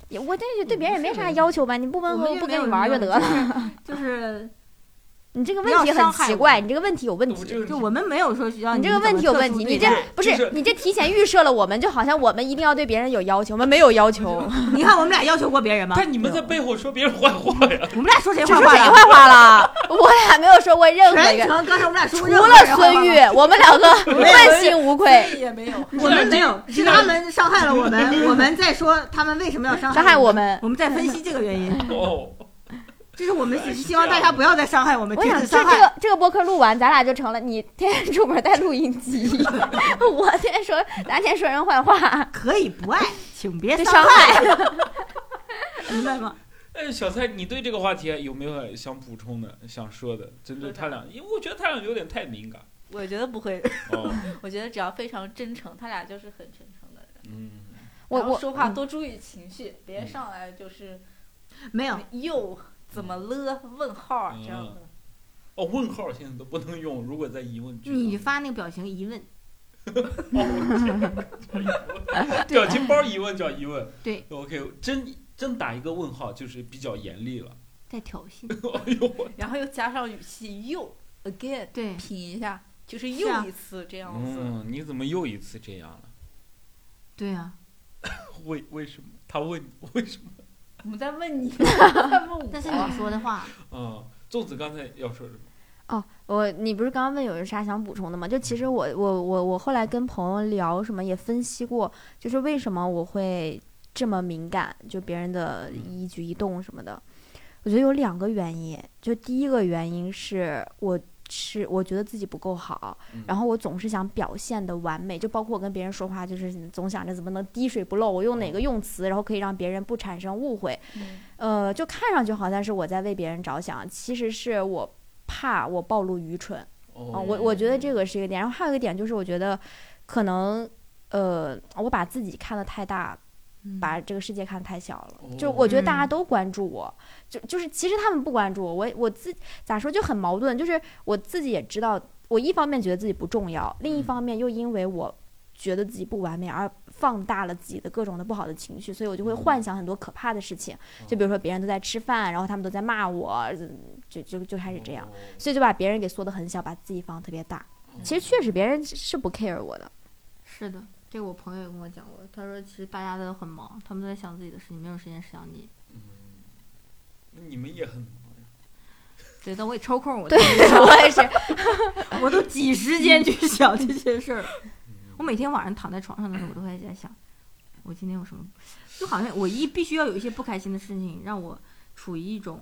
Speaker 1: 也我这对别
Speaker 2: 不
Speaker 1: 人也没
Speaker 2: 是
Speaker 1: 啥要求吧，你不温和，
Speaker 2: 嗯我
Speaker 1: 我
Speaker 2: 们
Speaker 1: 不
Speaker 2: 也没
Speaker 1: 跟
Speaker 2: 有
Speaker 1: 你玩儿
Speaker 2: 什
Speaker 1: 就
Speaker 2: 么
Speaker 1: 得
Speaker 2: 要
Speaker 1: 了。
Speaker 2: 就是，
Speaker 1: 你这个
Speaker 2: 不要
Speaker 1: 问题
Speaker 2: 伤
Speaker 1: 很
Speaker 2: 害
Speaker 1: 奇
Speaker 2: 我
Speaker 1: 怪，你这个问题有问
Speaker 3: 我
Speaker 1: 题。
Speaker 3: 这个
Speaker 2: 就我们没有说需要
Speaker 1: 你这个
Speaker 2: 怎么
Speaker 1: 问题有
Speaker 2: 特
Speaker 1: 问
Speaker 2: 殊
Speaker 1: 题，
Speaker 2: 对
Speaker 1: 你这
Speaker 2: 待
Speaker 1: 不
Speaker 3: 就是是
Speaker 1: 你这提前预设了我们，就好像我们一定要对别人有要求，我们没有 要求。
Speaker 2: 你看我们俩要求过别人吗？
Speaker 3: 但你们在背后说别人坏话 呀？
Speaker 2: 我们俩说谁
Speaker 1: 只
Speaker 2: 坏
Speaker 1: 说
Speaker 2: 话
Speaker 1: 谁
Speaker 2: 了？
Speaker 1: 坏话了？啊我俩没有说过任何一
Speaker 2: 全
Speaker 1: 个，
Speaker 2: 哎程刚才我们俩说
Speaker 1: 除
Speaker 2: 过任何人
Speaker 1: 了
Speaker 2: 坏话
Speaker 1: 孙
Speaker 2: 吗
Speaker 1: 玉，，我们两个 问心无愧。
Speaker 5: 也没有，
Speaker 2: 我们没 有，是他们伤害了我们，我们在说他们为什么要伤
Speaker 1: 伤害我
Speaker 2: 我
Speaker 1: 们，
Speaker 2: 我们在分析这个原 因，
Speaker 3: 哦，
Speaker 2: 就是我们希望大家不要再伤害我们，
Speaker 1: 我
Speaker 2: 停
Speaker 1: 想
Speaker 2: 止
Speaker 1: 这
Speaker 2: 伤
Speaker 1: 这
Speaker 2: 害。
Speaker 1: 个这个播客录完，咱俩就成了你天天出门带录音机， 我天天说咱天说人坏话，
Speaker 2: 可以不爱，请别
Speaker 1: 就
Speaker 2: 伤
Speaker 1: 伤害。
Speaker 2: 害，明白吗？
Speaker 3: 哎，小蔡，你对这个话题有没有想补充的、想说的？针对他俩，因为我觉得他俩有点太敏感。
Speaker 5: 我觉得不会，
Speaker 3: 哦，
Speaker 5: 我觉得只要非常真诚，他俩就是很真诚的人。
Speaker 3: 嗯，
Speaker 1: 我
Speaker 5: 然后
Speaker 1: 我
Speaker 5: 说话多注意情绪，别上来就是
Speaker 2: 没有，
Speaker 5: 又怎么了问号这样的。
Speaker 3: 哦，问号现在都不能用，如果在疑问句上，
Speaker 2: 你发那个表情疑问，
Speaker 3: 表情包疑问叫疑问。
Speaker 2: 对
Speaker 3: ，OK，真真打一个问号就是比较严厉了。
Speaker 2: 在挑衅，
Speaker 3: 哎呦，我
Speaker 5: 然后又加上语气又 again
Speaker 2: 对，啊
Speaker 5: 品一下，就是
Speaker 2: 是啊
Speaker 5: 又一次这样子。
Speaker 3: 嗯，你怎么又一次这样了？
Speaker 2: 对啊，
Speaker 3: 为为什么？他问你为什么？
Speaker 5: 我们在问你，在问我。
Speaker 2: 但是你说的话，
Speaker 3: 嗯，粽子刚才要说什么？
Speaker 1: 哦，我你不是刚刚问有啥想补充的吗？就其实我我我我后来跟朋友聊什么也分析过，就是为什么我会这么敏感，就别人的
Speaker 3: 嗯
Speaker 1: 一举一动什么的。我觉得有两个原因，就第一个原因是我是我觉得自己不够好，
Speaker 3: 嗯
Speaker 1: 然后我总是想表现的完美，就包括我跟别人说话，就是总想着怎么能滴水不漏，我用哪
Speaker 3: 嗯
Speaker 1: 个用词，然后可以让别人不产生误会。
Speaker 5: 嗯
Speaker 1: 呃，就看上去好像是我在为别人着想，其实是我怕我暴露愚蠢。啊、
Speaker 3: 哦，
Speaker 1: 我我觉得这个是一个点，然后还有一个点就是，我觉得可能呃，我把自己看得太大，把这个世界看得太小了。就我觉得大家
Speaker 5: 嗯
Speaker 1: 都关注我，就就是其实他们不关注我，我我自咋说就很矛盾，就是我自己也知道，我一方面觉得自己不重要，另一
Speaker 3: 嗯
Speaker 1: 方面又因为我觉得自己不完美而放大了自己的各种的不好的情绪，所以我就会幻想很多可怕的事情，就比如说别人都在吃饭，然后他们都在骂我，就就就开始这样。
Speaker 3: 哦
Speaker 1: 所以就把别人给缩得很小，把自己放得特别大。其实确实别人是是不 care 我 的，
Speaker 2: 是的，这个我朋友也跟我讲过，他说其实大家都很忙，他们都在想自己的事情，没有时间想你。
Speaker 3: 嗯你们也很
Speaker 2: 对，但我也抽空，我
Speaker 1: 对 我也是，
Speaker 2: 我都挤时间去想这些事儿。我每天晚上躺在床上的时候，我都会在想，我今天有什么，就好像我一必须要有一些不开心的事情，让我处于一种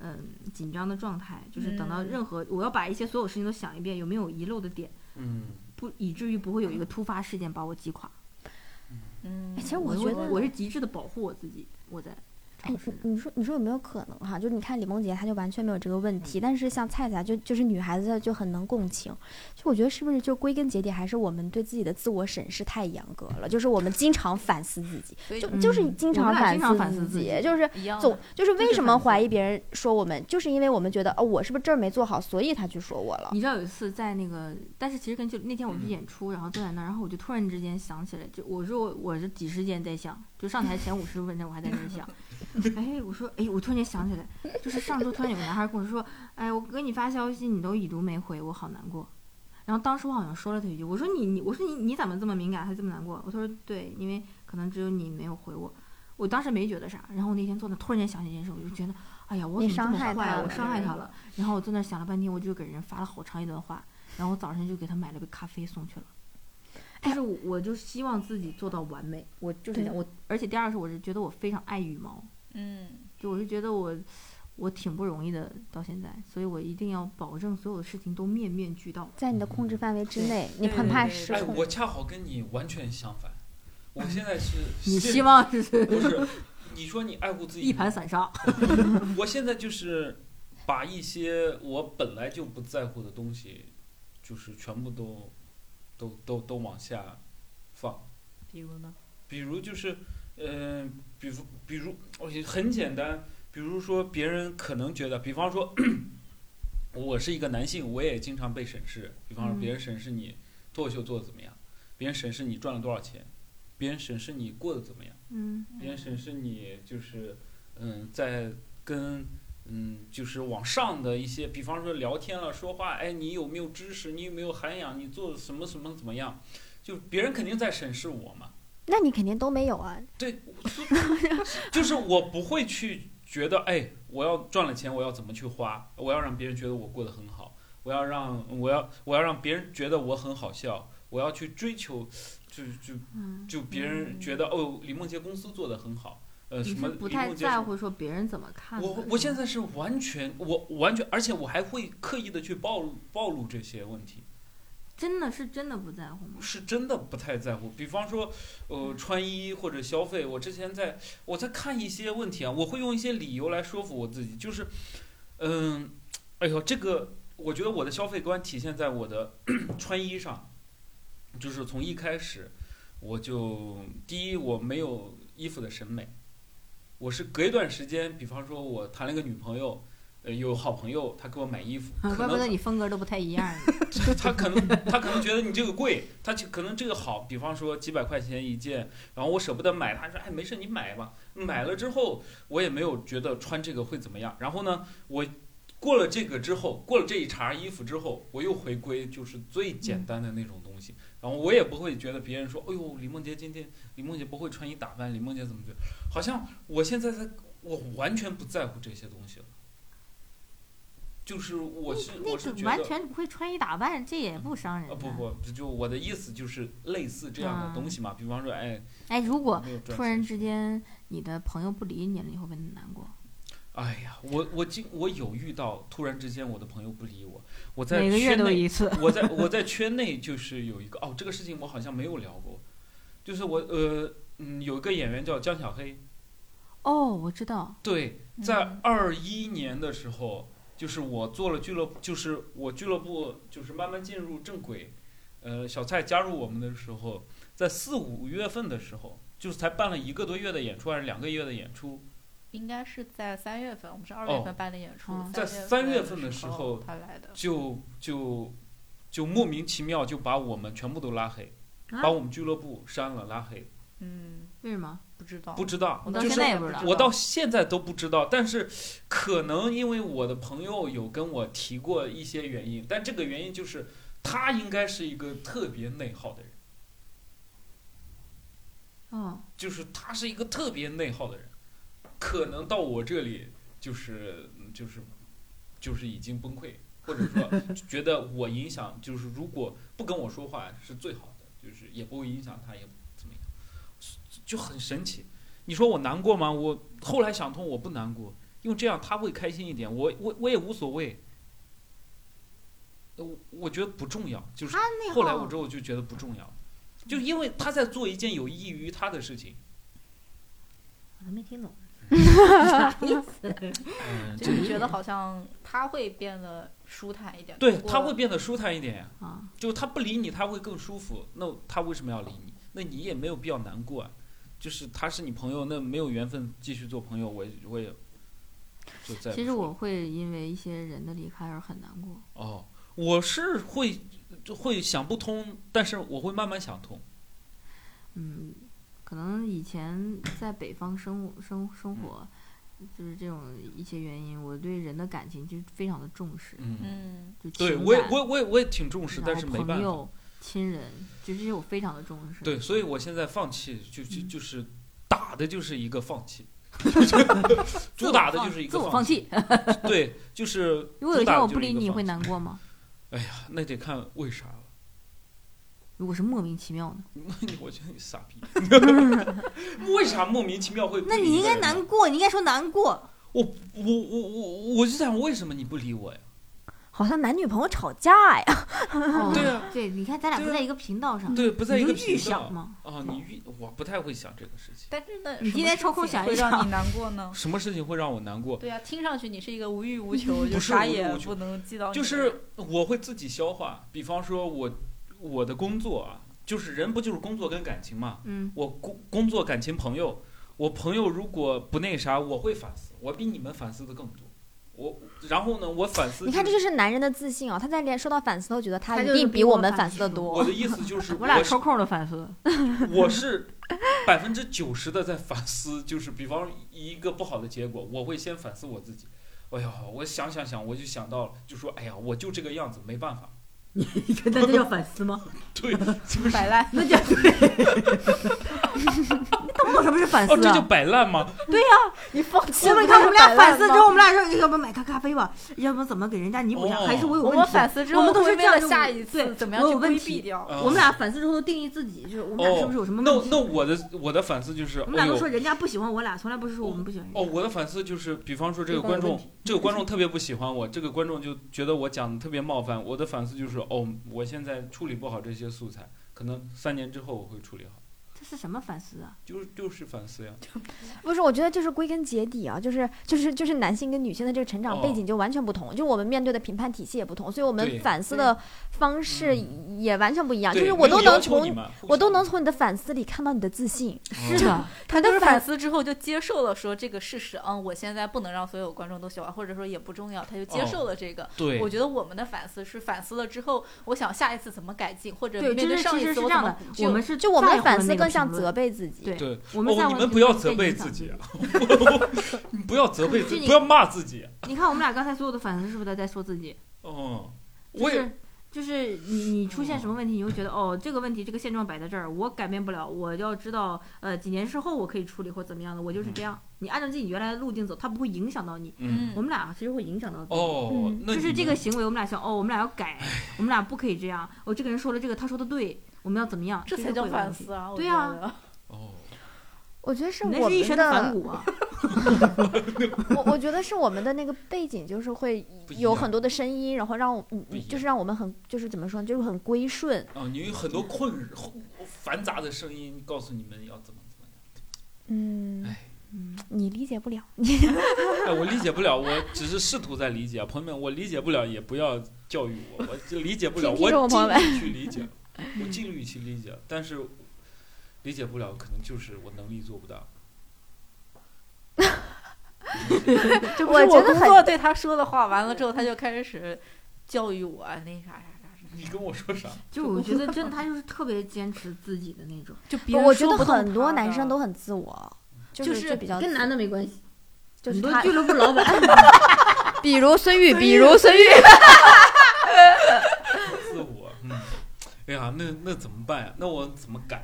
Speaker 2: 嗯紧张的状态，就是等到任
Speaker 1: 嗯
Speaker 2: 何、我要把一些所有事情都想一遍，有没有遗漏的点，
Speaker 3: 嗯，
Speaker 2: 不以至于不会有一个突发事件把我击垮。
Speaker 5: 嗯，
Speaker 1: 其实我
Speaker 2: 我
Speaker 1: 觉得
Speaker 2: 我是极致的保护我自己，我在
Speaker 1: 哎
Speaker 2: 尝试。，
Speaker 1: 你你说你说有没有可能哈？就是你看李梦洁，她就完全没有这个问题，但是像菜菜就就是女孩子她就很能共情。就我觉得是不是就归根结底还是我们对自己的自我审视太严格了，就是我们经常反思自己，
Speaker 2: 所以
Speaker 1: 就就是
Speaker 2: 嗯
Speaker 1: 经
Speaker 2: 我
Speaker 1: 常
Speaker 2: 们俩
Speaker 1: 反
Speaker 2: 经常反
Speaker 1: 思
Speaker 2: 思
Speaker 1: 自
Speaker 2: 自
Speaker 1: 己
Speaker 2: 己，
Speaker 1: 就是
Speaker 2: 一样的
Speaker 1: 总就是
Speaker 2: 就
Speaker 1: 为
Speaker 2: 是
Speaker 1: 什么
Speaker 2: 反思
Speaker 1: 怀疑别人说我们，就是因为我们觉得哦，我是不是这儿没做好，所以他去说我了。
Speaker 2: 你知道有一次在那个，但是其实跟就那天我去演出，然后坐在那儿，然后我就突然之间想起来，就我说我我是几十天在想，就上台前五十分钟我还在那儿想，哎，我说哎，我突然间想起来，就是上周突然有个男孩跟我说，哎，我给你发消息你都已读没回，我好难过。然后当时我好像说了他一句，我说你你我说你你怎么这么敏感还这么难过？我他说对，因为可能只有你没有回我。我当时没觉得啥，然后我那天坐那儿突然间想起这件事，我就觉得，哎呀，我
Speaker 1: 你
Speaker 2: 怎么这么
Speaker 1: 伤
Speaker 2: 坏
Speaker 1: 害他
Speaker 2: 啊，我
Speaker 1: 了
Speaker 2: 伤害他了。然后我坐那儿想了半天，我就给人发了好长一段话，然后我早上就给他买了杯咖啡送去了。就是我，我就希望自己做到完美。我就是
Speaker 1: 哎对
Speaker 2: 我，而且第二是，我是觉得我非常爱羽毛，
Speaker 5: 嗯，
Speaker 2: 就我是觉得我我挺不容易的，到现在，所以我一定要保证所有的事情都面面俱到。
Speaker 1: 在你的控制范围之
Speaker 2: 对
Speaker 1: 内，你
Speaker 5: 对
Speaker 1: 很
Speaker 5: 对
Speaker 1: 怕
Speaker 5: 对
Speaker 1: 失
Speaker 3: 哎，
Speaker 1: 控。
Speaker 3: 我恰好跟你完全相反，我现在是
Speaker 2: 你
Speaker 3: 是
Speaker 2: 希望 是
Speaker 3: 不是？你说你爱护自己
Speaker 2: 一盘散沙，
Speaker 3: 我现在就是把一些我本来就不在乎的东西，就是全部都都都都往下放。
Speaker 2: 比如呢？
Speaker 3: 比如就是，嗯、比如比如，我觉得很简单，比如说别人可能觉得，比方说我是一个男性，我也经常被审视。比方说别人审视你脱口秀做的怎么样，别人审视你赚了多少钱，别人审视你过得怎么样。
Speaker 2: 嗯，
Speaker 3: 别人审视你就是，嗯，在跟嗯，就是往上的一些，比方说聊天了、说话，哎，你有没有知识？你有没有涵养？你做什么什么怎么样？就别人肯定在审视我嘛。
Speaker 1: 那你肯定都没有啊，
Speaker 3: 对，我就就是我不会去觉得，哎，我要赚了钱，我要怎么去花？我要让别人觉得我过得很好，我要让我要我要让别人觉得我很好笑，我要去追求，就就
Speaker 2: 嗯，
Speaker 3: 就别人觉得、哦，李梦洁公司做得很好，呃，
Speaker 2: 你
Speaker 3: 什么
Speaker 2: 是不
Speaker 3: 李
Speaker 2: 太
Speaker 3: 梦洁什
Speaker 2: 在
Speaker 3: 么
Speaker 2: 乎说别人怎么看的
Speaker 3: 我我现在是完全我完全，而且我还会刻意的去暴露暴露这些问题，
Speaker 2: 真的是真的不在乎吗？
Speaker 3: 是真的不太在乎。比方说，呃，穿衣或者消费，我之前在我在看一些问题啊，我会用一些理由来说服我自己，就是，嗯，哎呦，这个我觉得我的消费观体现在我的 穿衣上，就是从一开始我就第一我没有衣服的审美，我是隔一段时间，比方说我谈了一个女朋友。呃，有好朋友，他给我买衣服，可
Speaker 2: 啊怪不
Speaker 3: 能
Speaker 2: 得你风格都不太一 样呢。
Speaker 3: 他可能他可能觉得你这个贵，他就可能这个好，比方说几百块钱一件，然后我舍不得买，他说哎没事你买吧，买了之后我也没有觉得穿这个会怎么样，然后呢我过了这个之后，过了这一茬衣服之后，我又回归就是最简单的那种东西，然后我也不会觉得别人说哎呦李梦洁今天李梦洁不会穿衣打扮，李梦洁怎么觉得好像我现在在我完全不在乎这些东西了。就是我是
Speaker 2: 那
Speaker 3: 我是
Speaker 2: 个
Speaker 3: 觉得
Speaker 2: 完全不会穿衣打扮，这也不伤人
Speaker 3: 啊
Speaker 2: 的。
Speaker 3: 不不，就就我的意思就是类似这样的东西嘛，比方说，哎，
Speaker 2: 哎，如果
Speaker 3: 没有赚
Speaker 2: 突然
Speaker 3: 钱
Speaker 2: 之间你的朋友不理你了，你会不会难过？
Speaker 3: 哎呀，我我经我有遇到突然之间我的朋友不理我，我在
Speaker 5: 每个月
Speaker 3: 圈
Speaker 5: 都
Speaker 3: 内
Speaker 5: 一次，
Speaker 3: 我在我在圈内就是有一个哦，这个事情我好像没有聊过，就是我呃嗯有一个演员叫江小黑，
Speaker 2: 哦，我知道，
Speaker 3: 对，在二一年的时候，就是我做了俱乐，就是我俱乐部就是慢慢进入正轨，呃，小蔡加入我们的时候，在四五月份的时候，就是才办了一个多月的演出还是两个月的演出，
Speaker 5: 应该是在三月份，我们是二月份办的演出，
Speaker 11: 哦
Speaker 3: 在
Speaker 5: 三
Speaker 3: 月份
Speaker 5: 份
Speaker 3: 的时
Speaker 5: 时
Speaker 3: 候
Speaker 5: 他来的。
Speaker 3: 就就就莫名其妙就把我们全部都拉黑，
Speaker 11: 啊
Speaker 3: 把我们俱乐部删了拉黑，
Speaker 5: 嗯，
Speaker 11: 为什么？
Speaker 5: 不知道，
Speaker 3: 不知道，
Speaker 5: 我到
Speaker 3: 就是
Speaker 5: 现在也不知道
Speaker 3: 我到现在都不知道，但是可能因为我的朋友有跟我提过一些原因，但这个原因就是他应该是一个特别内耗的人，
Speaker 11: 哦，
Speaker 3: 就是他是一个特别内耗的人，可能到我这里就是嗯就是就是已经崩溃，或者说觉得我影响，就是如果不跟我说话是最好的，就是也不会影响他，也不怎么样，就很神奇。你说我难过吗？我后来想通，我不难过，因为这样他会开心一点，我我我也无所谓。我我觉得不重要，就是
Speaker 11: 他那
Speaker 3: 后来我之后就觉得不重要，就因为他在做一件有益于他的事情。
Speaker 12: 我都没听 懂。
Speaker 3: 嗯，
Speaker 5: 就是觉得好像他会变得舒坦一点。
Speaker 3: 对
Speaker 5: 不，过
Speaker 3: 他会变得舒坦一点呀。
Speaker 11: 啊，
Speaker 3: 就他不理你，他会更舒服。那他为什么要理你？那你也没有必要难过啊。就是他是你朋友，那没有缘分继续做朋友，我也我也就在。
Speaker 2: 其实我会因为一些人的离开而很难过。
Speaker 3: 哦，我是会就会想不通，但是我会慢慢想通。
Speaker 2: 嗯，可能以前在北方生活生生活，就是这种一些原因，我对人的感情就非常的重视，
Speaker 3: 嗯，
Speaker 5: 嗯，
Speaker 2: 就情
Speaker 3: 对
Speaker 2: 感，
Speaker 3: 我也我也我也我也挺重视，
Speaker 2: 然
Speaker 3: 但
Speaker 2: 后
Speaker 3: 是没
Speaker 2: 朋
Speaker 3: 办法。
Speaker 2: 友、亲人，就这些我非常的重视。
Speaker 3: 对，所以我现在放弃，就就
Speaker 2: 嗯
Speaker 3: 就是打的就是一个放 弃，主打的就是一
Speaker 2: 自
Speaker 3: 个
Speaker 2: 我放
Speaker 3: 弃。
Speaker 2: 弃。
Speaker 3: 对，就是
Speaker 2: 如果有
Speaker 3: 主
Speaker 2: 一
Speaker 3: 打
Speaker 2: 天
Speaker 3: 的
Speaker 2: 我
Speaker 3: 就
Speaker 2: 不
Speaker 3: 是
Speaker 2: 理
Speaker 3: 一个
Speaker 2: 你，
Speaker 3: 放
Speaker 2: 会
Speaker 3: 弃
Speaker 2: 难过吗？
Speaker 3: 那得看为啥了。
Speaker 2: 如果是莫名其妙的，
Speaker 3: 我觉得你傻 逼，为啥莫名其妙会？
Speaker 12: 那你应该
Speaker 3: 啊
Speaker 12: 难。过，你应该说难过。
Speaker 3: 我我我我就想，为什么你不理我呀？
Speaker 1: 好像男女朋友吵架呀，
Speaker 2: 哦
Speaker 3: 对啊，
Speaker 2: 对，你看咱俩
Speaker 3: 对
Speaker 2: 不
Speaker 3: 啊
Speaker 2: 在一个频道上，
Speaker 3: 对，不在一个
Speaker 2: 你能预
Speaker 3: 频道
Speaker 2: 想吗？
Speaker 3: 啊，你预我不太会想这个事情。
Speaker 5: 但是呢，
Speaker 2: 你今天抽空想一
Speaker 5: 会让
Speaker 2: 想
Speaker 5: 你难过呢？
Speaker 3: 什么事情会让我难过？
Speaker 5: 对啊，听上去你是一个无欲无求，就
Speaker 3: 不是
Speaker 5: 啥
Speaker 3: 无欲
Speaker 5: 也
Speaker 3: 无求
Speaker 5: 不能记到你
Speaker 3: 就
Speaker 5: 的
Speaker 3: 是我会自己消化。比方说我，我的工作啊，就是人不就是工作跟感情嘛？
Speaker 2: 嗯，
Speaker 3: 我工工作、感情、朋友，我朋友如果不那啥，我会反思，我比你们反思的更多。我然后呢，我反思。
Speaker 1: 你看这就是男人的自信啊！他在连说到反思都觉得他
Speaker 12: 他
Speaker 1: 一
Speaker 12: 就是
Speaker 1: 定
Speaker 12: 比
Speaker 1: 我
Speaker 12: 我
Speaker 1: 们
Speaker 12: 反
Speaker 1: 反
Speaker 12: 思
Speaker 1: 思的
Speaker 12: 多
Speaker 1: 多
Speaker 3: 我。的意思就是，
Speaker 2: 我俩
Speaker 3: 是
Speaker 2: 抽空的反思。
Speaker 3: 我是百分之九十的在反思，就是比方一个不好的结果，我会先反思我自己。哎呀，我想想想，我就想到了，就说哎呀，我就这个样子，没办法。
Speaker 12: 你觉得这叫反思吗？
Speaker 3: 对，就是
Speaker 5: 摆烂。
Speaker 12: 那叫对。懂我什么是反
Speaker 3: 哦，
Speaker 12: 思
Speaker 3: 这就
Speaker 12: 啊？
Speaker 3: 摆烂吗？
Speaker 1: 你放弃
Speaker 12: 行吧，
Speaker 1: 了
Speaker 12: 你看我们俩反思之
Speaker 1: 后，
Speaker 12: 后，我们俩说，要不买咖咖啡吧？要不怎么给人家弥补一下？
Speaker 3: 哦
Speaker 12: 还是我有
Speaker 5: 我
Speaker 12: 问
Speaker 5: 们
Speaker 12: 题？
Speaker 5: 反思之
Speaker 12: 我
Speaker 5: 后，
Speaker 12: 们都是
Speaker 5: 会
Speaker 12: 这
Speaker 5: 为了
Speaker 12: 样
Speaker 5: 下
Speaker 12: 用
Speaker 5: 一
Speaker 12: 对
Speaker 5: 次怎么样
Speaker 12: 我
Speaker 5: 去
Speaker 12: 有问
Speaker 5: 规
Speaker 12: 题
Speaker 5: 避掉。
Speaker 3: 呃
Speaker 12: 我们俩反思之后都定义自己，就是我们俩是不是有什么
Speaker 3: 嗯那
Speaker 12: 问题？
Speaker 3: 哦那我的我的反思就是，
Speaker 12: 我们俩
Speaker 3: 哎
Speaker 12: 都
Speaker 3: 呦
Speaker 12: 说人家不喜欢我俩，从来不是说我们不喜欢人家。
Speaker 3: 哦，我的反思就是，比方说这个
Speaker 12: 对方有
Speaker 3: 观众
Speaker 12: 问题，
Speaker 3: 这个观众特别不喜欢我，这个观众就觉得我讲的特别冒犯。我的反思就是，哦，我现在处理不好这些素材，可能三年之后我会处理好。
Speaker 2: 这是什么反思啊？
Speaker 3: 就是就是反思呀，
Speaker 1: 不是，我觉得就是归根结底啊，就是就是就是男性跟女性的这个成长
Speaker 3: 哦
Speaker 1: 背景就完全不同，就我们面对的评判体系也不同，所以我们
Speaker 3: 对
Speaker 1: 反思的方式也完全不一啊样。就
Speaker 3: 对
Speaker 1: 是我
Speaker 3: 没有
Speaker 1: 都
Speaker 3: 要
Speaker 1: 能
Speaker 3: 求你
Speaker 1: 从
Speaker 3: 们
Speaker 1: 我都能从你的反思里看到你的自信。
Speaker 2: 是的，
Speaker 5: 他
Speaker 1: 就
Speaker 5: 就是是
Speaker 1: 反
Speaker 5: 反思之后就接受了说这个事实，嗯，我现在不能让所有观众都喜欢，或者说也不重要，他就接受了这个。
Speaker 3: 哦对
Speaker 5: 我觉得我们的反思是反思了之后，我想下一次怎么改进，或者
Speaker 2: 对，就
Speaker 5: 面 对
Speaker 2: 是
Speaker 5: 上
Speaker 2: 其
Speaker 5: 一
Speaker 2: 实
Speaker 5: 次
Speaker 2: 是
Speaker 5: 我
Speaker 2: 这
Speaker 5: 怎
Speaker 2: 样
Speaker 5: 么
Speaker 2: 的
Speaker 5: 补，
Speaker 2: 我
Speaker 5: 救
Speaker 2: 们是
Speaker 1: 就我们
Speaker 2: 在
Speaker 1: 的
Speaker 2: 乎
Speaker 1: 反思
Speaker 2: 那个
Speaker 1: 更像
Speaker 2: 评论
Speaker 1: 责备自己。
Speaker 2: 对，
Speaker 3: 对，
Speaker 2: 我们在
Speaker 3: 哦、
Speaker 2: 乎
Speaker 3: 你
Speaker 2: 那
Speaker 3: 们
Speaker 2: 个
Speaker 3: 不要
Speaker 2: 评论
Speaker 3: 责
Speaker 2: 在
Speaker 3: 备
Speaker 2: 影
Speaker 3: 自
Speaker 2: 响
Speaker 3: 己啊
Speaker 2: 别人，
Speaker 3: 你不要责备
Speaker 2: 就
Speaker 3: 自己，
Speaker 2: 你
Speaker 3: 不要骂自己。
Speaker 2: 你看我们俩刚才所有的反思是不是在在说自己？
Speaker 3: 哦，
Speaker 2: 就
Speaker 3: 我也
Speaker 2: 是就是你你出现什么问题，你会觉得哦，这个问题这个现状摆在这儿，我改变不了，我要知道呃几年之后我可以处理或怎么样的，我就是这样。你按照自己原来的路径走，它不会影响到你。
Speaker 3: 嗯
Speaker 2: 我们俩其实会影响到自己。
Speaker 3: 哦
Speaker 1: 嗯，
Speaker 3: 那
Speaker 2: 就
Speaker 3: 你
Speaker 2: 是这
Speaker 3: 们
Speaker 2: 个行为，我们俩想哦，我们俩要改，我们俩不可以这样。哦，这个人说了这个，他说的对，我们要怎么样？
Speaker 5: 这
Speaker 2: 就是
Speaker 5: 才叫
Speaker 2: 会有问
Speaker 5: 反
Speaker 2: 题
Speaker 5: 思。啊！我
Speaker 2: 对
Speaker 5: 觉
Speaker 2: 啊
Speaker 5: 得
Speaker 3: 哦，
Speaker 1: 我觉得是
Speaker 2: 你
Speaker 1: 我
Speaker 2: 那
Speaker 1: 们
Speaker 2: 是一拳的反骨啊！
Speaker 1: 我我觉得是我们的那个背景就是会
Speaker 3: 不一
Speaker 1: 有
Speaker 3: 样
Speaker 1: 很多的声音，然后让我嗯
Speaker 3: 不一样
Speaker 1: 就是让我们很就是怎么说呢，就是很归顺。
Speaker 3: 哦，你有很多困扰、繁杂的声音告诉你们要怎么怎么样。
Speaker 1: 嗯
Speaker 3: 哎，
Speaker 1: 你理解不了。
Speaker 3: 哎，我理解不了，我只是试图在理解，朋友们，我理解不了也不要教育我，我就理解不了，
Speaker 1: 听听众
Speaker 3: 我
Speaker 1: 朋友
Speaker 3: 尽
Speaker 1: 们
Speaker 3: 力去理解，我尽力去理解，但是理解不了，可能就是我能力做不到。
Speaker 5: 这不
Speaker 1: 我
Speaker 5: 是
Speaker 1: 觉得
Speaker 5: 工
Speaker 1: 很
Speaker 5: 作对他说的话，完了之后他就开始教育我啊那啥啥啥啥，
Speaker 3: 你跟我说啥？
Speaker 2: 就我觉得真的他就是特别坚持自己的那种，
Speaker 5: 就别人
Speaker 1: 我觉
Speaker 5: 说
Speaker 1: 得
Speaker 5: 不动
Speaker 1: 很多
Speaker 5: 他
Speaker 1: 男
Speaker 5: 的
Speaker 1: 生都很自我，就是就比较
Speaker 2: 跟男的没关系。
Speaker 1: 就是
Speaker 2: 很多
Speaker 1: 他
Speaker 2: 俱乐部老板
Speaker 1: 比如孙玉，比如孙玉，
Speaker 3: 自我，嗯，哎呀，那那怎么办呀？那我怎么改 呀？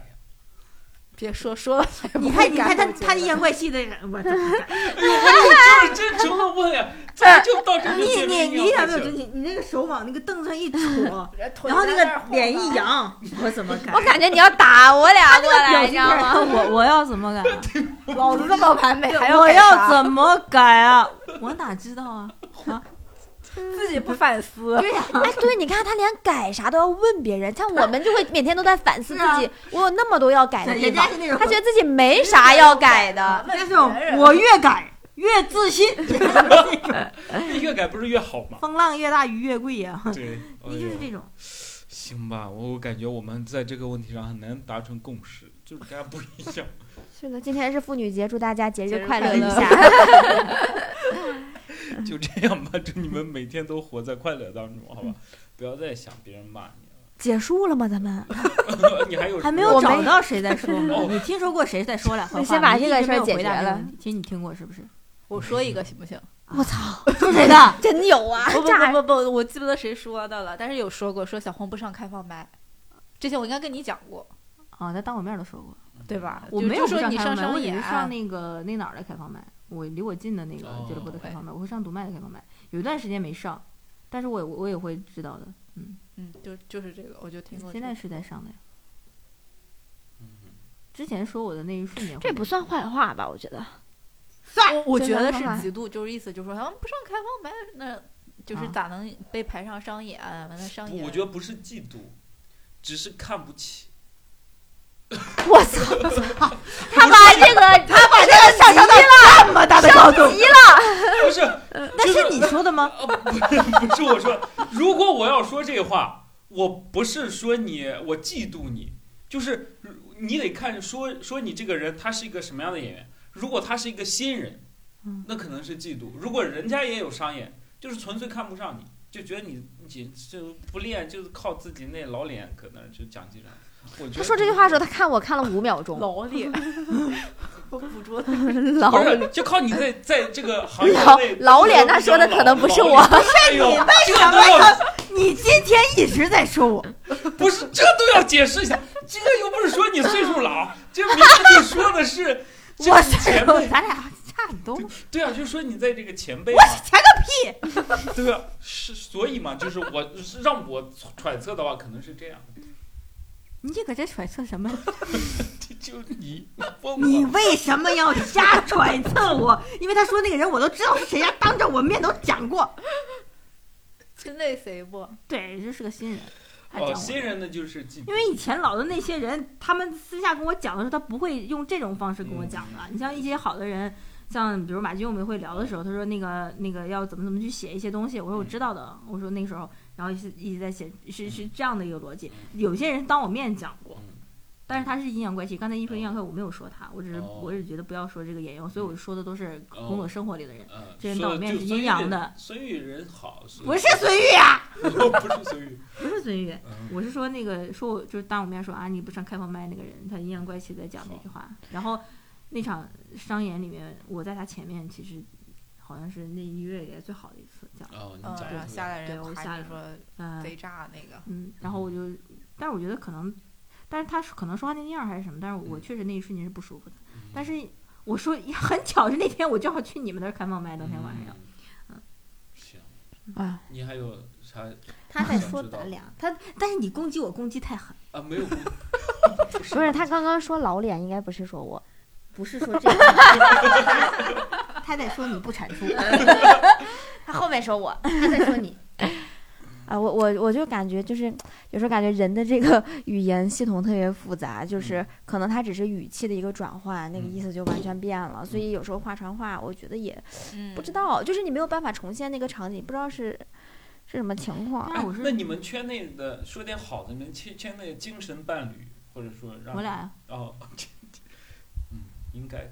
Speaker 5: 别说说了，
Speaker 2: 你看你看他他阴阳怪气的，我操！
Speaker 3: 哎就是 真诚的问呀，怎么就到这个
Speaker 2: 你
Speaker 3: 阶
Speaker 2: 你
Speaker 3: 段
Speaker 2: 你一点
Speaker 3: 要
Speaker 2: 没有
Speaker 3: 这
Speaker 2: 真
Speaker 3: 些
Speaker 2: 情，你那个手往那个凳子上一杵，然后那个脸一扬，我怎么改
Speaker 1: 我？感觉你要打我俩过啊来，你知道 吗？
Speaker 2: 我我要怎么改？
Speaker 1: 老子这么完美，还
Speaker 2: 我
Speaker 1: 改
Speaker 2: 要
Speaker 1: 啥
Speaker 2: 怎么改 啊？我哪知道啊？
Speaker 5: 自己不反思，
Speaker 1: 哎，对，你看他连改啥都要问别人，像我们就会每天都在反思自己，我有那么多要改的地
Speaker 2: 人
Speaker 1: 方
Speaker 2: 家，是那种
Speaker 1: 他，觉得自己没啥要改
Speaker 5: 嗯
Speaker 1: 的。
Speaker 2: 那种我越改越自信，
Speaker 3: 那越改不是越好吗？
Speaker 2: 风浪越大鱼越贵啊呀。
Speaker 3: 对，哎
Speaker 2: 你就是
Speaker 3: 呦
Speaker 2: 这种，
Speaker 3: 行吧，我我感觉我们在这个问题上很难达成共识，就是大家不一样。
Speaker 1: 是的，今天是妇女节，祝大家节
Speaker 5: 节
Speaker 1: 日
Speaker 5: 日
Speaker 1: 快
Speaker 5: 快
Speaker 1: 乐一
Speaker 5: 乐
Speaker 1: 下。
Speaker 3: 就这样吧，祝你们每天都活在快乐当中，好吧？不要再想别人骂 你
Speaker 1: 结束了吗？咱们
Speaker 3: 了， 你还有
Speaker 2: 还没
Speaker 1: 我
Speaker 2: 有
Speaker 1: 没
Speaker 2: 找到谁在说
Speaker 3: 哦，
Speaker 2: 你听说过谁在说两回话吗？
Speaker 1: 你先把
Speaker 2: 你
Speaker 1: 这个
Speaker 2: 一直没有
Speaker 1: 事儿解
Speaker 2: 回答
Speaker 1: 决
Speaker 2: 这个
Speaker 1: 了
Speaker 2: 问题。其实你听过是不是？
Speaker 5: 我说一个行不行？
Speaker 1: 我操，
Speaker 2: 听谁的？
Speaker 1: 真有啊！
Speaker 2: 哎
Speaker 5: 不不
Speaker 1: 这还
Speaker 5: 不不不，我记不得谁说的了，但是有说过说小红不上开放麦，之前我应该跟你讲过，
Speaker 2: 哦，在当我面都说过。
Speaker 5: 对
Speaker 1: 啊
Speaker 5: 吧？
Speaker 2: 我
Speaker 5: 就
Speaker 2: 没
Speaker 5: 就
Speaker 2: 有不
Speaker 5: 说你
Speaker 2: 开放
Speaker 5: 上
Speaker 2: 麦，我
Speaker 5: 商
Speaker 2: 只
Speaker 5: 演
Speaker 2: 是上那个那哪儿的开放麦，我离我近的那个
Speaker 3: 哦
Speaker 2: 俱乐部的开
Speaker 5: 对
Speaker 2: 放麦，我会上读麦的开放麦，有一段时间没上，但是我也我也会知道的。嗯，
Speaker 5: 嗯，就就是这个，我就听过这
Speaker 2: 现在
Speaker 5: 个。
Speaker 2: 是在上的呀。
Speaker 3: 嗯
Speaker 2: 之前说我的那一瞬间，啊
Speaker 1: 这不算坏话吧？我觉得
Speaker 5: 我我
Speaker 1: 这
Speaker 5: 觉
Speaker 1: 算
Speaker 5: 得
Speaker 1: 开
Speaker 5: 是
Speaker 1: 放麦
Speaker 5: 极度，就是意思就是说，他们不上开放麦，那就是
Speaker 2: 啊
Speaker 5: 咋能被排上商演？完了商
Speaker 3: 不
Speaker 5: 演，
Speaker 3: 我觉得不是嫉妒，只是看不起。
Speaker 1: 我操，他把这个他把
Speaker 2: 哎
Speaker 1: 这个上升到
Speaker 2: 这么大的高度，
Speaker 3: 不是，
Speaker 2: 那
Speaker 3: 就是
Speaker 2: 你说的吗？
Speaker 3: 呃，不是不是我说，如果我要说这话，我不是说你，我嫉妒你，就是你得看说说你这个人他是一个什么样的演员。如果他是一个新人
Speaker 2: 嗯，
Speaker 3: 那可能是嫉妒；如果人家也有商演，就是纯粹看不上你，就觉得你你就不练，就是靠自己那老脸，可能就讲几场。我觉得
Speaker 1: 他说这句话的时候，他看我看了五秒钟，
Speaker 5: 老脸， 我捕捉了
Speaker 1: 老
Speaker 3: 不是，就靠你在在这个行业
Speaker 1: 老
Speaker 3: 内
Speaker 1: 老脸他说的可能不是我 哎
Speaker 3: 不是
Speaker 2: 你为
Speaker 3: 这
Speaker 2: 什
Speaker 3: 个
Speaker 2: 么
Speaker 3: 都要
Speaker 2: 你今天一直在说我，
Speaker 3: 不是，这都要解释一下。这个又不是说你岁数老， 这明明就说的是这
Speaker 2: 我
Speaker 3: 个
Speaker 2: 是
Speaker 3: 前
Speaker 2: 我
Speaker 3: 辈。
Speaker 2: 咱俩差很多，
Speaker 3: 对啊，就说你在这个前辈嘛，
Speaker 2: 前个屁！
Speaker 3: 对啊，是所以嘛，就是我是让我揣测的话，可能是这样。
Speaker 2: 你这搁这揣测什么？
Speaker 3: 就就你 问
Speaker 2: 你
Speaker 3: 我，
Speaker 2: 为什么要瞎揣测我？因为他说那个人我都知道是谁呀，当着我面都讲过。
Speaker 5: 真那谁不？
Speaker 3: 嗯
Speaker 2: 对，这是个新人，他讲
Speaker 3: 哦，
Speaker 2: 我。
Speaker 3: 新人呢就是记，
Speaker 2: 哎因为以前老的那些人，他们私下跟我讲的时候，他不会用这种方式跟我讲的。你像一些好的人，像比如马军，我们会聊的时候，他说那个那个要怎么怎么去写一些东西，我说我知道的，我说那时候，然后是一直在写，是是这样的一个逻辑。有些人当我面讲过，
Speaker 3: 嗯
Speaker 2: 但是他是阴阳怪气。刚才一说阴阳怪，我没有说他，我只是
Speaker 3: 哦
Speaker 2: 我只是觉得不要说这个演员，所以我说的都是工作生活里的人。
Speaker 3: 嗯，
Speaker 2: 这人
Speaker 3: 说
Speaker 2: 倒面
Speaker 3: 就是孙
Speaker 2: 阴
Speaker 3: 玉
Speaker 2: 阳的
Speaker 3: 孙玉人好，
Speaker 2: 不是孙玉啊，
Speaker 3: 我 不是孙玉，
Speaker 2: 不是孙玉，
Speaker 3: 嗯
Speaker 2: 我是说那个说我就是当我面说啊你不上开放麦那个人，他阴阳怪气在讲那句话。然后那场商演里面，我在他前面，其实好像是那一月以来最好的一次讲。
Speaker 3: 哦，你
Speaker 5: 嗯，
Speaker 3: 讲
Speaker 5: 然
Speaker 3: 的
Speaker 5: 后下来人
Speaker 2: 对我啊
Speaker 5: 夸
Speaker 2: 下
Speaker 5: 你
Speaker 2: 来
Speaker 5: 说
Speaker 2: 嗯
Speaker 5: 贼炸那个，
Speaker 2: 嗯，然后我就，但是我觉得可能，但是他是可能说话那样还是什么，但是我
Speaker 3: 嗯
Speaker 2: 确实那一瞬间是不舒服的。但
Speaker 3: 是
Speaker 2: 是我说很巧是那天我正好去你们那儿开放麦，当天晚上。
Speaker 3: 嗯
Speaker 2: 嗯
Speaker 3: 行，
Speaker 1: 啊
Speaker 3: 你还有啥
Speaker 2: 他在说
Speaker 3: 知道
Speaker 2: 咱俩，啊他但是你攻击我攻击太狠，
Speaker 3: 啊？没有，不
Speaker 1: 不是他刚刚说老脸，应该不是说我。
Speaker 2: 不是说这个， 他在说你不产出，
Speaker 1: 他后面说我，
Speaker 2: 他在说你。
Speaker 1: 啊，我我我就感觉就是有时候感觉人的这个语言系统特别复杂，就是可能它只是语气的一个转换，那个
Speaker 3: 嗯
Speaker 1: 意思就完全变了。所以有时候话传话，我觉得也
Speaker 13: 嗯，
Speaker 1: 不知道，就是你没有办法重现那个场景，不知道是是什么情况。
Speaker 2: 那我是
Speaker 3: 那你们圈内的说点好的，你们圈圈内的精神伴侣，或者说让
Speaker 2: 我俩呀
Speaker 3: 哦， 嗯，应该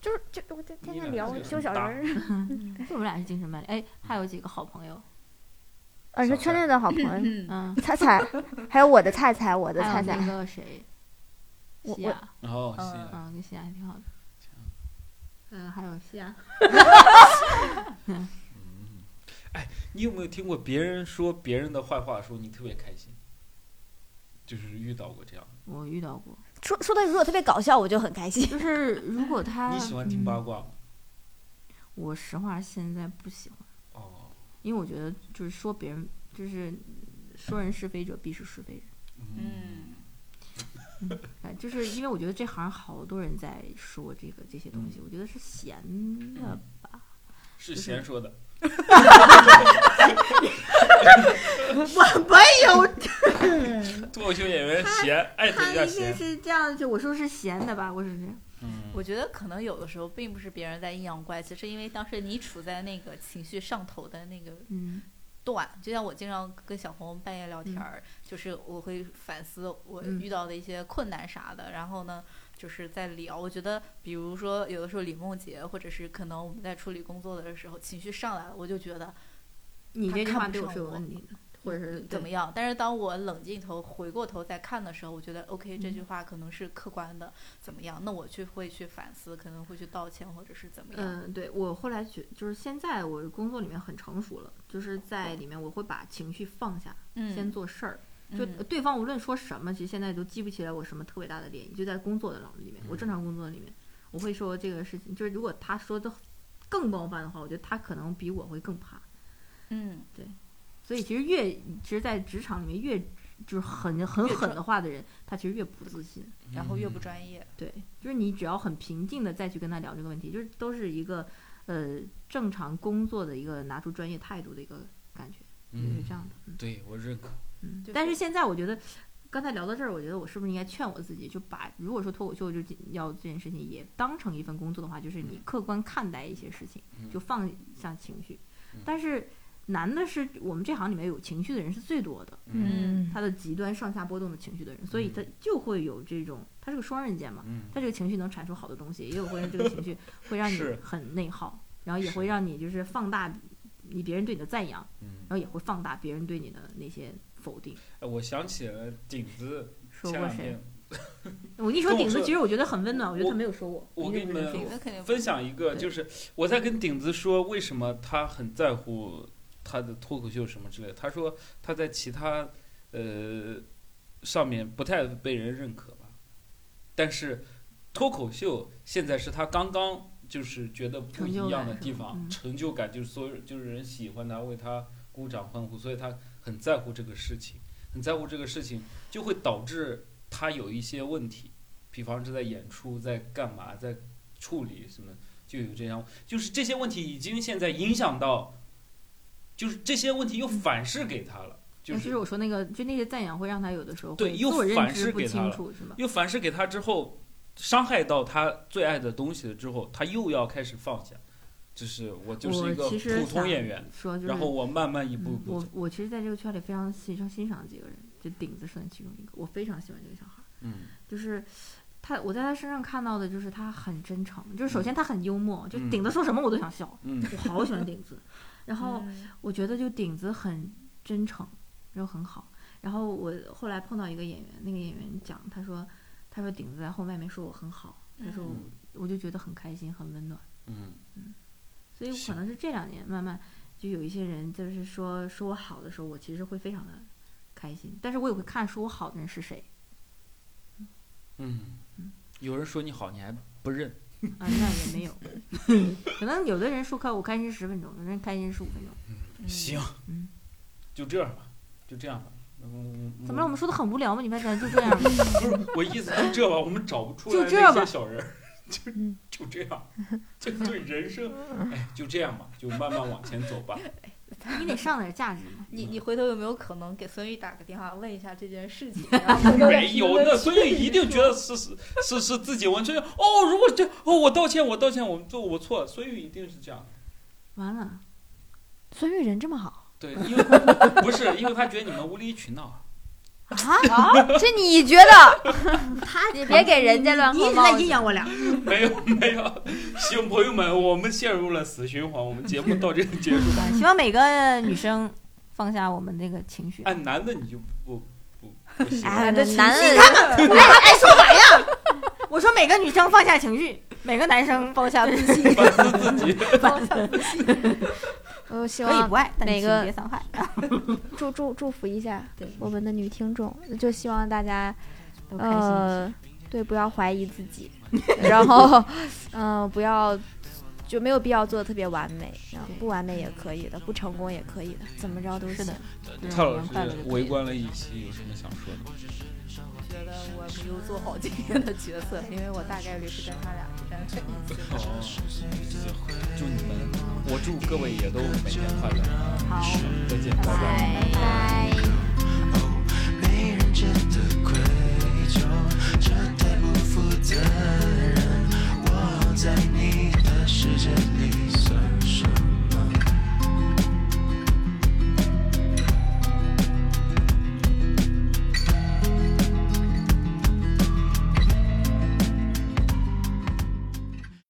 Speaker 1: 就是就我天
Speaker 3: 你
Speaker 1: 天
Speaker 3: 俩
Speaker 1: 聊
Speaker 3: 这个
Speaker 1: 修小人
Speaker 3: 大
Speaker 1: 儿，
Speaker 5: 嗯
Speaker 2: 我们俩是精神伴侣。哎，还有几个好朋友，
Speaker 5: 啊，你说圈内的好朋友，
Speaker 13: 嗯，
Speaker 2: 嗯，哎
Speaker 5: 菜菜，还有我的菜菜，我的
Speaker 2: 还
Speaker 5: 菜
Speaker 2: 有那
Speaker 5: 菜，
Speaker 2: 个谁，
Speaker 1: 我
Speaker 2: 西雅，
Speaker 3: 然后
Speaker 13: 嗯
Speaker 3: 是啊
Speaker 2: 嗯，跟西雅还挺好的。嗯，还有西雅，
Speaker 3: 嗯，哎，你有没有听过别人说别人的坏话的时候，你特别开心？就是遇到过这样的，
Speaker 2: 我遇到过，
Speaker 1: 说说的如果特别搞笑，我就很开心。
Speaker 2: 就是如果他，
Speaker 3: 你喜欢听
Speaker 2: 嗯
Speaker 3: 八卦吗？
Speaker 2: 我实话现在不喜欢，
Speaker 3: 哦，
Speaker 2: 因为我觉得就是说别人，就是说人是非者必是是非人。
Speaker 13: 嗯，
Speaker 2: 哎，就是因为我觉得这行好多人在说这个这些东
Speaker 3: 嗯
Speaker 2: 西，我觉得是闲的吧。
Speaker 3: 是贤说的，
Speaker 5: 我
Speaker 3: 脱口秀演员贤艾特
Speaker 2: 他
Speaker 3: 一下
Speaker 2: 一定
Speaker 3: 贤，
Speaker 2: 是这样，就我说是闲的吧，我只是
Speaker 3: 嗯，
Speaker 13: 我觉得可能有的时候并不是别人在阴阳怪气，是因为当时你处在那个情绪上头的那个
Speaker 2: 嗯
Speaker 13: 段，就像我经常跟小红半夜聊天儿，就是我会反思我
Speaker 2: 嗯
Speaker 13: 遇到的一些困难啥的，然后呢，就是在聊。我觉得，比如说有的时候李梦洁，或者是可能我们在处理工作的时候，情绪上来了，我就觉得
Speaker 2: 你
Speaker 13: 他
Speaker 2: 这句
Speaker 13: 看
Speaker 2: 话
Speaker 13: 不
Speaker 2: 对我
Speaker 13: 上
Speaker 2: 是有
Speaker 13: 我
Speaker 2: 问题的，或者是
Speaker 13: 怎么
Speaker 2: 对
Speaker 13: 样。但是当我冷静头回过头再看的时候，我觉得 OK，这
Speaker 2: 嗯
Speaker 13: 句话可能是客观的，怎么样？那我去会去反思，可能会去道歉，或者是怎么样。
Speaker 2: 嗯，对我后来觉就是现在我工作里面很成熟了，就是在里面我会把情绪放下，
Speaker 13: 嗯，
Speaker 2: 先做事儿。就
Speaker 13: 嗯
Speaker 2: 对方无论说什么，其实现在都记不起来我什么特别大的涟漪，就在工作的里面，我
Speaker 13: 嗯
Speaker 2: 正常工作里面，我会说这个事情，就是如果他说的更冒犯的话，我觉得他可能比我会更怕。
Speaker 13: 嗯
Speaker 2: 所以其实越其实，在职场里面越就是很很
Speaker 13: 越
Speaker 2: 狠
Speaker 13: 专
Speaker 2: 的话的人，他其实越不自信。
Speaker 13: 然后越
Speaker 3: 嗯
Speaker 13: 不专业，
Speaker 2: 对，就是你只要很平静的再去跟他聊这个问题，就是都是一个呃正常工作的一个拿出专业态度的一个感觉，就是
Speaker 3: 嗯，
Speaker 2: 这样的。嗯
Speaker 3: 对我认可，
Speaker 2: 嗯
Speaker 13: 就，
Speaker 2: 但是
Speaker 13: 是
Speaker 2: 现在我觉得，刚才聊到这儿，我觉得我是不是应该劝我自己，就把如果说脱口秀就要这件事情也当成一份工作的话，就是你客观看待一些事情，就放下情绪
Speaker 3: 嗯。
Speaker 2: 但是难的是，我们这行里面有情绪的人是最多的，
Speaker 13: 嗯
Speaker 2: 他的极端上下波动的情绪的人，所以他就会有这种，他是个双刃剑嘛。
Speaker 3: 嗯，
Speaker 2: 他这个情绪能产出好的东西，也有会让这个 情绪会让你
Speaker 3: 是
Speaker 2: 很内耗，然后也
Speaker 3: 是
Speaker 2: 会让你就是放大你别人对你的赞扬，
Speaker 3: 嗯
Speaker 2: 然，后也会放大别人对你的那些否定。
Speaker 3: 哎，我想起了顶子
Speaker 2: 说
Speaker 3: 前
Speaker 2: 过
Speaker 3: 两
Speaker 2: 谁
Speaker 3: 天？
Speaker 2: 我跟你说
Speaker 3: 跟我
Speaker 2: 顶子，
Speaker 3: 说
Speaker 2: 其实我觉得很温暖，我觉得
Speaker 3: 我
Speaker 2: 他没有说我，
Speaker 3: 我
Speaker 2: 一定
Speaker 3: 跟你
Speaker 2: 不是说
Speaker 3: 们
Speaker 13: 顶
Speaker 2: 我
Speaker 13: 子肯定不
Speaker 3: 分享一个，
Speaker 2: 对
Speaker 3: 就是我在跟顶子说为什么他很在乎他的脱口秀什么之类的。他说他在其他呃上面不太被人认可吧，但是脱口秀现在是他刚刚就是觉得不一样的地方，
Speaker 2: 成就感是吧嗯
Speaker 3: 成就感就是所有就是人喜欢他，为他鼓掌欢呼，所以他很在乎这个事情，很在乎这个事情就会导致他有一些问题，比方是在演出在干嘛在处理什么。就有这样，就是这些问题已经现在影响到，就是这些问题又反噬给他了，
Speaker 2: 嗯
Speaker 3: 就
Speaker 2: 但其
Speaker 3: 是
Speaker 2: 实我说那个，就那些赞扬会让他有的时候
Speaker 3: 对
Speaker 2: 会
Speaker 3: 又
Speaker 2: 自我
Speaker 3: 反
Speaker 2: 认
Speaker 3: 噬
Speaker 2: 知不
Speaker 3: 给他
Speaker 2: 清
Speaker 3: 了
Speaker 2: 楚，是吧？
Speaker 3: 又反噬给他之后，伤害到他最爱的东西了之后，他又要开始放下。就是我就是一个
Speaker 2: 我其实
Speaker 3: 普通
Speaker 2: 想
Speaker 3: 演员，
Speaker 2: 说就是
Speaker 3: 然后我慢慢一步一
Speaker 2: 嗯
Speaker 3: 步
Speaker 2: 我
Speaker 3: 走。
Speaker 2: 我其实在这个圈里非常欣赏欣赏几个人，就顶子算其中一个，我非常喜欢这个小孩。
Speaker 3: 嗯
Speaker 2: 就是他，我在他身上看到的就是他很真诚，就是首先他很幽默，就
Speaker 3: 嗯
Speaker 2: 顶子说什么我都想笑，
Speaker 3: 嗯
Speaker 2: 我好喜欢顶 子。然后
Speaker 13: 嗯
Speaker 2: 我觉得就顶子很真诚，然后很好。然后我后来碰到一个演员，那个演员讲，他说他说顶子在后外面说我很好，他说我
Speaker 3: 嗯
Speaker 2: 我就觉得很开心，很温暖。
Speaker 3: 嗯
Speaker 2: 所以我
Speaker 3: 是
Speaker 2: 可能是这两年慢慢就有一些人就是说说我好的时候，我其实会非常的开心，但是我也会看说我好的人是谁
Speaker 3: 嗯，有人说你好，你还不认。
Speaker 2: 啊，那也没有。可能有的人说开我开心十分钟，有的人开心十五分钟。
Speaker 13: 嗯
Speaker 3: 行
Speaker 2: 嗯，
Speaker 3: 就这样吧，就这样吧。嗯，
Speaker 2: 怎么了？我们说的很无聊吗？你们咱就这样吧。
Speaker 3: 不是我意思，就这吧，我们找不出
Speaker 5: 就
Speaker 3: 来
Speaker 5: 这
Speaker 3: 那些
Speaker 5: 吧
Speaker 3: 小人儿，就就这样，就对人生，哎，就这样吧，就慢慢往前走吧。
Speaker 2: 你得上点价值嘛。
Speaker 13: 你你回头有没有可能给孙玉打个电话问一下这件事情？然后
Speaker 3: 没有，那孙悦一定觉得是是是是自己完全哦，如果这哦，我道歉，我道歉，我做我错了，孙悦一定是这样。
Speaker 2: 完了，
Speaker 14: 孙玉人这么好
Speaker 3: 对，因为不是因为他觉得你们无理取闹，
Speaker 1: 啊？是你觉得？你别给人家乱
Speaker 2: 你
Speaker 1: 扣
Speaker 2: 一直
Speaker 1: 帽
Speaker 2: 在
Speaker 1: 子
Speaker 2: 阴。阳我俩。
Speaker 3: 没有没有。行，朋友们，我们陷入了死循环，我们节目到这里结束。
Speaker 2: 哎希望每个女生放下我们这个情绪。
Speaker 3: 按男的你就不不不行，
Speaker 14: 哎，
Speaker 1: 这男
Speaker 14: 的
Speaker 1: 的
Speaker 2: 哎我说每个女生放下情绪，每个男生放下自信，
Speaker 3: 反思自己。
Speaker 1: 我希
Speaker 2: 可以
Speaker 1: 望
Speaker 2: 不爱，但
Speaker 1: 哪
Speaker 2: 请
Speaker 1: 个
Speaker 2: 别伤害。
Speaker 1: 祝祝祝福一下
Speaker 2: 对
Speaker 1: 我们的女听众，就希望大家
Speaker 2: 都开心一些。
Speaker 1: 呃，对，不要怀疑自己， 然后嗯、不要就没有必要做的特别完美，然后
Speaker 2: 对
Speaker 1: 不完美也可以的，不成功也可以的，怎么着都
Speaker 2: 是
Speaker 1: 行
Speaker 2: 的。
Speaker 3: 蔡老师围观了一期，有什么想说的？
Speaker 13: 我觉得我没有做好今天的角色，因为我大概率是跟他俩是站在一起。
Speaker 3: 哦，行，祝你们，我祝各位也都每天快乐。啊
Speaker 13: 好。
Speaker 3: 再见，拜拜。